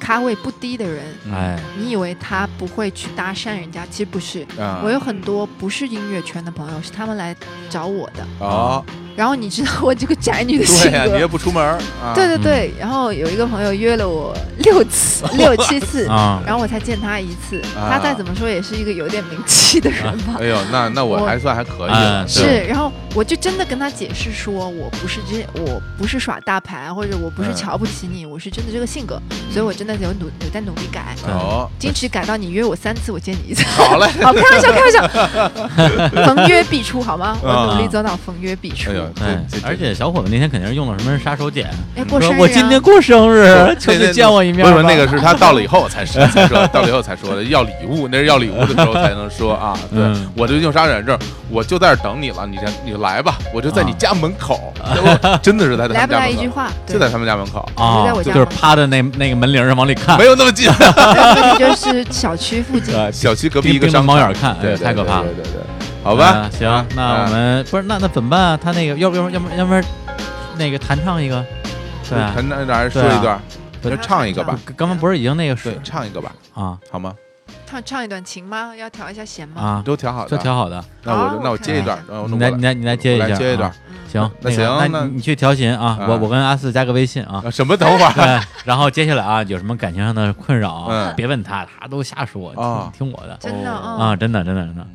S3: 咖位不低的人，
S1: 哎，
S3: 你以为他不会去搭讪人家，其实不是。
S2: 啊，
S3: 我有很多不是音乐圈的朋友，是他们来找我的。
S2: 哦，
S3: 然后你知道我这个宅女的性
S2: 对
S3: 格，
S2: 呀，你也不出门儿啊，
S3: 对对对，然后有一个朋友约了我六 次六七
S2: 嗯
S3: 次，
S1: 啊，
S3: 然后我才见他一次。
S2: 啊
S3: 他再怎么说也是一个有点名气的人吧。
S2: 哎呦，那那我
S3: 我
S2: 还算还可以啊
S1: 哎
S2: 了，
S1: 对
S3: 是，然后我就真的跟他解释说，我不是这，我不是耍大牌，或者我不是
S2: 嗯
S3: 瞧不起你，我是真的这个性格，
S1: 嗯
S3: 所以我真的有努有在努力改，
S1: 对
S2: 哦，
S3: 矜持改到你约我三次，我见你 一次。哦
S2: 好嘞，
S3: 好，开玩笑，开玩笑，逢约必出，好吗？我努力
S1: 啊
S3: 做到逢约必出
S2: 哎。呦，
S1: 哎
S2: 这，这
S1: 而且小伙子那天肯定是用了什么杀手锏，
S3: 哎，过
S1: 说
S3: 生日啊！
S1: 嗯我今天过生 日， 求你见我一面吧。
S2: 不是那个是他到了以后才说才说，到 了以后才说的，要礼物那是要礼物的时候才能说啊。对
S1: 嗯，
S2: 我就用杀人证，我就在这儿等你了，你先你来吧，我就在你
S1: 啊
S2: 家门口，我真的是在他
S3: 来
S2: 们
S3: 不
S2: 家
S3: 来
S2: 门
S3: 一句
S2: 口，
S3: 话？对
S2: 就 在他们家门口，
S1: 啊
S3: 就在，我
S1: 就
S3: 家
S1: 是
S3: 门口
S1: 趴在那那个门铃上往里看
S2: 没，有那么近，
S3: 那就是小区附 近。
S1: 对
S2: 小区隔壁
S1: 盯
S2: 一个
S1: 盯着
S2: 商
S1: 猫
S2: 场，
S1: 眼看，
S2: 对，
S1: 哎
S2: 对
S1: 太可怕了
S2: 对。对对，对好吧
S1: 啊，行，那我们不是那那怎么办啊？他那个要不要不要不要不然那个弹唱一个，对啊，
S2: 咱咱俩说一段，
S1: 对
S2: 就唱一个吧，
S1: 刚刚不是已经那个
S2: 对
S1: 是，
S2: 唱一个吧，
S1: 啊
S2: 好吗？
S3: 唱唱一段琴吗？要调一下弦吗？
S1: 啊，
S2: 都调好
S1: 都
S2: 的，
S1: 调好的，
S2: 那我
S3: 好
S2: 就那我
S3: 我看
S2: 接一
S3: 看
S2: 段，
S3: 一下
S2: 然后
S1: 你
S2: 弄
S1: 来
S2: 过
S1: 你来你来接一
S2: 我来
S1: 下，
S2: 接一段
S1: 啊
S3: 嗯
S1: 行，
S2: 那
S1: 个
S2: 行
S1: 那
S2: 那
S1: 你你去调琴啊，我
S2: 啊
S1: 我跟阿四加个微信 啊。
S2: 啊什么？等会儿。
S1: 对，然后接下来啊，有什么感情上的困扰啊，
S2: 嗯
S1: 别问他，他都瞎说，
S2: 啊
S1: 听听我的
S3: 真的嗯
S2: 哦
S1: 啊，真的真的真的，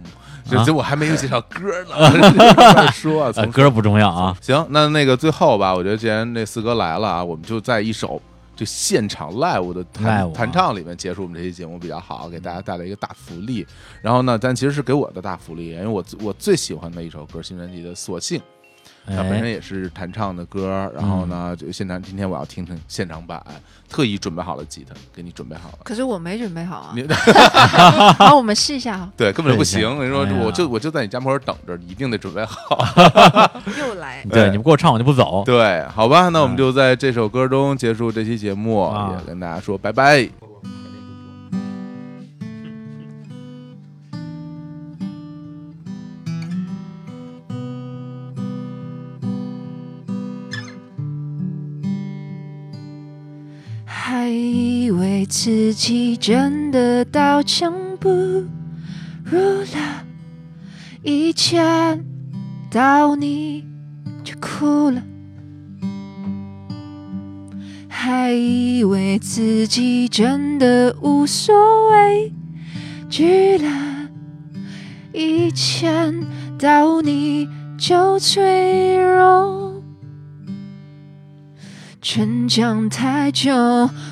S2: 这
S1: 啊
S2: 这我还没有介绍歌 呢，乱 说啊，
S1: 呃，
S2: 从
S1: 歌不重要啊，
S2: 行，那那个最后吧，我觉得既然那四哥来了啊，我们就在一首这现场 live 的
S1: live
S2: 弹
S1: 啊
S2: 弹唱里面结束我们这期节目比较好，给大家带来一个大福利。然后呢，但其实是给我的大福利，因为我我最喜欢的一首歌，新专辑的《索性》，它本身
S1: 哎，嗯
S2: 也是弹唱的歌。然后呢，就现场今天我要听听现场版，特意准备好了吉他，给你准备好了。
S3: 可是我没准备好啊
S2: 你。
S3: 好，我们试一下 啊。
S2: 对，根本就不
S1: 对
S2: 行。你说
S1: 哎呀
S2: 我就我就在你家门口等着，你一定得准备好。
S3: 又来。
S1: 对，你不给我唱我就不走，
S2: 哎对，好吧，那我们
S1: 嗯
S2: 就在这首歌中结束这期节目，
S1: 啊
S2: 也跟大家说拜拜。
S4: 还以为自己真的刀枪不入了，以前到你就哭了，还以为自己真的无所谓，居然一见到你就脆弱。逞强太久，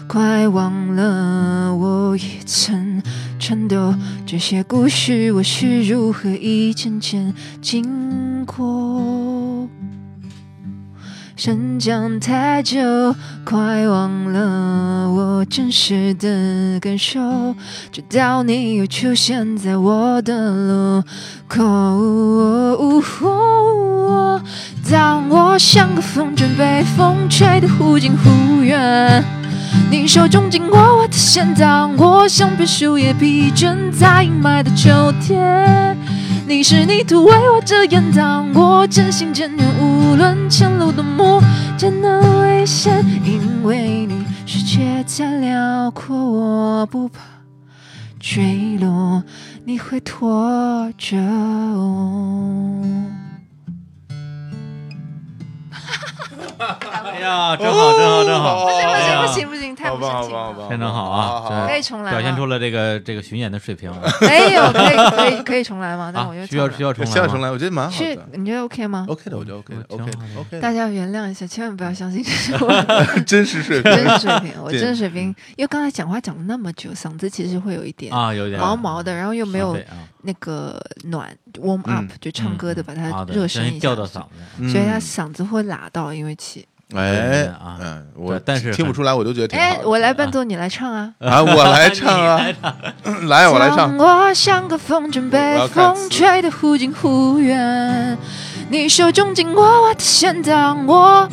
S4: 快忘了我也曾颤抖。这些故事，我是如何一件件经过？生长太久，快忘了我真实的感受，直到你又出现在我的路口。当我像个风筝被风吹得忽近忽远，你手中紧握我的线，当我像被树叶疲倦在阴霾的秋天。你是泥土为我遮掩，当我真心真意，无论前路多么艰难危险，因为你世界太辽阔，我不怕坠落，你会拖着我。
S1: 哎呀，真好，真好，真
S2: 哦
S1: 好，
S3: 不
S1: 哎呀
S3: 行不行，太
S2: 好
S3: 不
S2: 棒，
S3: 深
S2: 好
S3: 情
S2: 棒，好
S3: 了。
S2: 棒，
S1: 非常好啊！
S3: 可
S1: 这
S3: 以重来吗
S1: 表现出了这个这个巡演的水 平啊！
S3: 没哎有，可以可以可以重来吗？但我觉
S1: 啊
S3: 得
S1: 需要
S3: 重
S1: 需要重来
S2: 这笑声
S1: 吗？
S2: 来，我觉得蛮
S3: 来
S2: 好
S3: 是
S2: 的
S3: 你觉得 OK 吗？
S2: ，OK 的，我觉得 OK 的
S1: 嗯我挺
S2: ，OK
S1: 好的
S2: 的，OK
S3: 大
S2: 的，
S3: 家原谅一下，千万不要相信这是我的
S2: 真实水平
S3: 真实水平，我
S2: 对
S3: 真实水平，因为刚才讲话讲了那么久，嗓子其实会有一点
S1: 啊，有点
S3: 毛毛的，然后又没
S1: 浪
S3: 有
S1: 费啊
S3: 那个暖 warm up，、
S2: 嗯
S3: 就唱歌的把它
S1: 啊对
S3: 热
S1: 不
S3: 身
S1: 小
S3: 一
S1: 心
S3: 下，
S1: 掉到嗓子。
S3: 所以他
S2: 嗯
S3: 嗓子会拉到，因为气。
S2: 哎
S1: 对啊
S2: 嗯，我
S1: 对但是
S2: 听不
S1: 很
S2: 出来，我就觉得挺
S3: 哎
S2: 好，的。
S3: 我来伴奏，你来唱啊！
S2: 啊，我来唱
S1: 你来
S2: 啊，来我来唱
S4: 当，我像个风筝被风吹得忽近忽远，你手中紧握我的线，当我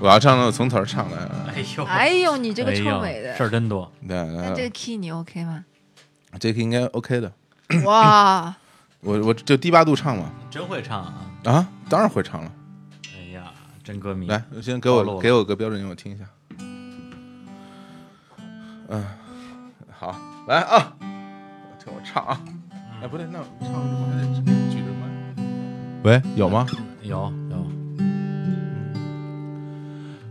S2: 我要唱，我从头儿唱来啊。
S1: 哎呦，
S3: 哎呦，你这个
S1: 哎呦
S3: 臭美的，
S1: 事儿真多。
S2: 对，
S3: 那这
S2: 来
S3: 个 key 你 OK 吗？
S2: 这个应该 OK 的。
S3: 哇，
S2: 我我就低八度唱嘛，
S1: 真会唱啊！
S2: 啊，当然会唱了。
S1: 哎呀，真歌迷！
S2: 来，先给
S1: 暴露
S2: 我
S1: 了
S2: 给我个标准音，我听一下。嗯，好，来啊，听我唱啊。
S1: 嗯
S2: 哎，不对，那我唱什么还得举着麦。喂，有吗？
S1: 有有，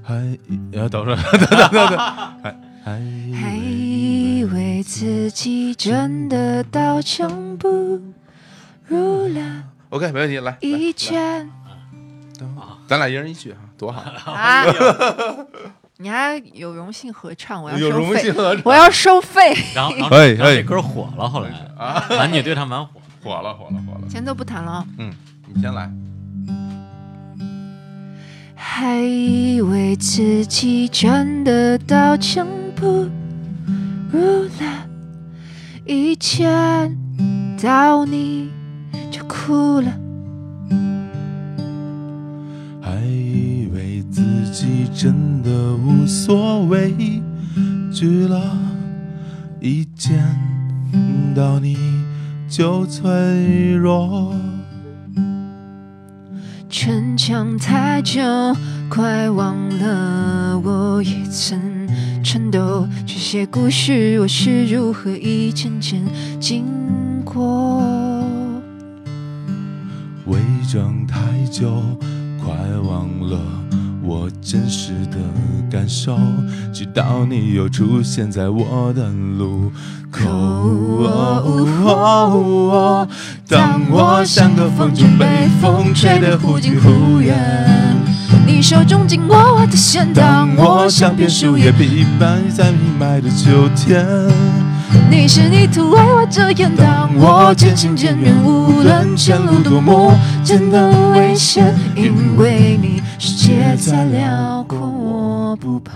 S2: 还，
S1: 嗯
S2: 呃，等会儿，等等等等，还还
S4: 还以为自己真的刀枪不入了，
S2: ，OK，没问题，来，来
S4: 一见
S2: 咱俩一人一句啊，多好，
S3: 啊！你还有荣幸合唱，我要
S2: 有
S3: 收
S2: 荣幸
S3: 费，
S2: 合
S3: 我要收费，
S1: 然后然后
S2: 哎
S1: 然后这
S2: 哎
S1: 歌火了，后来
S2: 啊，
S1: 男女对唱蛮火。
S2: 火了，火了，火了。
S3: 钱都不谈了 啊。
S2: 嗯，你先来。
S4: 还以为自己真的刀枪不入了，一见到你就哭了。
S2: 还以为自己真的无所谓，去了一见到你就脆弱。
S4: 逞强太久，快忘了我也曾颤抖。这些故事，我是如何一件件经过？
S2: 伪装太久，快忘了我真实的感受，直到你又出现在我的路口。哦当我像个风筝被风吹得忽近忽远，
S4: 你手中紧握我的线，
S2: 当
S4: 当
S2: 我像
S4: 我像
S2: 片
S4: 片
S2: 树
S4: 树
S2: 叶
S4: 叶，
S2: 疲惫在阴霾的秋天。
S4: 你是泥土为我遮掩。当我渐行渐远，无论前路多么艰难危险，因为你世界太辽阔，我不怕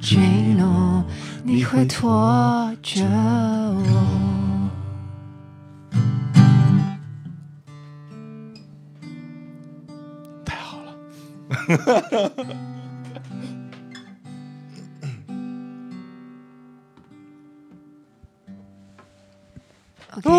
S4: 坠落。你会拖着我。
S2: 太好了，
S3: OK，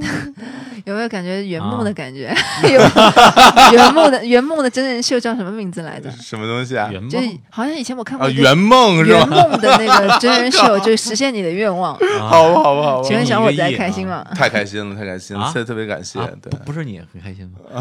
S3: 有没有感觉原
S1: 啊
S3: 木的感觉？ 有原木的原木的真人秀叫什么名字来着？
S2: 什么东西啊？
S1: 圆梦
S3: 就是好像以前我看过
S2: 啊，
S3: 一个
S2: 圆梦是
S3: 圆
S2: 吧？哦
S3: 梦的那个真人秀，就是实现你的 愿望。
S1: 啊
S2: 好吧，好吧，好吧
S3: 请，问小伙子还
S1: 一个亿啊
S3: 开心吗？
S2: 太开心了，太开心了，
S1: 啊
S2: 特特别感谢
S1: 啊，
S2: 对
S1: 不，不是你很开心吗？我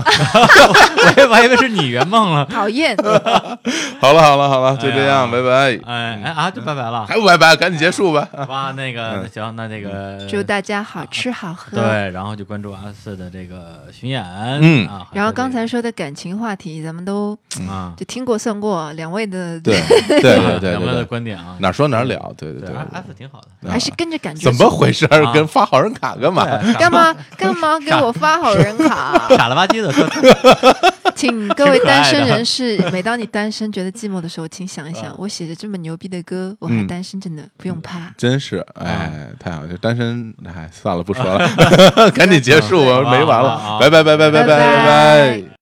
S1: 我还以为是你圆梦 了，
S3: 讨厌，
S2: 好了，好了，好了，就
S1: 哎呀
S2: 这样，拜拜，
S1: 哎哎啊，就拜拜了。
S2: 还不拜拜，赶紧结束吧。
S1: 哇，那个那行，那那个
S3: 祝大家好吃好喝。
S1: 对，然后就关注阿四的这个巡演，
S2: 嗯
S1: 啊，还有
S3: 然后刚
S1: 这
S3: 才说的感情话题，咱们都
S1: 个啊，
S3: 就听过算过，两位的
S2: 对，对，对，对，对
S1: 两位的
S2: 对，
S1: 观点啊，
S2: 哪说哪儿聊，对，对，
S1: 对
S2: 对，
S1: 阿阿四挺好的，
S3: 还是跟着感觉
S2: 啊怎么回事
S1: 啊？
S2: 跟发好人卡干嘛？
S1: 对
S3: 干？嘛干嘛给我发好人卡？
S1: 傻傻了吧唧的说，
S3: 请各位单身
S1: 挺可爱的啊
S3: 人士，每当你单身觉得寂寞的时候，请想一想，我写着这么牛逼的歌，我还
S2: 嗯
S3: 单身着呢，不用怕。
S2: 真是，
S1: 啊
S2: 哎，太好了！单身， 哎，算了，不说了，赶紧结束吧，
S1: 好吧
S2: 没完
S1: 好吧
S2: 了，拜拜，拜拜，拜
S3: 拜
S2: 拜，拜
S3: 拜
S2: 拜。